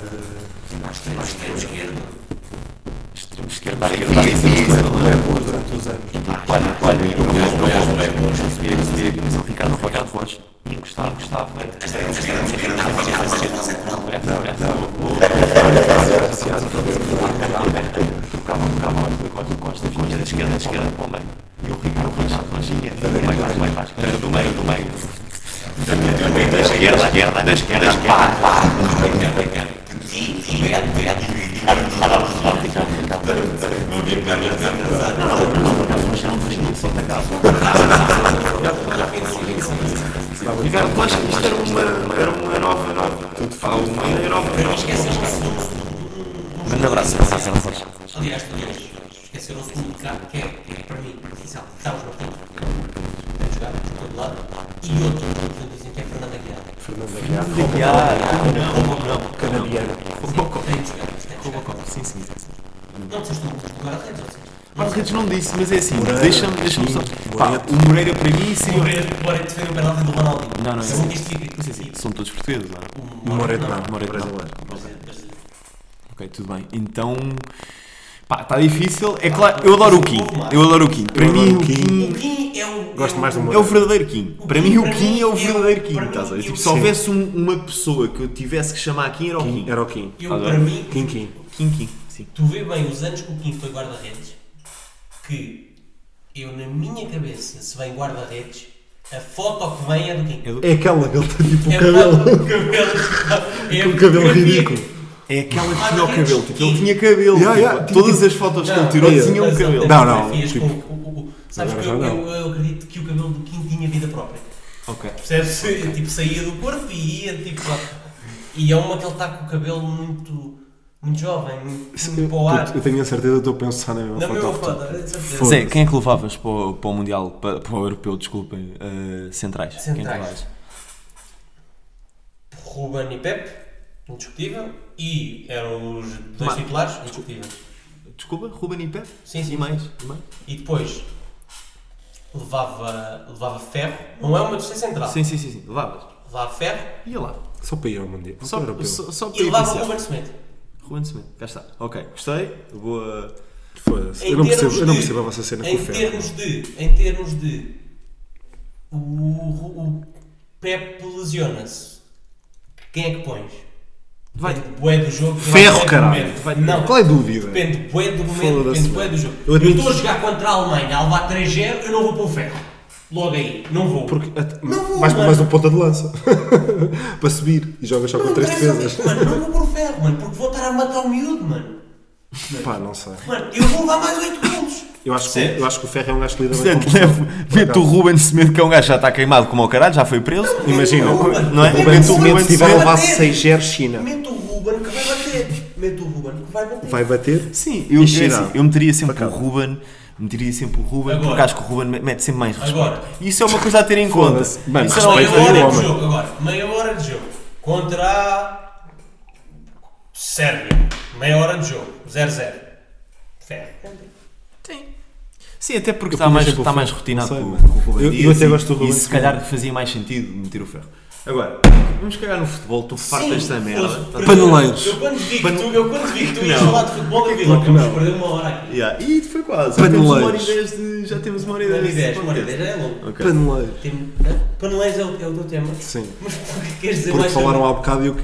Extremo esquerdo. Extremo esquerdo.
Durante os anos.
Olha, olha, eu não vejo, não vejo, não vejo, não sabia, não sabia, mas o Ricardo Ricardo Rocha, e gostava, gostava, Costa, vinha da esquerda, da esquerda, para o meio. E o Ricardo Rocha, Rochinha, É do meio, do meio, era do meio, do meio. Do meio, da esquerda, da esquerda, da esquerda, da esquerda. Ricardo Rocha, isto era uma, era uma nova, nova. Tudo fala, uma nova, nova.
Esqueceram-se do-
Um abraço, Ricardo Rocha.
Aliás, aliás, esqueceram-se do lugar que é, que é para mim, essencial. Carlos Martins. Tem jogar, jogou de lado. E outro, que dizem que é Fernando Aguiar.
Fernando Aguiar.
Tem de jogar, mas tem de jogar.
Sim, sim.
um Não disseste o nome do guarda-redes, ou disseste?
Barretes não disse, mas é assim, deixa-me deixa só.
Pinto,
Pá,
Moreto.
o Moreira para
Se
mim seria.
o Moreira Moreira defender o penalti do Ronaldinho.
Não, não,
isso é
isso-
bom que isto fica.
Sim, sim, São todos portugueses, não é?
O
Moreto não,
Moreto não.
brasileiro.
Ok, tudo bem. Então. Pá, está difícil. É claro, eu adoro o Kim. Eu adoro o Kim. Para
adoro
mim,
o
o
Kim.
Kim
O Kim é o.
Gosto
é o-
mais do
é o
Moreira.
verdadeiro Kim.
O
Para
Kim,
mim, o
para
Kim
mim,
é o
é o-
verdadeiro Kim.
para mim,
estás a ver? Tipo,
eu-
se houvesse um- uma pessoa que eu tivesse que chamar Kim, era o Kim.
Era o Kim.
Eu,
Estás a
para
ver?
mim,
Kim Kim.
Kim, Kim. Sim.
tu vê bem os anos que o Kim foi guarda-redes, que eu, na minha cabeça, se vem guarda-redes, a foto que vem é do Kim.
É aquela que ele tem tipo o
É a
cabelo.
foto do cabelo. É a
Com o cabelo
fotografia.
ridículo.
É aquela que
Ah,
tinha o
Redes,
cabelo. Tipo, ele
Kim.
tinha cabelo.
Yeah, yeah,
tipo,
tinha,
Todas
tipo-
as fotos que ele tirou
Não,
tinham o
mas
cabelo.
ele
Não, não,
fotografias
tipo-
com o- o- o- Sabes
Agora
que
já
eu,
não.
eu, eu acredito que o cabelo do Kim tinha vida própria.
Ok.
Percebes? Tipo, saía do corpo e ia, tipo. lá. E é uma que ele está com o cabelo muito, muito jovem, muito, muito para o ar.
Puto, Eu tenho a certeza, estou a pensar na
Na
mesma
mesma
foto.
foto, é de certeza.
Zé, quem é que levavas para o, para o Mundial, para, para o Europeu, desculpem, eh, centrais? Quem é que
Centrais.
levavas?
Ruben e Pepe, indiscutível. E eram os dois
Ma-
titulares, indiscutíveis.
Desculpa, Ruben e Pé?
Sim, sim.
E mais? E mais?
E depois levava, levava ferro. Não é uma distância central.
Sim, sim, sim, sim, levavas.
Levava ferro
Ia lá.
Só para ir ao Mundial. Só para o
Só, só,
europeu.
só para
e
ir
levava o
passear.
Ruben Smith.
Ruben Smith, cá está. Ok, gostei. Boa.
Foda-se.
Em
Eu não percebo,
termos
eu não
de-
percebo a vossa cena com o
Em
ferro.
termos de. Em termos de. O, o Pepe lesiona-se. Quem é que pões?
Vai.
Depende bué do jogo.
Ferro,
depende do
caralho.
momento. Não,
Qual é a dúvida?
depende bué do momento,
Foda-se,
depende bué do jogo.
Eu
Eu,
admito-
estou a jogar contra a Alemanha, a levar 3-0, eu não vou pôr o ferro. Logo aí, não vou.
Porque até-
Não vou,
mais,
mano.
mais um ponta de lança para subir e joga só com
não
três
interessa,
defesas.
Mano, não vou pôr o ferro, mano, porque vou estar a matar o miúdo, mano.
Pá, não sei.
Mano, eu vou levar mais 8 golos.
Eu acho, que, eu acho que o Ferro é um gajo que lida bem com
Portanto,
pressão.
levo,
Por
mete o
acaso.
Ruben Smith, que é um gajo que já está queimado como ao caralho, já foi preso.
Imagina,
Não, mano.
não é?
o Ruben
Mete o
Smith
Ruben
se tiver um a
Smith.
levar
Smith.
6-0 China.
Mete o Ruben que vai bater. Mete o Ruben que vai bater.
Vai bater?
Sim, eu, eu,
China.
assim, eu meteria sempre
Facada.
o Ruben, meteria sempre o Ruben,
Agora.
porque acho que o Ruben me- mete sempre mais respeito.
Agora.
E isso é uma coisa a ter em conta.
Foda-se. Mano,
Isso é uma
Meia
respeito
coisa-
aí,
hora
homem.
de jogo, agora. Meia hora de jogo. Contra a Sérvia. Meia hora de jogo. 0-0. Ferro.
Sim, até porque
Eu
está
punha
mais,
sempre o
está
Ferro.
mais rotinado
Não sei,
com,
mano.
com o Ruben
Eu- eu
Dias
até
e-
gosto do Ruben
E se
Dias.
calhar fazia mais sentido meter o ferro. Agora, vamos cagar no futebol, estou farto desta merda. Tá-
Paneleiros.
Eu quando vi que
Pan-
tu, eu quando vi que tu ias
Não.
falar de futebol, eu vi
Claro
logo
que
vamos
não.
perder uma hora aqui.
Yeah, E foi quase.
Paneleiros.
Já temos uma hora e dez de. Já temos uma hora e dez.
Panelidez,
de podcast.
panelidez é louco.
Ok.
Paneleiro.
Tem- Panelidez é o é o teu tema.
Sim.
Mas por que queres dizer
Porque
mais
falaram
sobre-
há bocado e eu que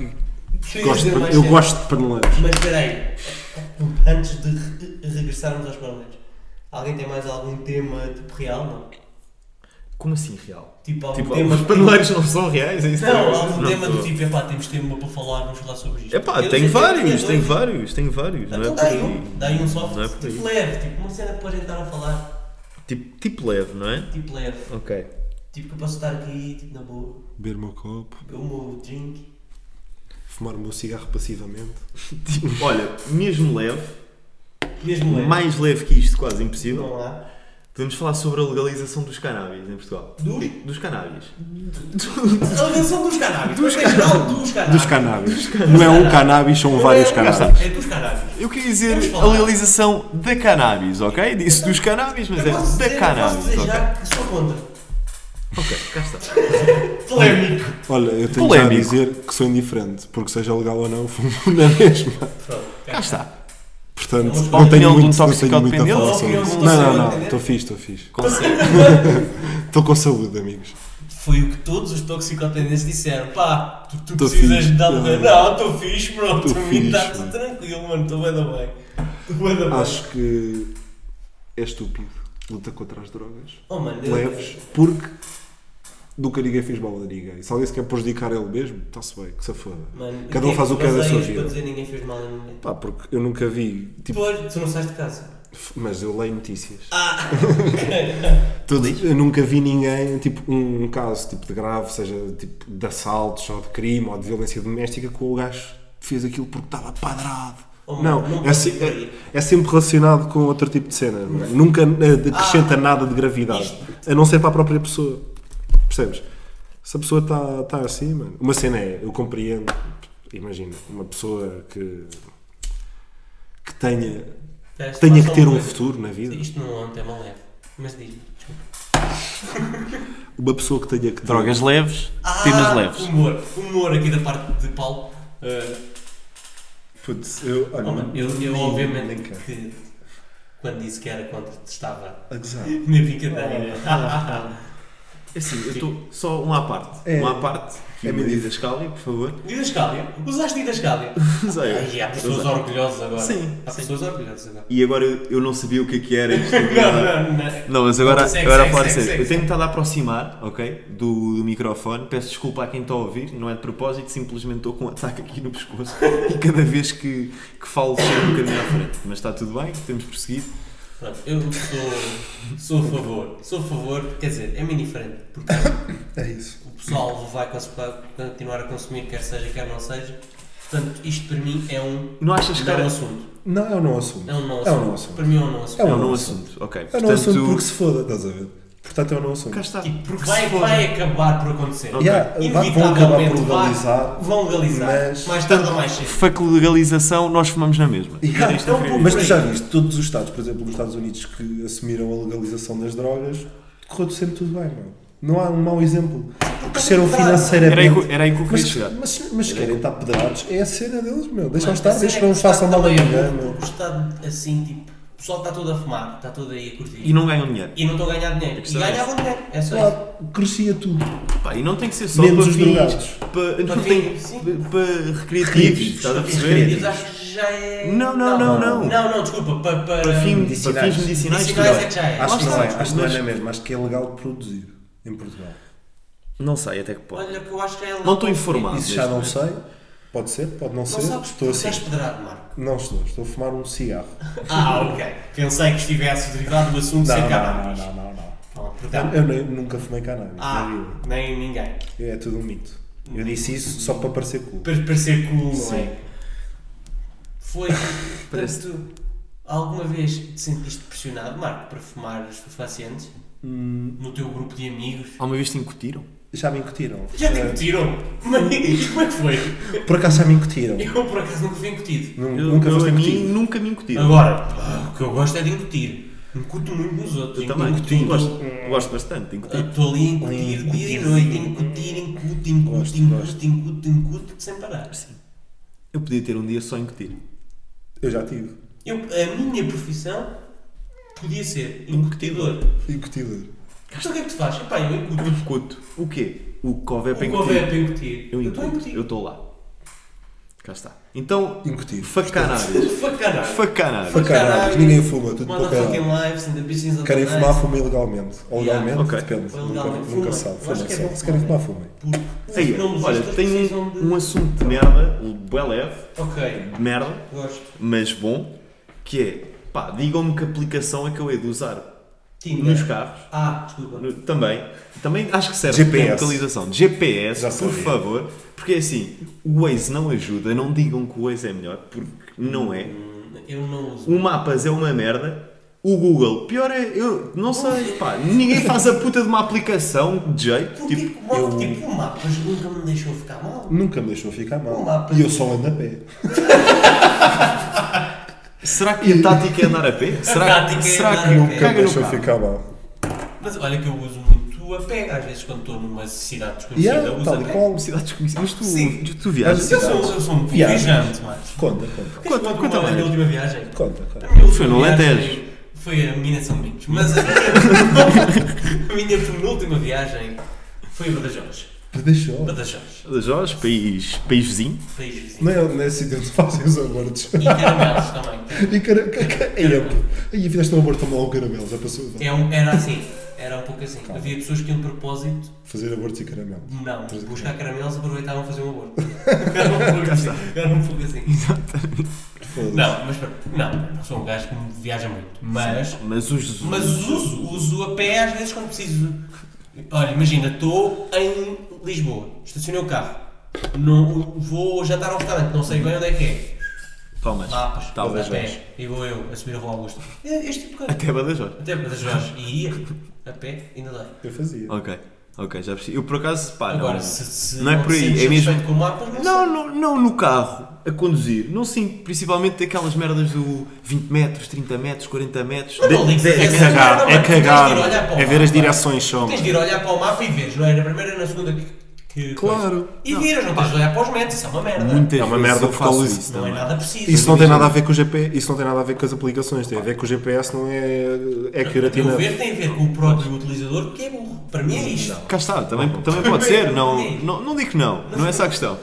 queres
gosto de
dizer
pan-
mais
eu
sobre-
gosto de paneleiros.
Mas espera aí, antes de re- regressarmos aos paneleiros, alguém tem mais algum tema tipo real, não?
Como assim real?
Tipo, algum
Tipo,
tema
os paneleiros não são reais, é isso que eu-
Não, algum
Não,
tema do
tô-
tipo, epá, temos tema para falar, vamos falar sobre isto.
Epá,
Eu
tenho
sei que
vários,
eu
tenho
dois.
vários, tenho vários. Não é
Então
por
dá aí
aí.
um, dá aí um soft,
Não é por aí.
tipo leve, tipo uma cena para a gente estar a falar,
Tipo, tipo leve, não é?
tipo leve.
Ok.
Tipo, que eu posso estar aqui, tipo, na boa,
Beber o meu copo,
beber o meu drink.
fumar o meu cigarro passivamente.
Tipo, olha, mesmo leve,
Mesmo leve.
mais leve que isto, quase impossível.
Não há.
Podemos falar sobre a legalização dos cannabis em Portugal.
Dos?
Dos cannabis.
A ligação dos cannabis. Dos cannabis. Dos cannabis.
Dos cannabis. Não é um cannabis, são vários cannabis.
É dos cannabis.
Eu queria dizer
Vamos falar.
a legalização da cannabis, ok? Disse dos cannabis, mas
Eu
é
posso dizer,
da
eu posso
cannabis.
dizer
ok?
já que sou contra.
Ok, cá está.
Polémico.
Olha, eu tenho já a
Polémico.
dizer que sou indiferente, porque seja legal ou não, um fumo na mesma.
Cá está.
Portanto,
Mas qual a
não
opinião
tenho,
de um
muito, não tenho muito
toxicodependente?
a falar
Qual a
sobre
opinião
isso.
de
Não,
um
não, não,
toxicodependente?
estou fixe, estou fixe.
Conselho.
Estou com saúde, amigos.
Foi o que todos os toxicodependentes disseram. Pá, tu, tu
Tô
precisas
fixe,
de dar
tô
uma.
bem.
Não, estou fixe, bro.
Tô
Tu me
fixe,
estás
mano.
tranquilo, mano. Estou bem da bem. Estou bem da bem.
Acho que é estúpido. Luta contra as drogas.
Oh, mano, eu-
Leves, porque nunca ninguém fez mal a ninguém. Se alguém se quer prejudicar ele mesmo, está-se bem, que se foda.
Mano,
Cada um faz o que é da sua
baseias Para
vida.
dizer ninguém fez mal a ninguém.
Pá, porque eu nunca vi, tipo,
Pois, tu não sais de casa.
f- mas eu leio notícias.
Ah!
Eu nunca vi ninguém, tipo, um caso tipo, de grave, seja tipo de assaltos ou de crime ou de violência doméstica, que o gajo fez aquilo porque estava padrado.
Oh,
não,
mano, não
é, se-
consigo
é,
ver.
é sempre relacionado com outro tipo de cena.
Uhum.
mano. Nunca eh, acrescenta
Ah.
nada de gravidade, a não ser para a própria pessoa. Percebes? Se a pessoa está tá assim, mano. Uma cena é, eu compreendo, imagina, uma pessoa que que tenha
Gajos,
que tenha que
façam
ter um
uma-
futuro na vida.
Isto não ontem é uma leve. Mas diz, desculpa.
Uma pessoa que tenha que.
Drogas leves,
Ah,
Ah,
temas leves.
Humor, humor aqui da parte de Paulo. Eh,
Putz, eu, olha,
homem, eu, eu
nem-
obviamente
nem quero.
que quando disse que era contra, estava
A gozar.
na brincadeira. Ah,
É Assim, eu estou só uma à parte.
É.
Uma à parte.
É
É
medida.
medida escala, por favor.
Didascália? Usaste Didascália?
Usei.
Ai, há pessoas orgulhosas agora.
Sim,
Há pessoas orgulhosas agora.
E agora eu eu não sabia o que é que era isto.
Não, não, não.
Não, mas agora,
Segue,
agora
segue,
pode
segue,
ser.
segue,
eu tenho estado a aproximar, ok? Do, do microfone. Peço desculpa a quem está a ouvir, não é de propósito, simplesmente estou com um ataque aqui no pescoço e cada vez que, que falo chego um bocadinho à frente. Mas está tudo bem, temos prosseguido.
Pronto, eu sou, sou a favor. Sou a favor, quer dizer, é-me indiferente. Porque
É isso.
o pessoal vai cons- continuar a consumir, quer seja, quer não seja. Portanto, isto para mim é um
Não achas que
não
era.
assunto.
Não, eu não assumo.
É um não
É um não
assunto.
assunto.
Para mim é um não assunto.
É um
É um
não
não
assunto.
assunto, ok.
Eu não assumo porque se foda, estás a ver? Portanto,
é
eu não assumo.
cá está.
Tipo, porque
Se
vai,
for-
vai acabar por acontecer.
Ok.
Yeah, vai- vão acabar
Inevitavelmente
por
vai-
legalizar.
vão legalizar.
mas-
Mais tarde ou mais cedo.
Faco legalização, nós fumamos na mesma.
Yeah,
isto é incrível.
então, mas tu já viste, todos os Estados, por exemplo, nos Estados Unidos que assumiram a legalização das drogas, correu sempre tudo bem, meu. Não há um mau exemplo.
Então,
Cresceram
Era aí,
financeiramente.
que- era aí que eu queria
Mas,
chegar.
mas, mas se querem estar pedrados, é a cena deles, meu.
Mano,
Deixam estar,
a cena
deixam
é
que não
o
façam
Estado
mal a
também é
ninguém,
burro,
meu.
porque O Estado, assim, tipo, o pessoal está todo a fumar, está todo aí a curtir.
E não ganham dinheiro.
E não estou a ganhar dinheiro. E
questão é
ganhavam dinheiro. É só isso.
Claro, crescia tudo.
Pá, e não tem que ser só
Menos
para
os
fins,
drogados.
Para, não
Para
tem,
fins, sim.
para recreativos,
Recreativos,
estás a
fins
perceber?
Eu acho que já é.
Não, não, não, não.
Não, não, desculpa. Para, para...
Para, fim- para
medicinais.
fins
Medicinais
medicinais, tudo
é que já é.
bem. Lá
Acho que não
está,
é, acho que não é
mas
na mesma, acho que é legal produzir em Portugal.
Não sei até que ponto.
Olha, que eu acho que é.
Não estou informado.
Isso já não
neste
sei, pode ser, pode não,
Não
ser.
sabes
Estou
porque
assim.
és pedrado, Marco.
Não estou, estou a fumar um cigarro.
Ah, ok. Pensei que estivesse derivado do assunto
Não,
sem
não,
cannabis.
não, não, não.
Não, Portanto,
Eu nem- nunca fumei cannabis
ah, Uhum.
na vida.
nem ninguém.
É tudo um mito. Eu disse isso só para parecer cool.
Para parecer cool, não
Sim.
é? Foi.
Parece-
Portanto, alguma vez te sentiste pressionado, Marco, para fumar estupefacientes?
Hum.
No teu grupo de amigos?
momento. Há uma vez te incutiram?
Já me incutiram.
Já te
Eh,
incutiram? Mas e como é que foi?
Por acaso já me incutiram.
Eu por acaso nunca fui incutido.
Nun-
Eu-
Nunca
eu
foste
a mim
incutido.
nunca me incutiram.
Agora, pá, o que eu gosto é de incutir. Incuto muito nos outros.
eu também.
Incuto, incuto.
Gosto, gosto bastante de incutir.
Estou ali a incutir dia e noite, incutir, incuto, incuto,
Gosto,
incuto, incuto, incuto, sem parar.
Eu podia ter um dia só a incutir.
Eu já tive.
Eu, a minha profissão podia ser incutidor.
Incutidor.
Mas o que é que tu fazes? Epá, eu incuto.
Eu incuto. O quê? O que houver
O
para
que houver
incutir.
para incutir. estou a
Eu incuto. Eu
incutir.
estou lá. Cá está. Então,
Incutido.
facanárias.
Facanagem.
Facanárias.
Fac- Caralho, ninguém fuma, tudo para caralho.
Motherfucking lives and the business of
Querem
the
fumar,
life.
fumem ilegalmente. Ou
Yeah,
legalmente,
ok.
depende.
Ou
Nunca,
legalmente,
nunca
fumem.
se sabe.
Eu acho
Fumem
que é
só.
bom
Se querem
fumar.
fumar, fumem.
Porque os
Aí,
não
olha,
legistas
tem
precisam de-
um, um assunto de merda, um bué leve,
Ok,
de merda,
gosto.
mas bom, que é, pá, digam-me que aplicação é que eu hei de usar
Tinder.
nos carros,
Ah, desculpa.
no- também, também acho que serve
GPS.
para localização, GPS,
Já
por
sabia.
favor, porque é assim, o Waze não ajuda, não digam que o Waze é melhor, porque não é,
Hum, Eu não uso.
o Mapas é uma merda, o Google, pior é, eu não sei, pá, ninguém faz a puta de uma aplicação de jeito,
Porquê
tipo,
que o mapa, tipo, o mapa nunca me deixou ficar mal?
Nunca me deixou ficar mal.
Olá,
e eu só ando a pé.
será que a tática é andar a pé? Será,
tática é
será
andar
que
a
Nunca
Caga
me
caga no
deixou
carro?
ficar mal.
Mas olha que eu uso muito a pé, às vezes quando estou numa cidade desconhecida,
Yeah,
uso
tal
a
e
pé.
qual.
Cidade é desconhecida. Mas tu,
Sim.
tu, tu viajas.
Eu sou, eu sou um
Viagens.
viajante, mas.
Conta, conta.
Queres
Conta-
contar
conta
a minha
é mais.
última viagem?
Conta, conta.
A minha última
Foi no
viagem
Alentejo.
Foi a mina São Bicos. Mas a minha, a minha penúltima viagem foi a Badajoz.
Mas Deixou.
Badajoz.
Da Jorge, país, país vizinho.
País vizinho.
Não é, não é sítio onde fazem os abortos.
E caramelos também.
E cara, ca- ca- Ei, eu- Ei, fizeste um aborto mal um caramelo, já passou.
É um- era assim. Era um pouco assim. Havia pessoas que iam de propósito
Fazer abortos e caramelo.
Não,
é.
buscar caramelos aproveitavam a fazer um aborto. Era um pouco assim. Era um pouco assim.
Foda-se.
Não, mas pronto. Não, não sou um gajo que viaja muito. Mas,
Mas os Jesus.
mas uso, uso a pé às vezes quando preciso. Olha, imagina, estou em Lisboa, estacionei o carro, não, vou jantar ao restaurante, não sei bem onde é que é.
Palmas.
Mapas,
Tá,
a
Badajoz.
pé, e vou eu a subir a Rua Augusta. É Este tipo de coisa.
Até Badajoz.
Até para Jorge. E ia, a pé, ainda dói.
Eu fazia.
Ok. Ok, já percebi. Eu por acaso, pá,
Agora,
não,
se, se
não é por aí,
sentes
é mesmo.
satisfeito com o mapa, não, sei.
Não, não, não no carro, a conduzir. Não sinto, principalmente daquelas merdas do 20 metros, 30 metros, 40 metros.
Mas não
De-
ligas
de-
a
É
essas
cagar,
merdas,
é
mano. Tu tens de ir olhar
cagar.
para o
É ver as
mapa.
direções só.
Tens de ir olhar para o mapa e vês, não é? Na primeira, na segunda que. que
Claro.
E viras, não tens de olhar para os metros, isso é uma merda.
Muitas
É uma
vezes
merda
eu
porque
faço
eu uso-
isso
não
também.
é nada preciso.
Isso não tem nada a ver com o GP, isso não tem nada a ver com as aplicações, tem a ver com o GPS não é accurate
O
enough.
ver tem a ver com o próprio utilizador que é burro. Para mim é isto.
Cá está, também, também pode ser. Não,
Sim.
não, não digo que não, não é essa a questão.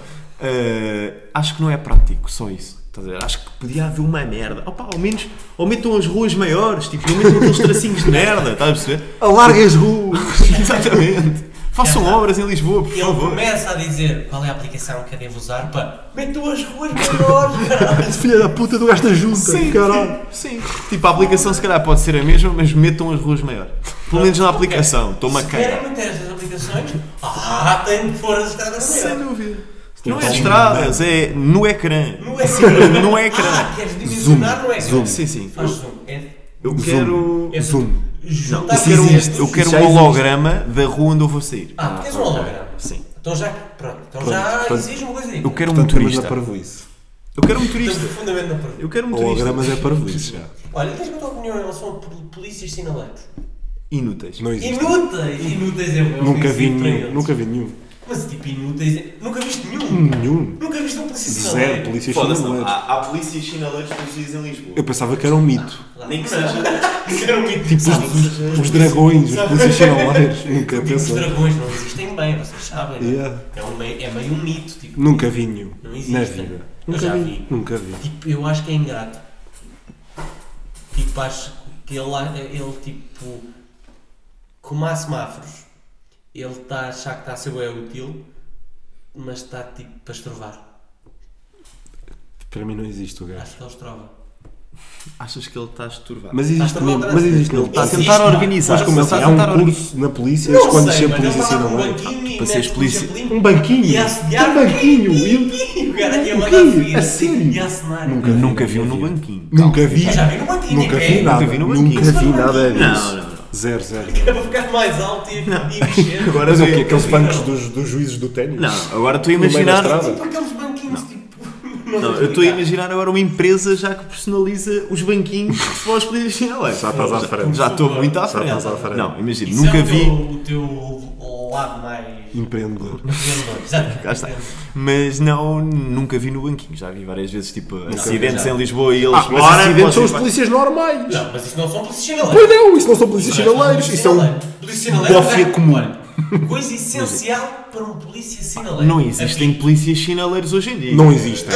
Eh, acho que não é prático, só isso. Estás a ver? Acho que podia haver uma merda. Opa, ao menos aumentam as ruas maiores, tipo, aumentam aqueles tracinhos de merda, estás a perceber?
Alarga as ruas!
Exatamente. Façam obras em Lisboa, por
Ele
favor.
começa a dizer qual é a aplicação que eu devo usar para meto as ruas maiores, caralho.
Filha da puta do gajo da
um
junta,
Sim,
caralho!
sim. Tipo, a aplicação se calhar pode ser a mesma, mas metam as ruas maiores. Pelo menos na aplicação. Toma
Se é
queira.
querem meter estas aplicações, ah, tem de pôr as estradas
Sem
maiores.
dúvida. Não é estradas, é no ecrã.
Não é assim.
No ecrã.
Ah, queres dimensionar, não é?
Zoom. Sim, sim.
Faz zoom. É,
Eu quero.
é
Zoom.
Juntar
Eu quero,
estes-
um, eu quero
já
um
existe.
holograma da rua onde eu vou sair.
Ah, queres um holograma?
Sim.
Então já, pronto, então já exige uma coisa aí.
Eu quero um
Portanto, temos
motorista.
na
é
parvoíce.
Eu quero um motorista.
profundamente na pergunta.
Eu quero um
Hologramas
motorista.
é parvoíce já.
Olha, tens muita opinião em relação a pol- polícias sinaleiros?
Inúteis.
Não existe.
Inúteis! Inúteis é o meu
Nunca vi
princípio para
nenhum,
eles.
nunca vi nenhum.
Mas tipo, inúteis. é- Nunca viste nenhum?
Nenhum.
Nunca viste um polícia
Zero
sinaleiro?
polícias
Foda-se, não.
chineleiros.
Há, há polícias sinaleiros produzidos em Lisboa.
Eu pensava que era um mito.
Nem que seja.
Era um mito.
Tipo os,
Sabe,
os- os dragões, os polícias chineleiros. Nunca
tipo, os
pensei.
dragões não existem bem, vocês sabem. não é?
Yeah.
É, um meio, é meio um mito. Tipo,
Nunca vi nenhum.
Não
Na
existe.
vida.
Eu
Nunca
já
vi.
vi.
Nunca vi.
Tipo, eu acho que é ingrato. Tipo, acho que ele, ele tipo, como há semáforos, ele está a achar que está a ser bem útil, mas está tipo para estrovar.
Para mim não existe o gajo.
Acho que ele estrova. Tá
Achas que ele está esturvado?
Mas existe
Estás a
mesmo.
voltar
Mas
a-
existe tá
Ele
mesmo.
está a
Existe,
tentar
pá.
organizar.
Mas como
Ele
assim?
está a
Há um
tentar organizar.
curso na polícia e quando assim
sei,
sempre
mano,
polícia
ele vai lá com um
sinaleiro.
banquinho e
Para seres
mete um
polícia.
chapelinho
Um banquinho?
E assediar
Um banquinho? E-
E o cara ia
Um
mandar
banquinho?
seguir.
A sério?
E acenar.
Nunca
Eu nunca vi um no banquinho.
Nunca vi.
Eu já vi no banquinho,
Nunca
é?
vi
Nunca
nada.
vi no
Nunca
banquinho.
vi nada
Não,
disso.
não, não.
Zero, zero.
Era para ficar mais alto e, e mexer.
Agora
Mas o
tu-
quê? Aqueles bancos dos, dos juízes do ténis?
Não, agora estou a
meio da
imaginar.
estrada?
Tipo aqueles banquinhos, tipo...
Não, eu estou a imaginar agora uma empresa já que personaliza os banquinhos para os polícias chineleiros.
Já estás à frente.
Já estou muito à
Já
frente.
estás à frente.
Não, imagina,
Isso
nunca
é o
vi.
Teu, o teu lado mais...
Empreendedor.
Exato.
Cá está. Mas não, nunca vi no banquinho. Já vi várias vezes, tipo, acidentes em Lisboa e eles.
Ah, mas
Ora,
acidentes são
vocês
os
vai-
polícias normais.
Não, mas isso não são polícias sinaleiros.
Pois não, isso não são polícias sinaleiros, isso é um
Polícia sinaleiro,
dófia
não é?
comum.
Olha, Coisa essencial para um polícia sinaleiro.
Não existem polícias sinaleiros hoje em dia.
não existe.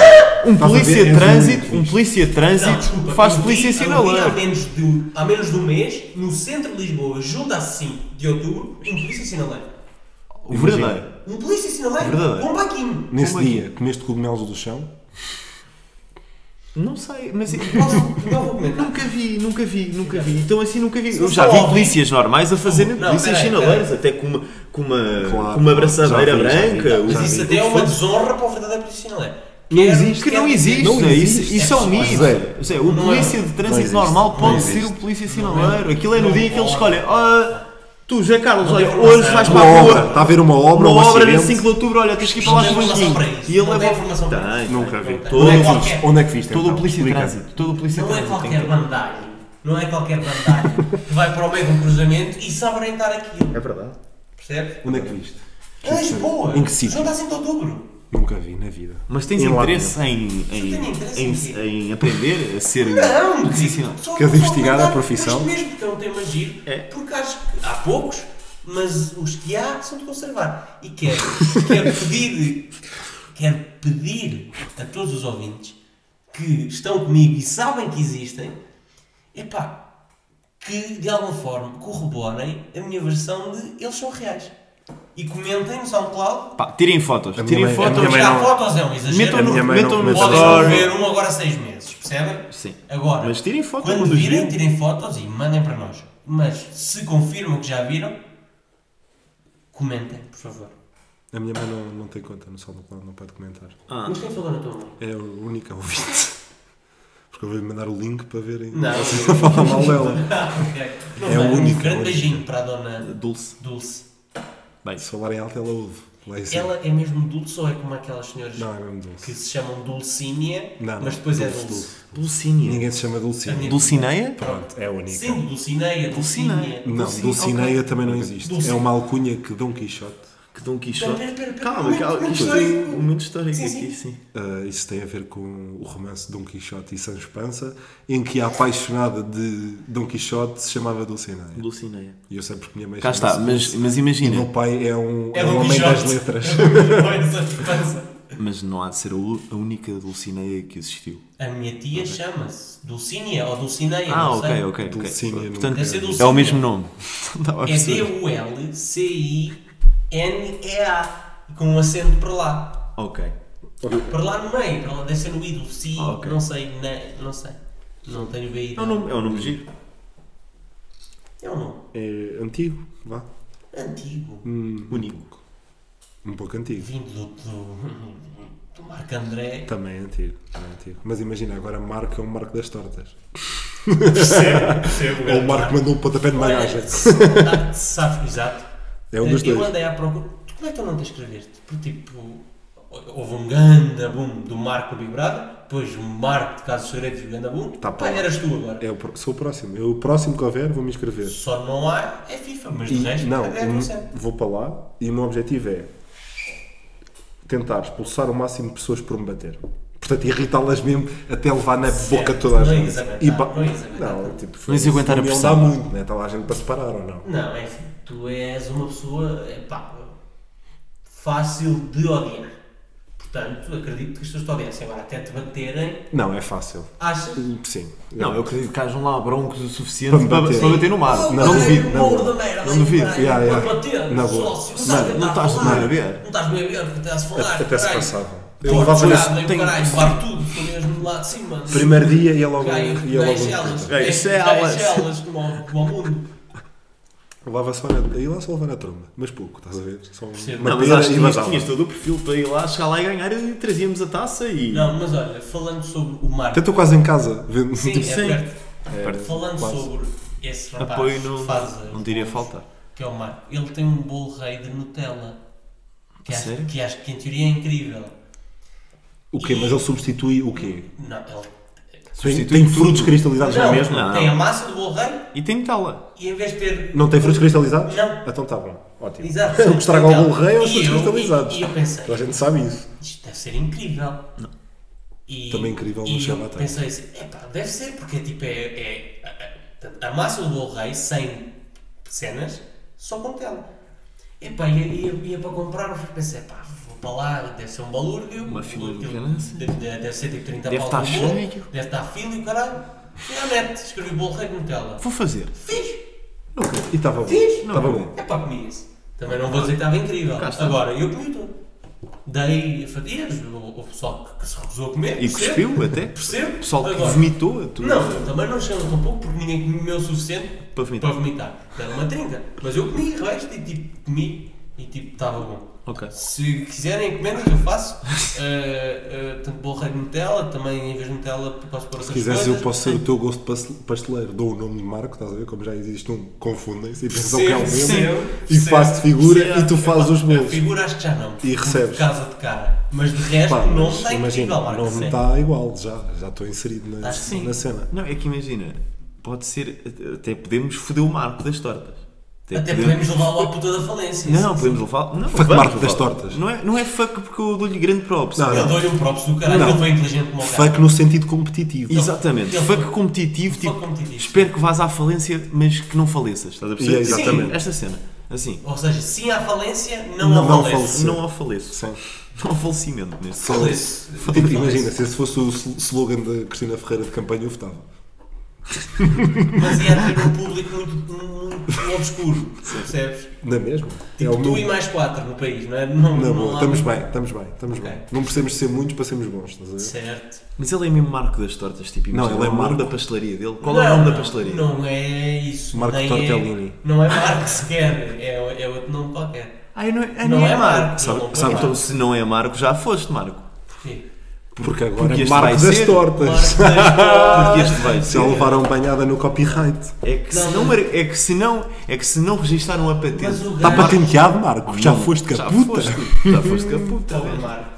Um
Estás a ver?
polícia
És
de
um
trânsito, um
fixe.
polícia de
Não,
trânsito
desculpa,
faz
eu vi-
polícia
eu vi Há
sinaleiro.
menos, de, há menos de um mês, no centro de Lisboa, junto a 5 de outubro, um polícia sinaleiro.
O verdadeiro.
Um polícia sinaleiro
É Verdade.
com um baquinho.
Nesse
Como é que-
dia, comeste cogumelos do chão?
Não sei, mas é-
Não, não vou comentar.
nunca vi, nunca vi, nunca vi. Então assim nunca vi. Eu
Isso
já
é
vi
óbvio.
polícias normais a fazerem
Não,
polícias
peraí,
sinaleiros, até com uma, com uma,
Claro,
com uma abraçadeira
já vi, já vi,
branca.
já
os-
Mas
vi.
isso até é uma desonra para o verdadeiro polícia sinaleiro.
Não
Quer-
existe.
Que
quer
não
dizer-
existe,
Não
isso,
existe.
isso é um mito.
Zero.
Ou seja, o
Não é.
polícia de trânsito
existe.
normal
Não
pode
existe.
ser o polícia sinaleiro. Aquilo é no dia que eles escolhem. "Ah, tu, Zé Carlos,
Não
olha,
tem
hoje
informação.
vais para
Uma
a
obra,
rua.
está a ver uma obra, um
Uma obra na
acidente.
5 de outubro, olha, tens que ir para
Não
lá
tem
de
informação
banquinho.
para isso.
E ele
Não tem
leva.
informação para
Tem,
isso.
Nunca vi.
Não tem.
Todo
Não é
o-
qualquer.
Onde é que viste?
Todo
então?
o polícia de
Explica.
trânsito. Todo o polícia de
Não é
trânsito. tem
qualquer bandalho. Não é qualquer bandalho que vai para o meio de um cruzamento e sabe orientar aquilo.
que- É verdade.
Percebe?
Onde é que viste?
É Lisboa.
Em que sítio?
Junto a 5 assim de outubro.
Nunca vi na vida.
Mas tens
Em lado
interesse em, em,
tenho interesse
em,
em quê?
em aprender a ser
Não,
polícia
digo,
sinaleiro?
só-
Queres
só
investigar
comentar
a profissão?
por Isto mesmo, que é um tema giro.
É.
Porque acho que há poucos, mas os que há são de conservar. E quero, quero pedir, quero pedir a todos os ouvintes que estão comigo e sabem que existem, epá, que de alguma forma corroborem a minha versão de eles são reais. E comentem no SoundCloud.
Pá, tirem fotos.
minha
Tirem
mãe- a
fotos.
minha mãe
Tirar
não-
fotos é um exagero.
Metam no,
minha mãe não
metam no
comenta
Podem
Adoro.
não
story.
ver um agora há seis meses, percebem?
Sim.
Agora,
Mas tirem foto
quando
um
quando os
virem,
virem.
tirem fotos e mandem para nós. Mas se confirmam que já viram, comentem, por favor.
A minha mãe não, não
um-
tem conta no SoundCloud, não pode comentar.
Ah,
Mas quem falou na tua mãe?
É a única ouvinte. Porque eu vou-lhe mandar o link para verem.
Não.
Vocês a falar mal dela.
Ah, ok. Não,
É
vai,
a
Um
única, a única.
grande beijinho para a dona
Dulce.
Dulce.
Bem,
Se falarem alto, ela ouve. Lá em cima.
Ela é mesmo dulce ou é como aquelas senhoras
Não, é mesmo dulce.
que se chamam Dulcínia,
Não,
mas
não,
depois é
dulce,
Dulce?
Dulcinea.
Ninguém se chama Dulcinea.
Dulcineia?
Pronto, é única.
Sim, Dulcineia, Dulcínia.
Não,
Dulci-
Dulcineia
ok.
também não existe.
Dulce-
É uma alcunha que Dom Quixote.
Que Dom Quixote.
Pera, pera, pera,
Calma,
momento,
calma.
momento
Isto tem
histórico.
um momento histórico
Sim,
aqui,
sim.
sim.
Ah, isso tem a ver com o romance de Dom Quixote e Sancho Panza, em que a apaixonada de Dom Quixote se chamava Dulcineia.
Dulcineia.
E eu sei porque minha mãe
Cá está,
chama-se
mas,
Dulce.
mas
O meu
imagina.
pai é um,
É
é um
Dom
homem
Quixote.
das letras.
Mas não há de ser a u- a única Dulcineia que existiu.
A minha tia chama-se Dulcínia ou Dulcineia,
Ah,
não sei.
ok, ok. ok.
Dulcinea,
Portanto,
nunca-
Deve ser
é
Dulcinea.
o mesmo nome. Estava a
É
perceber.
D-U-L-C-I-N-E-A, com um acento para lá.
Ok.
Para lá no meio, para lá, deve ser no I, Dulci,
Ah, ok.
não sei, na- não sei. Não tenho BI.
É um nome, é um nome giro.
É um nome
É antigo, vá.
antigo.
Único.
Um pouco antigo.
Vindo do, do, do Marco André.
Também é antigo, também é antigo. Mas imagina, agora Marco é um Marco das tortas.
Percebo, percebo.
Ou o Marco mandou um pontapé de
Olha,
bagagem.
sabe- Sabes, exato.
É um dos
eu
dois.
andei à procura. Tu como é que tu não te escreveste? Porque tipo, houve um ganda boom do Marco Big Brother, depois o Marco de Casos Segredos e o ganda boom.
Tá,
Pá,
pá.
eras tu agora.
É o pro- sou o próximo. Eu, o próximo que houver, vou me inscrever.
Só não há é FIFA, mas
E-
de resto
não, um-
é
o meu-
você.
vou para lá e o meu objetivo é tentar expulsar o máximo de pessoas por me bater. Portanto, irritá-las mesmo até levar na boca toda a
não
gente.
ias aguentar,
E ba-
não é ias aguentar.
Não, tipo,
Não ias aguentar a
não
pressão.
dá muito, né? Está lá a gente para separar ou não?
Não, é assim, tu és uma pessoa é pá, fácil de odiar. Portanto, acredito que as pessoas te odiassem agora até te baterem.
Não, é fácil.
Achas?
Sim.
Não, eu acredito que hajam lá broncos o suficiente
Para me
para,
bater.
para bater no mar.
Oh,
Não
caralho,
duvido, não
Mauro
duvido.
da merda,
Não
aí,
duvido,
caralho,
já, já.
para bater,
Na boa.
sócio, não
Mano,
sabes
não
tentar
estás
falar,
bem a ver.
Não estás bem a ver, porque estás a falar.
Até se
caralho.
passava. Eu
Pô,
levava isso.
caralho,
Tenho-
caralho, bar tudo, estou mesmo lá de cima. né? mano.
Primeiro dia ia logo. um
Gaio,
Ia
dez
logo
elas,
Gaio,
dez-
isso é
dez
aulas.
elas, como ao- como ao mundo.
levava só na, aí lá só levava na tromba. Mas pouco, estás a ver? Só um-
Percebo.
uma
Não, mas
pera
acho que
e
tinhas,
vazava.
tinhas todo o perfil para ir lá, chegar lá e ganhar e trazíamos a taça e.
Não, mas olha, falando sobre o
Até
Marco.
estou quase em casa. Vendo. tipo,
Sim, é
Sim.
perto.
Perto.
Falando
assim. quase.
sobre esse rapaz
Apoio
que
não,
faz a-
não te iria faltar.
que é o Marco, ele tem um bolo rei de Nutella. Que
A
acho,
sério?
que acho que em teoria é incrível.
O quê? Mas ele substitui o quê?
Não, ele
Tem,
Substitui
tem
tudo.
frutos cristalizados na
Não,
mesma?
Não.
Tem a massa do bolo rei
E tem tala.
e em vez de ter.
Não tem frutos cristalizados?
Não.
Então está bom. Ótimo.
Exato.
O que estraga o
Então,
bolo rei é os
e
frutos
eu-
cristalizados.
E, e eu pensei,
Toda a gente sabe isso.
isto deve ser incrível. E,
Também incrível não
e
chega
eu
a tanto.
pensei assim, epá, deve ser, porque tipo, é, é- a- a, a massa do bolo rei sem cenas, só com tela. Epá, ia, ia, ia para comprar, mas pensei, pá, vou para lá, deve ser um balúrdio.
Uma fila de
aquilo
criança.
Deve, deve deve ser tipo 30
Deve
paus no
estar
bolo,
cheio.
Deve estar fila e o caralho. E a net, escrevi bolo rei com tela.
Vou fazer.
Fiz!
Não, E estava bom.
Fiz?
Estava
Não.
bom.
É pá, comia se Também não vou dizer que estava incrível.
Cá está.
Agora, eu comi o todo. Dei fatias, o, o pessoal que, que se recusou a comer.
E
percebo,
cuspiu até.
Percebo.
O pessoal que
Agora,
vomitou a tudo.
Não, também não chegou tão pouco porque ninguém comeu o suficiente
Para vomitar.
Para vomitar. Dei uma trinca. Mas eu comi o resto e tipo, comi e tipo, estava bom.
Ok.
Se quiserem encomendas, eu faço. Eh, eh, Portanto, bolo rei de Nutella, também em vez de Nutella posso pôr outras
Se quiseres, eu
coisas.
posso ser o teu gosto pastel- pasteleiro. Dou o nome de Marco, estás a ver? Como já existe um, confundem-se e pensam que é o
Percebo,
mesmo.
percebo,
E
percebo.
faço figura
Percebo.
e tu fazes os
é A
bolos.
figura acho que já não.
E recebes.
Por causa de cara. Mas de resto,
Pá,
o nome
mas
está
imagina,
incrível, Marco.
o nome
Zé.
está igual, já. Já estou inserido na,
Estás sim.
na cena.
Não, é que imagina, pode ser. Até podemos foder o marco das tortas.
Até podemos levá-lo à puta da falência.
Não, podemos levar. Não,
Fuck
vamos
Marco das
levá-lo.
tortas.
Não é, não é fuck porque eu dou-lhe grande props.
Não,
Eu
não.
dou-lhe um props do caralho,
Não.
ele foi inteligente como um o cara.
Fuck no sentido competitivo.
Exatamente.
Ele-
fuck competitivo,
Fuck
tipo,
competitivo.
espero que vás à falência, mas que não faleças. Estás a perceber?
Yeah, é exatamente.
Sim, esta cena. Assim,
Ou seja, sim à falência, não,
Não
ao
ao
falência.
Sim.
não ao faleço.
Sim.
Não ao falecimento neste
Só-
Foda-se.
Tipo, imagina, se esse fosse o sl- slogan da Cristina Ferreira de campanha, eu votava.
Mas ia ter um público muito, muito obscuro, percebes?
Na mesma? É
Tipo, tu e mais quatro no país, não é? Não,
Na
não
boa,
há
estamos
muito-
bem, estamos bem, estamos
Ok.
bem. Não precisamos ser muitos para sermos bons, estás a ver?
Certo.
Mas ele é mesmo Marco das Tortas, tipo,
Não,
imagina,
ele é
o nome
Marco.
da pastelaria dele. Qual é o nome da pastelaria?
Não é isso.
Marco
nem
Tortellini.
É, não é Marco sequer, é, é outro nome qualquer.
Ah, eu não, eu
Não
nem
é
é
Marco.
Marco.
Não, não
Sabe,
é
sabe,
Marco.
então, se não é Marco, já foste Marco.
Porquê?
Porque agora
este vai
Marco das
ser-
Tortas.
Porque este vai
Já
ser-
levaram banhada no copyright.
É que, se
Ah! Não,
não,
mas-
é, que se não, é que se não registaram a patente.
Mas o
Está
Marco-
Tá patenteado, Marco? Já foste
Já
caputa?
foste, já
Pobre
foste caputa. velho.
Então, é Marco.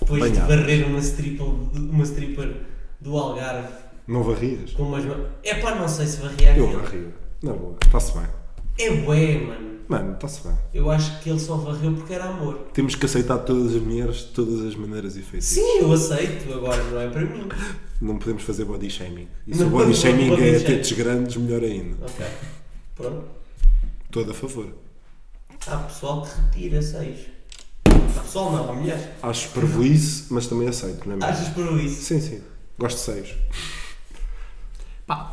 Depois
Banhado.
de varrer uma, stripple, uma stripper do Algarve
Não varrias?
com umas mãos. É pá, não sei se varria
Eu
aquilo.
varria. Na boa, está-se bem.
É bué, mano.
Mano, está-se bem.
Eu acho que ele só varreu porque era amor.
Temos que aceitar todas as mulheres, de todas as maneiras e feitiços.
Sim, eu aceito, agora não é para mim.
Não podemos fazer body shaming. E se
Não
o body
podemos fazer
shaming
body
é
shaming.
tetos grandes, melhor ainda.
Ok. Pronto.
Todo a favor.
Há pessoal que retira seis. Há pessoal não, há mulheres.
Acho prejuízo, mas também aceito, não é mesmo?
Achas por isso?
Sim, sim. Gosto de seis. Pá.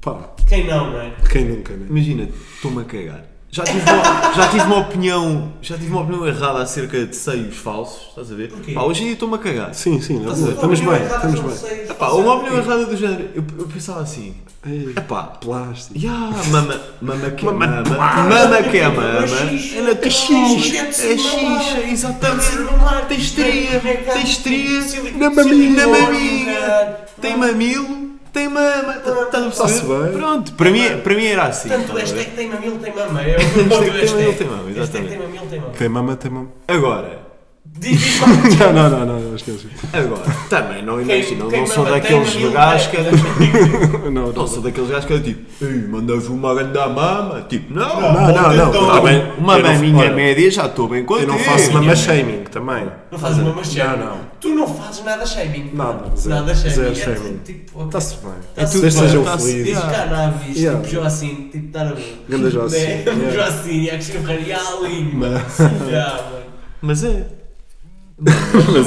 Pá.
Quem não, não é?
Quem nunca, né?
Imagina, estou-me a cagar. Já tive, uma, já tive uma opinião já tive uma opinião errada acerca de seios falsos, estás a ver?
Porquê?
Pá, hoje em dia estou-me a cagar.
Sim, sim. na
Mas
boa.
uma
Estamos
opinião
bem,
errada
estamos
são
bem.
seis,
Epá,
são
uma opinião
seis.
errada do género. Eu, eu pensava assim. Epá,
Plástico.
Ya, mama, mama que mama, mama, que é mama.
xixa.
Ela tem
Ah,
xixa,
deve ser
é
mamar.
xixa,
Deve ser
exatamente.
mamar.
Tem estria,
Como é que há-
tem estria,
Sil-
na
silicone,
maminha.
na
caralho.
maminha, tem mamilo, tem mama. tá- tá a
Está-se
perceber?
bem.
Pronto, para mim, para mim era assim.
Tanto
tá
o
a ver?
hashtag tem mamilo tem mama. É o meu
Hashtag tem mamilo, tem
hashtag.
mama,
Hashtag
exatamente.
tem mamilo tem mama.
Tem mama, tem mama.
Agora,
Diz diz lá.
Não, não, não, não, não esquece.
agora, também não
Quem-
imagino,
quem
não sou
mama tem
daqueles
mamilo é.
gajos que
tem.
era. tipo,
Não, não.
Não sou daqueles gajos que era tipo, ei, mandas uma grande mama. Tipo, não,
Não, não, não.
Tá bem, uma
Eu não-
maminha
olha,
média já estou bem
Eu
contente.
não faço mama shaming também.
Não fazes uma shaming.
Não, não.
Tu não fazes nada shaming.
Nada, zero.
Nada shaming.
Zero
É tudo
shaming.
tipo, ok.
Está-se bem.
Tá
Vocês
tudo bem,
sejam
tá-se-
felizes.
Desde
Yeah.
cannabis,
Yeah.
tipo Joacine, tipo tá na boa.
Ganda Joacine,
Né?
yeah.
Joacine, e a cachorra e a alinho. Sim, já, mano.
Mas é.
Como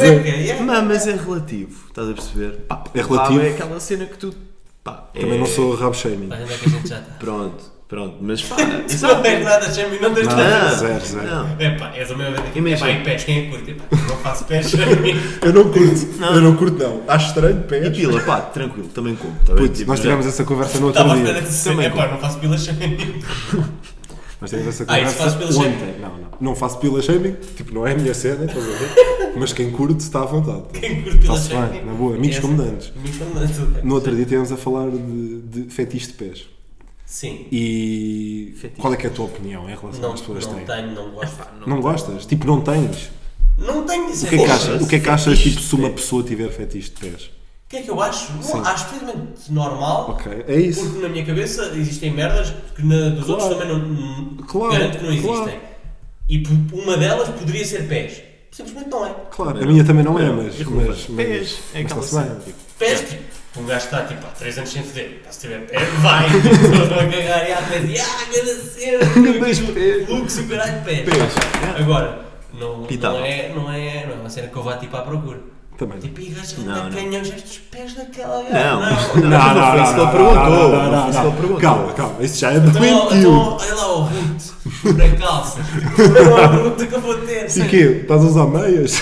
é que é? Yeah.
Mas, mas é relativo, estás a perceber? Pá,
É relativo.
pá, é aquela cena que tu. Pá, é-
Também não sou rabo shaming.
Mas onde é que a gente já está?
Pronto, pronto, mas pá,
Tu não
exato.
tens nada shaming, não tens nada.
Não,
é. Zero, zero.
não.
Epá, és o meu amigo.
Imagina.
Epá, e pés, quem é que curte? Epá, eu não faço pés shaming.
Eu não curto. Eu não curto, não. Acho estranho,
E
pés.
pila, pá, tranquilo, também como. Tá bem?
Putz,
Tipo,
nós
já-
tivemos essa conversa no outro
Estava a
dia.
ficar a dizer,
Também
epá, não faço pila shaming.
Mas tens essa
Ah, isso faz
conversa
pelo
ontem.
shaming.
Não, não. Não faço pila shaming, tipo, não é a minha cena, estás a ver? Mas quem curte está à vontade.
Quem curte pila
Está-se
shaming.
bem, na boa. Amigos
É,
como dantes.
Amigos como dantes, ok.
No outro dia estivemos a falar de, de fetiche de pés.
Sim.
E
Fetiche.
qual é que é a tua opinião em relação
Não,
às pessoas que
não
têm?
tenho, não gosto.
Não gostas? Tipo, não tens?
Não tenho de
O que é que
Porra,
achas, o que é que achas
fetiche
tipo, se uma
de
pessoa tiver fetiche de pés?
O que é que eu acho? Não, acho perfeitamente normal.
Ok, é isso.
Porque na minha cabeça existem merdas que na, dos outros também não. não-
Claro,
garanto que não existem.
claro.
E p- uma delas poderia ser pés. Simplesmente não é.
Claro, a minha também não é,
Não,
mas...
desculpa.
mas,
Pés,
mas,
é
mas
aquela
está-se bem.
cena, tipo,
Pés, tipo, um gajo está tipo há 3 anos sem foder. Pá, Se tiver pé, vai. As pessoas vão cagar e há pés. E ah, grande cena.
Dois pés.
Luxo, caralho, de pés.
Pés,
Agora, não, não,
Pitável.
é, não, é, não é uma cena que eu vá tipo à procura.
Também.
Tipo, e gajo,
Não,
anda
não.
canhões estes pés daquela gaja.
Não,
Não,
Não,
não,
não,
não,
foi isso que ele
não,
perguntou,
não, não,
não foi isso que ele
não.
perguntou.
Calma, calma, isso já é
Então,
doentio.
então, olha lá o Ruth, na calça. Não é uma pergunta que eu vou ter.
E quê? Estás a usar meias?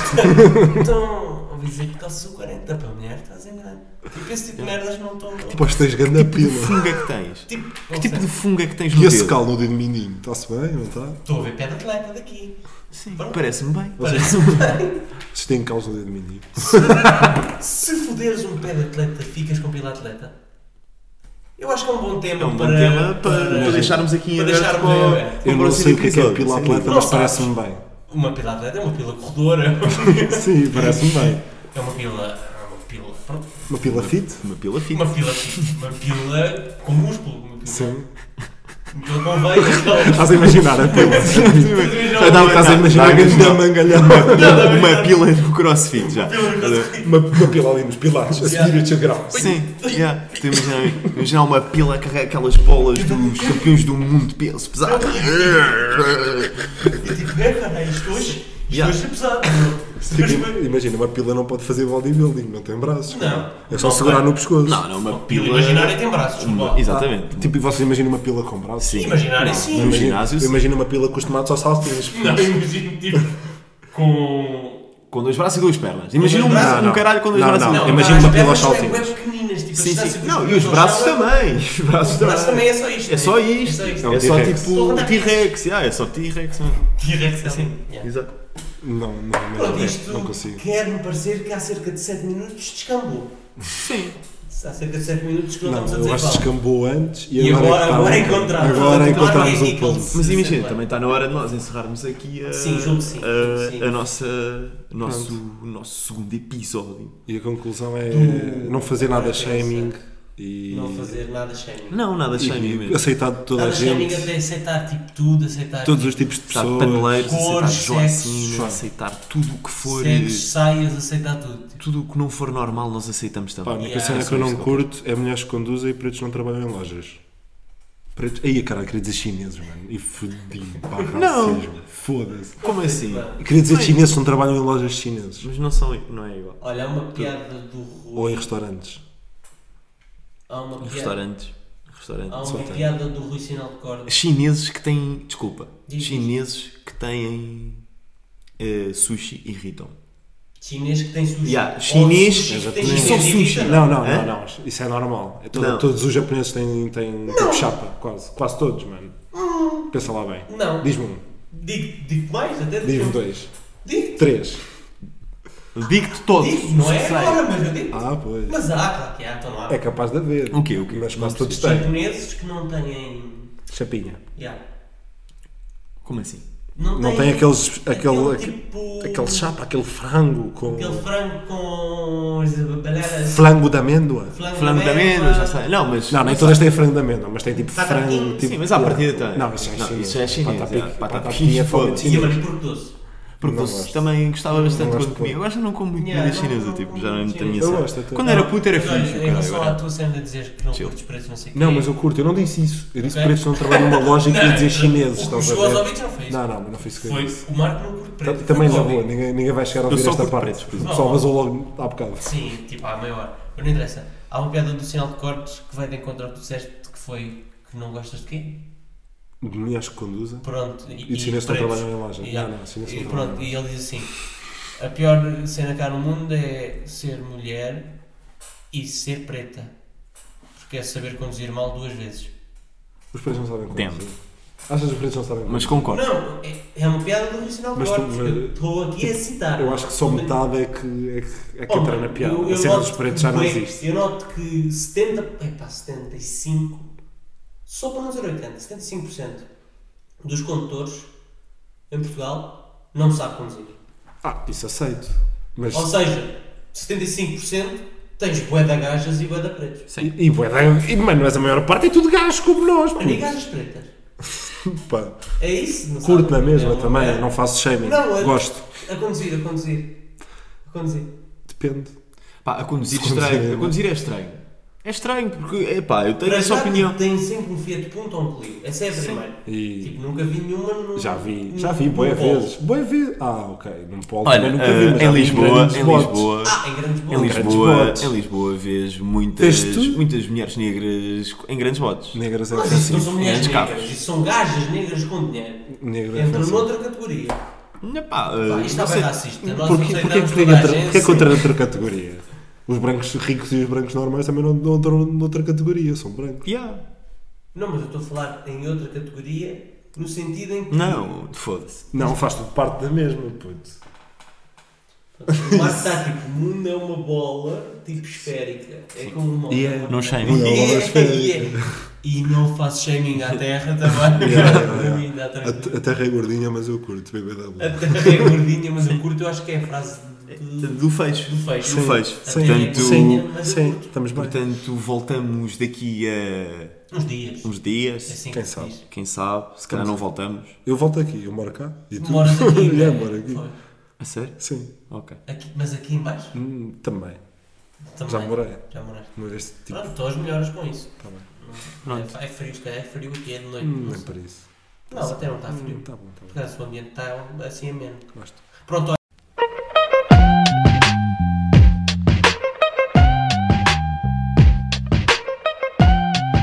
Então, ouvi dizer que calço 40 para mulher, estás enganado. Tipo, esse tipo de merdas não estão. Tipo,
Pois tens grande pila.
funga que tens? Que
não
tipo
sei.
de funga que tens no
E esse
dedo?
cal no dedo mindinho, está-se bem, não tá? está?
Estou a ver pé de atleta daqui.
Sim,
Pronto.
parece-me bem.
Parece bem.
Vocês têm calos no dedo mindinho.
Se foderes um pé de atleta, ficas com pila atleta? Eu acho que é um bom tema
É um bom
para.
tema para, para deixarmos aqui em
para
aberto
deixarmos
para o-
em
para
aberto.
Eu não
próximo
sei o que é que é
episódio.
pila
Sim.
atleta,
Não
mas
sabes.
parece-me bem.
Uma pila atleta é uma pila corredora.
Sim, parece-me bem.
É uma pila. É uma pila. Pronto.
Uma pila fit?
Uma pila fixa.
Uma pila. Uma pila com músculo. Uma pila.
Sim.
Uma pila com veias.
Estás a imaginar é a pila.
Não,
um
não,
Estás a imaginar a grande mangalhão.
Uma pila no crossfit já.
Uma, uma pila ali nos pilares, a
Yeah.
seguir o teu grau.
Sim, yeah. tu imagina, imagina uma pila a carregar aquelas bolas dos campeões do mundo de peso pesado.
E tipo, é, cara, isto hoje, isto
Yeah.
hoje é pesado.
Tipo, Imagina, uma pila não pode fazer bodybuilding, não tem braços.
Não.
É só
Não
segurar
vai.
no pescoço.
Não, não, uma
Pila
pila.
imaginária tem braços, não
Uma-
pode.
Exatamente.
Tipo, e vocês imaginam uma pila com braços?
Sim.
Imaginária sim.
Imagina,
ginásio, sim.
imagina uma pila costumada só saltinhos.
Não, imagino tipo, com...
Com dois braços e duas pernas. Imagina um,
dois braços?
um caralho com dois
Não,
braços e
não.
duas
Não,
pernas.
pá,
imagino uma
as
pila
pernas são
aos
bué
saltinhos.
pequeninas, tipo, a
Sim,
distância
sim.
dos
Não, e
joelhos
os
ao
braços
chão
também. Os braços
O braço também é só isto.
É só isto.
É só
É
isto.
só
T-Rex.
tipo T-Rex. Ah, É só T-Rex. mano. É.
T-Rex assim. yeah.
Exato.
Não, não, não,
Pronto,
não,
isto
não consigo.
quer-me parecer que há cerca de 7 minutos descambou.
Sim.
Há cerca de 7 minutos que não,
Não,
estamos a
eu
dizer
acho que
qual.
descambou antes e,
E agora,
é que
agora
está-
encontramos.
Agora
Claro,
encontramos
é
o
aquele
ponto.
Mas
Sim,
imagina,
claro.
também está na hora de nós encerrarmos aqui a,
Sim, julgo que sim,
a,
sim.
a nossa, o nosso, o nosso segundo episódio.
E a conclusão é não fazer nada shaming e,
Não fazer nada shaming.
Não, nada
e
shaming mesmo.
aceitar de toda
Nada
a gente,
shaming até aceitar tipo tudo, aceitar
todos os
tipo,
tipos de
Aceitar
pessoas.
paneleiros,
cores,
aceitar joacina,
sexos,
aceitar tudo o que for,
sexos, saias, aceitar tudo. tipo.
tudo o que não for normal nós aceitamos também.
Pá, a única
Yeah.
cena que eu
Sim,
não
sim.
curto é mulheres que conduzem e pretos não trabalham em lojas. Pretos. Aí, caralho, queria dizer chineses, mano. E fodi-me, pá,
Não.
racismo. Foda-se.
Como assim?
Eu Queria dizer
Bem,
chineses não trabalham em lojas chineses.
Mas não, são, não é igual.
Olha, há uma piada do Rui.
Ou em restaurantes.
Há uma piada,
Restaurantes. Restaurantes.
há
Só
uma
tem.
piada do Rui Sinal de Corda.
Chineses que têm. Desculpa.
Diz, diz.
chineses que têm. eh, sushi irritam.
Chinês que tem sushi.
Yeah,
Ou
chinês-
sushi que tem
Não,
Isso
chinês
é
irrita,
sushi.
Não, não,
Hã?
não, não. Isso é normal. É todo-
Não.
Todos os japoneses têm, têm tipo chapa, quase. Quase todos, mano. Pensa lá bem.
Não.
Diz-me um,
Digo, digo mais, até
diz-me dois,
Digo,
três.
Digo-te todos.
digo, não é
sei.
agora, mas eu digo.
Ah, pois.
Mas há, claro que há, então não há.
É capaz de haver.
O quê, o quê?
Mas
Não
quase todos têm.
Japoneses que não têm.
Chapinha.
Yeah.
Como assim?
Não tem aqueles, aquele,
aquele
aquele,
tipo-
aquele chapa, aquele frango com...
Aquele frango com as balelas.
Frango de amêndoa.
Falando
é
de amêndoas, já sei. Não, mas.
Não, nem todas têm frango de amêndoa, mas tem tipo
Patatinha,
frango... Tipo,
Sim, mas à partida tem.
Não, isso é chinês.
isso já é chinês.
Patata
yeah.
pique,
Patata
patata
pique,
pique,
foda-se.
fome.
E é a mano por doce.
Porque
Não
eu
gosto.
também gostava bastante
Não
quando
gosto
comia.
muito.
Agora já não como muito
Yeah,
comida
não-
chinesa,
não-
tipo,
não-
já
não-
não tenho
Eu
essa.
gosto até.
Quando era puto era fixe.
Olha, em
caralho,
relação
agora-
à tua cena de dizer que não
Chill.
curtes preços, não sei o quê.
Não, mas eu curto, eu não disse isso. Eu disse que pretos não trabalham numa loja e queria dizer chineses.
O
Estás a
João
ver?
Zovich não fez.
Não, não, mas não foi isso que eu
Foi
disse.
o Marco não curte
Ta-
pretos.
Também
Foi
na
Covid.
boa, ninguém, ninguém vai chegar a
Eu
ouvir
só
esta
curto
parte.
pretos, por
o
exemplo.
pessoal vazou logo há bocado.
Sim, tipo, à meia hora. Mas não interessa. Há uma piada do sinal de cortes que vai de encontro ao que tu disseste que foi que não gostas de quê?
De mim acho que conduza.
Pronto.
E os chineses não
pretos.
trabalham em loja.
E,
Não, assim não, os chineses
e
não
pronto,
trabalham.
e ele diz assim: a pior cena cá no mundo é ser mulher e ser preta. Porque é saber conduzir mal duas vezes.
Os pretos não sabem
Damn.
conduzir. Achas que os pretos não sabem
Mas
conduzir?
concordo.
Não, é, é uma piada do Racional
Mas
de
tu-
Cortes.
mas-
Eu estou aqui a citar.
Eu acho que só
Não
metade é que, é que, é que
Oh,
entra
mano,
na piada.
eu- eu
a cena dos
noto
pretos
que
já não
bem-
existe.
Eu noto que 70, epá, 75, só para não dizer 80, 75% dos condutores em Portugal não sabem conduzir.
Ah, isso aceito. Mas.
Ou seja, 75% tens bué de gajas e bué de pretos.
E, e, bué de- e, mano, mas a maior parte é tudo gajo como nós,
Mano, e
puto.
gajas pretas?
Pá.
É isso? Não
Curto
sabem?
na
É
mesma
uma-
também,
é-
não faço shaming.
Não, é-
Gosto.
A conduzir, a conduzir. A conduzir.
Depende.
Pá, a conduzir é
Conduzir
estranho.
é-
A conduzir é estranho. É estranho porque, é pá, eu tenho
Para
essa
já,
opinião.
tipo, Tem sempre um Fiat Punto ou um Clio. Essa é a primeira.
E-
Tipo, nunca vi nenhuma. No...
Já vi,
no-
já vi, boé
no Polo.
vezes. Boé vezes. Ah, ok. Num polo
Olha,
também nunca vi, um
eh,
mas já
em
vi
Lisboa,
grandes
em
botes.
Lisboa,
Ah, em grandes bolas.
em
grandes
Lisboa,
botes.
em Lisboa vês muitas,
um Vês tu?
muitas mulheres negras em grandes botes.
Negras é
Mas isso não são
ofensivo.
mulheres
Grandes
negras,
capos.
isso são gajas negras com dinheiro.
Negro é
Entram
ofensivo.
noutra categoria.
Não, pá, eh,
Pá, isto
não
está bem
sei.
racista. Nós
Porquê,
aceitamos
porquê, porquê,
toda a
entra,
gente.
porquê que entra noutra categoria? Os brancos ricos e os brancos normais também não, não entram noutra categoria, são brancos.
Yeah.
Não, mas eu estou a falar em outra categoria no sentido em que.
Não, foda-se.
Não, faz tudo parte da mesma, puto.
O Marco está tipo, o mundo é uma bola tipo esférica. É como uma.
E é-
Não shaming.
Não é uma
E,
bola
é- e,
esférica.
é- e não faço shaming à terra também.
Yeah,
Para
yeah,
mim dá
A,
tranquilo.
te- a terra é gordinha, mas eu curto, BBW.
A terra é gordinha, mas eu curto, eu acho que é a frase do, do
Do fecho.
fecho.
Do fecho.
Sim.
Portanto,
Sim.
sim, estamos bem.
portanto, voltamos daqui a
Uns dias.
uns
É
dias.
assim
Quem
que se
sabe?
diz.
Quem sabe, se calhar não voltamos.
Eu volto aqui, eu moro cá. E tu?
Moras aqui.
yeah,
né?
moro aqui.
Foi.
A sério?
Sim,
Ok.
Aqui- mas aqui em baixo?
Hum, também.
Também.
Já morei.
Já moraste.
Mas este tipo,
Pronto, estou às melhoras com isso.
tá bem.
Pronto.
É, é frio, se calhar é frio aqui é de noite.
Hum,
Não,
Nem
sei.
para isso.
Não, até não está
Hum,
frio.
Tá bom, tá
Por acaso o ambiente está assim ameno.
bom. Gosto.
Pronto,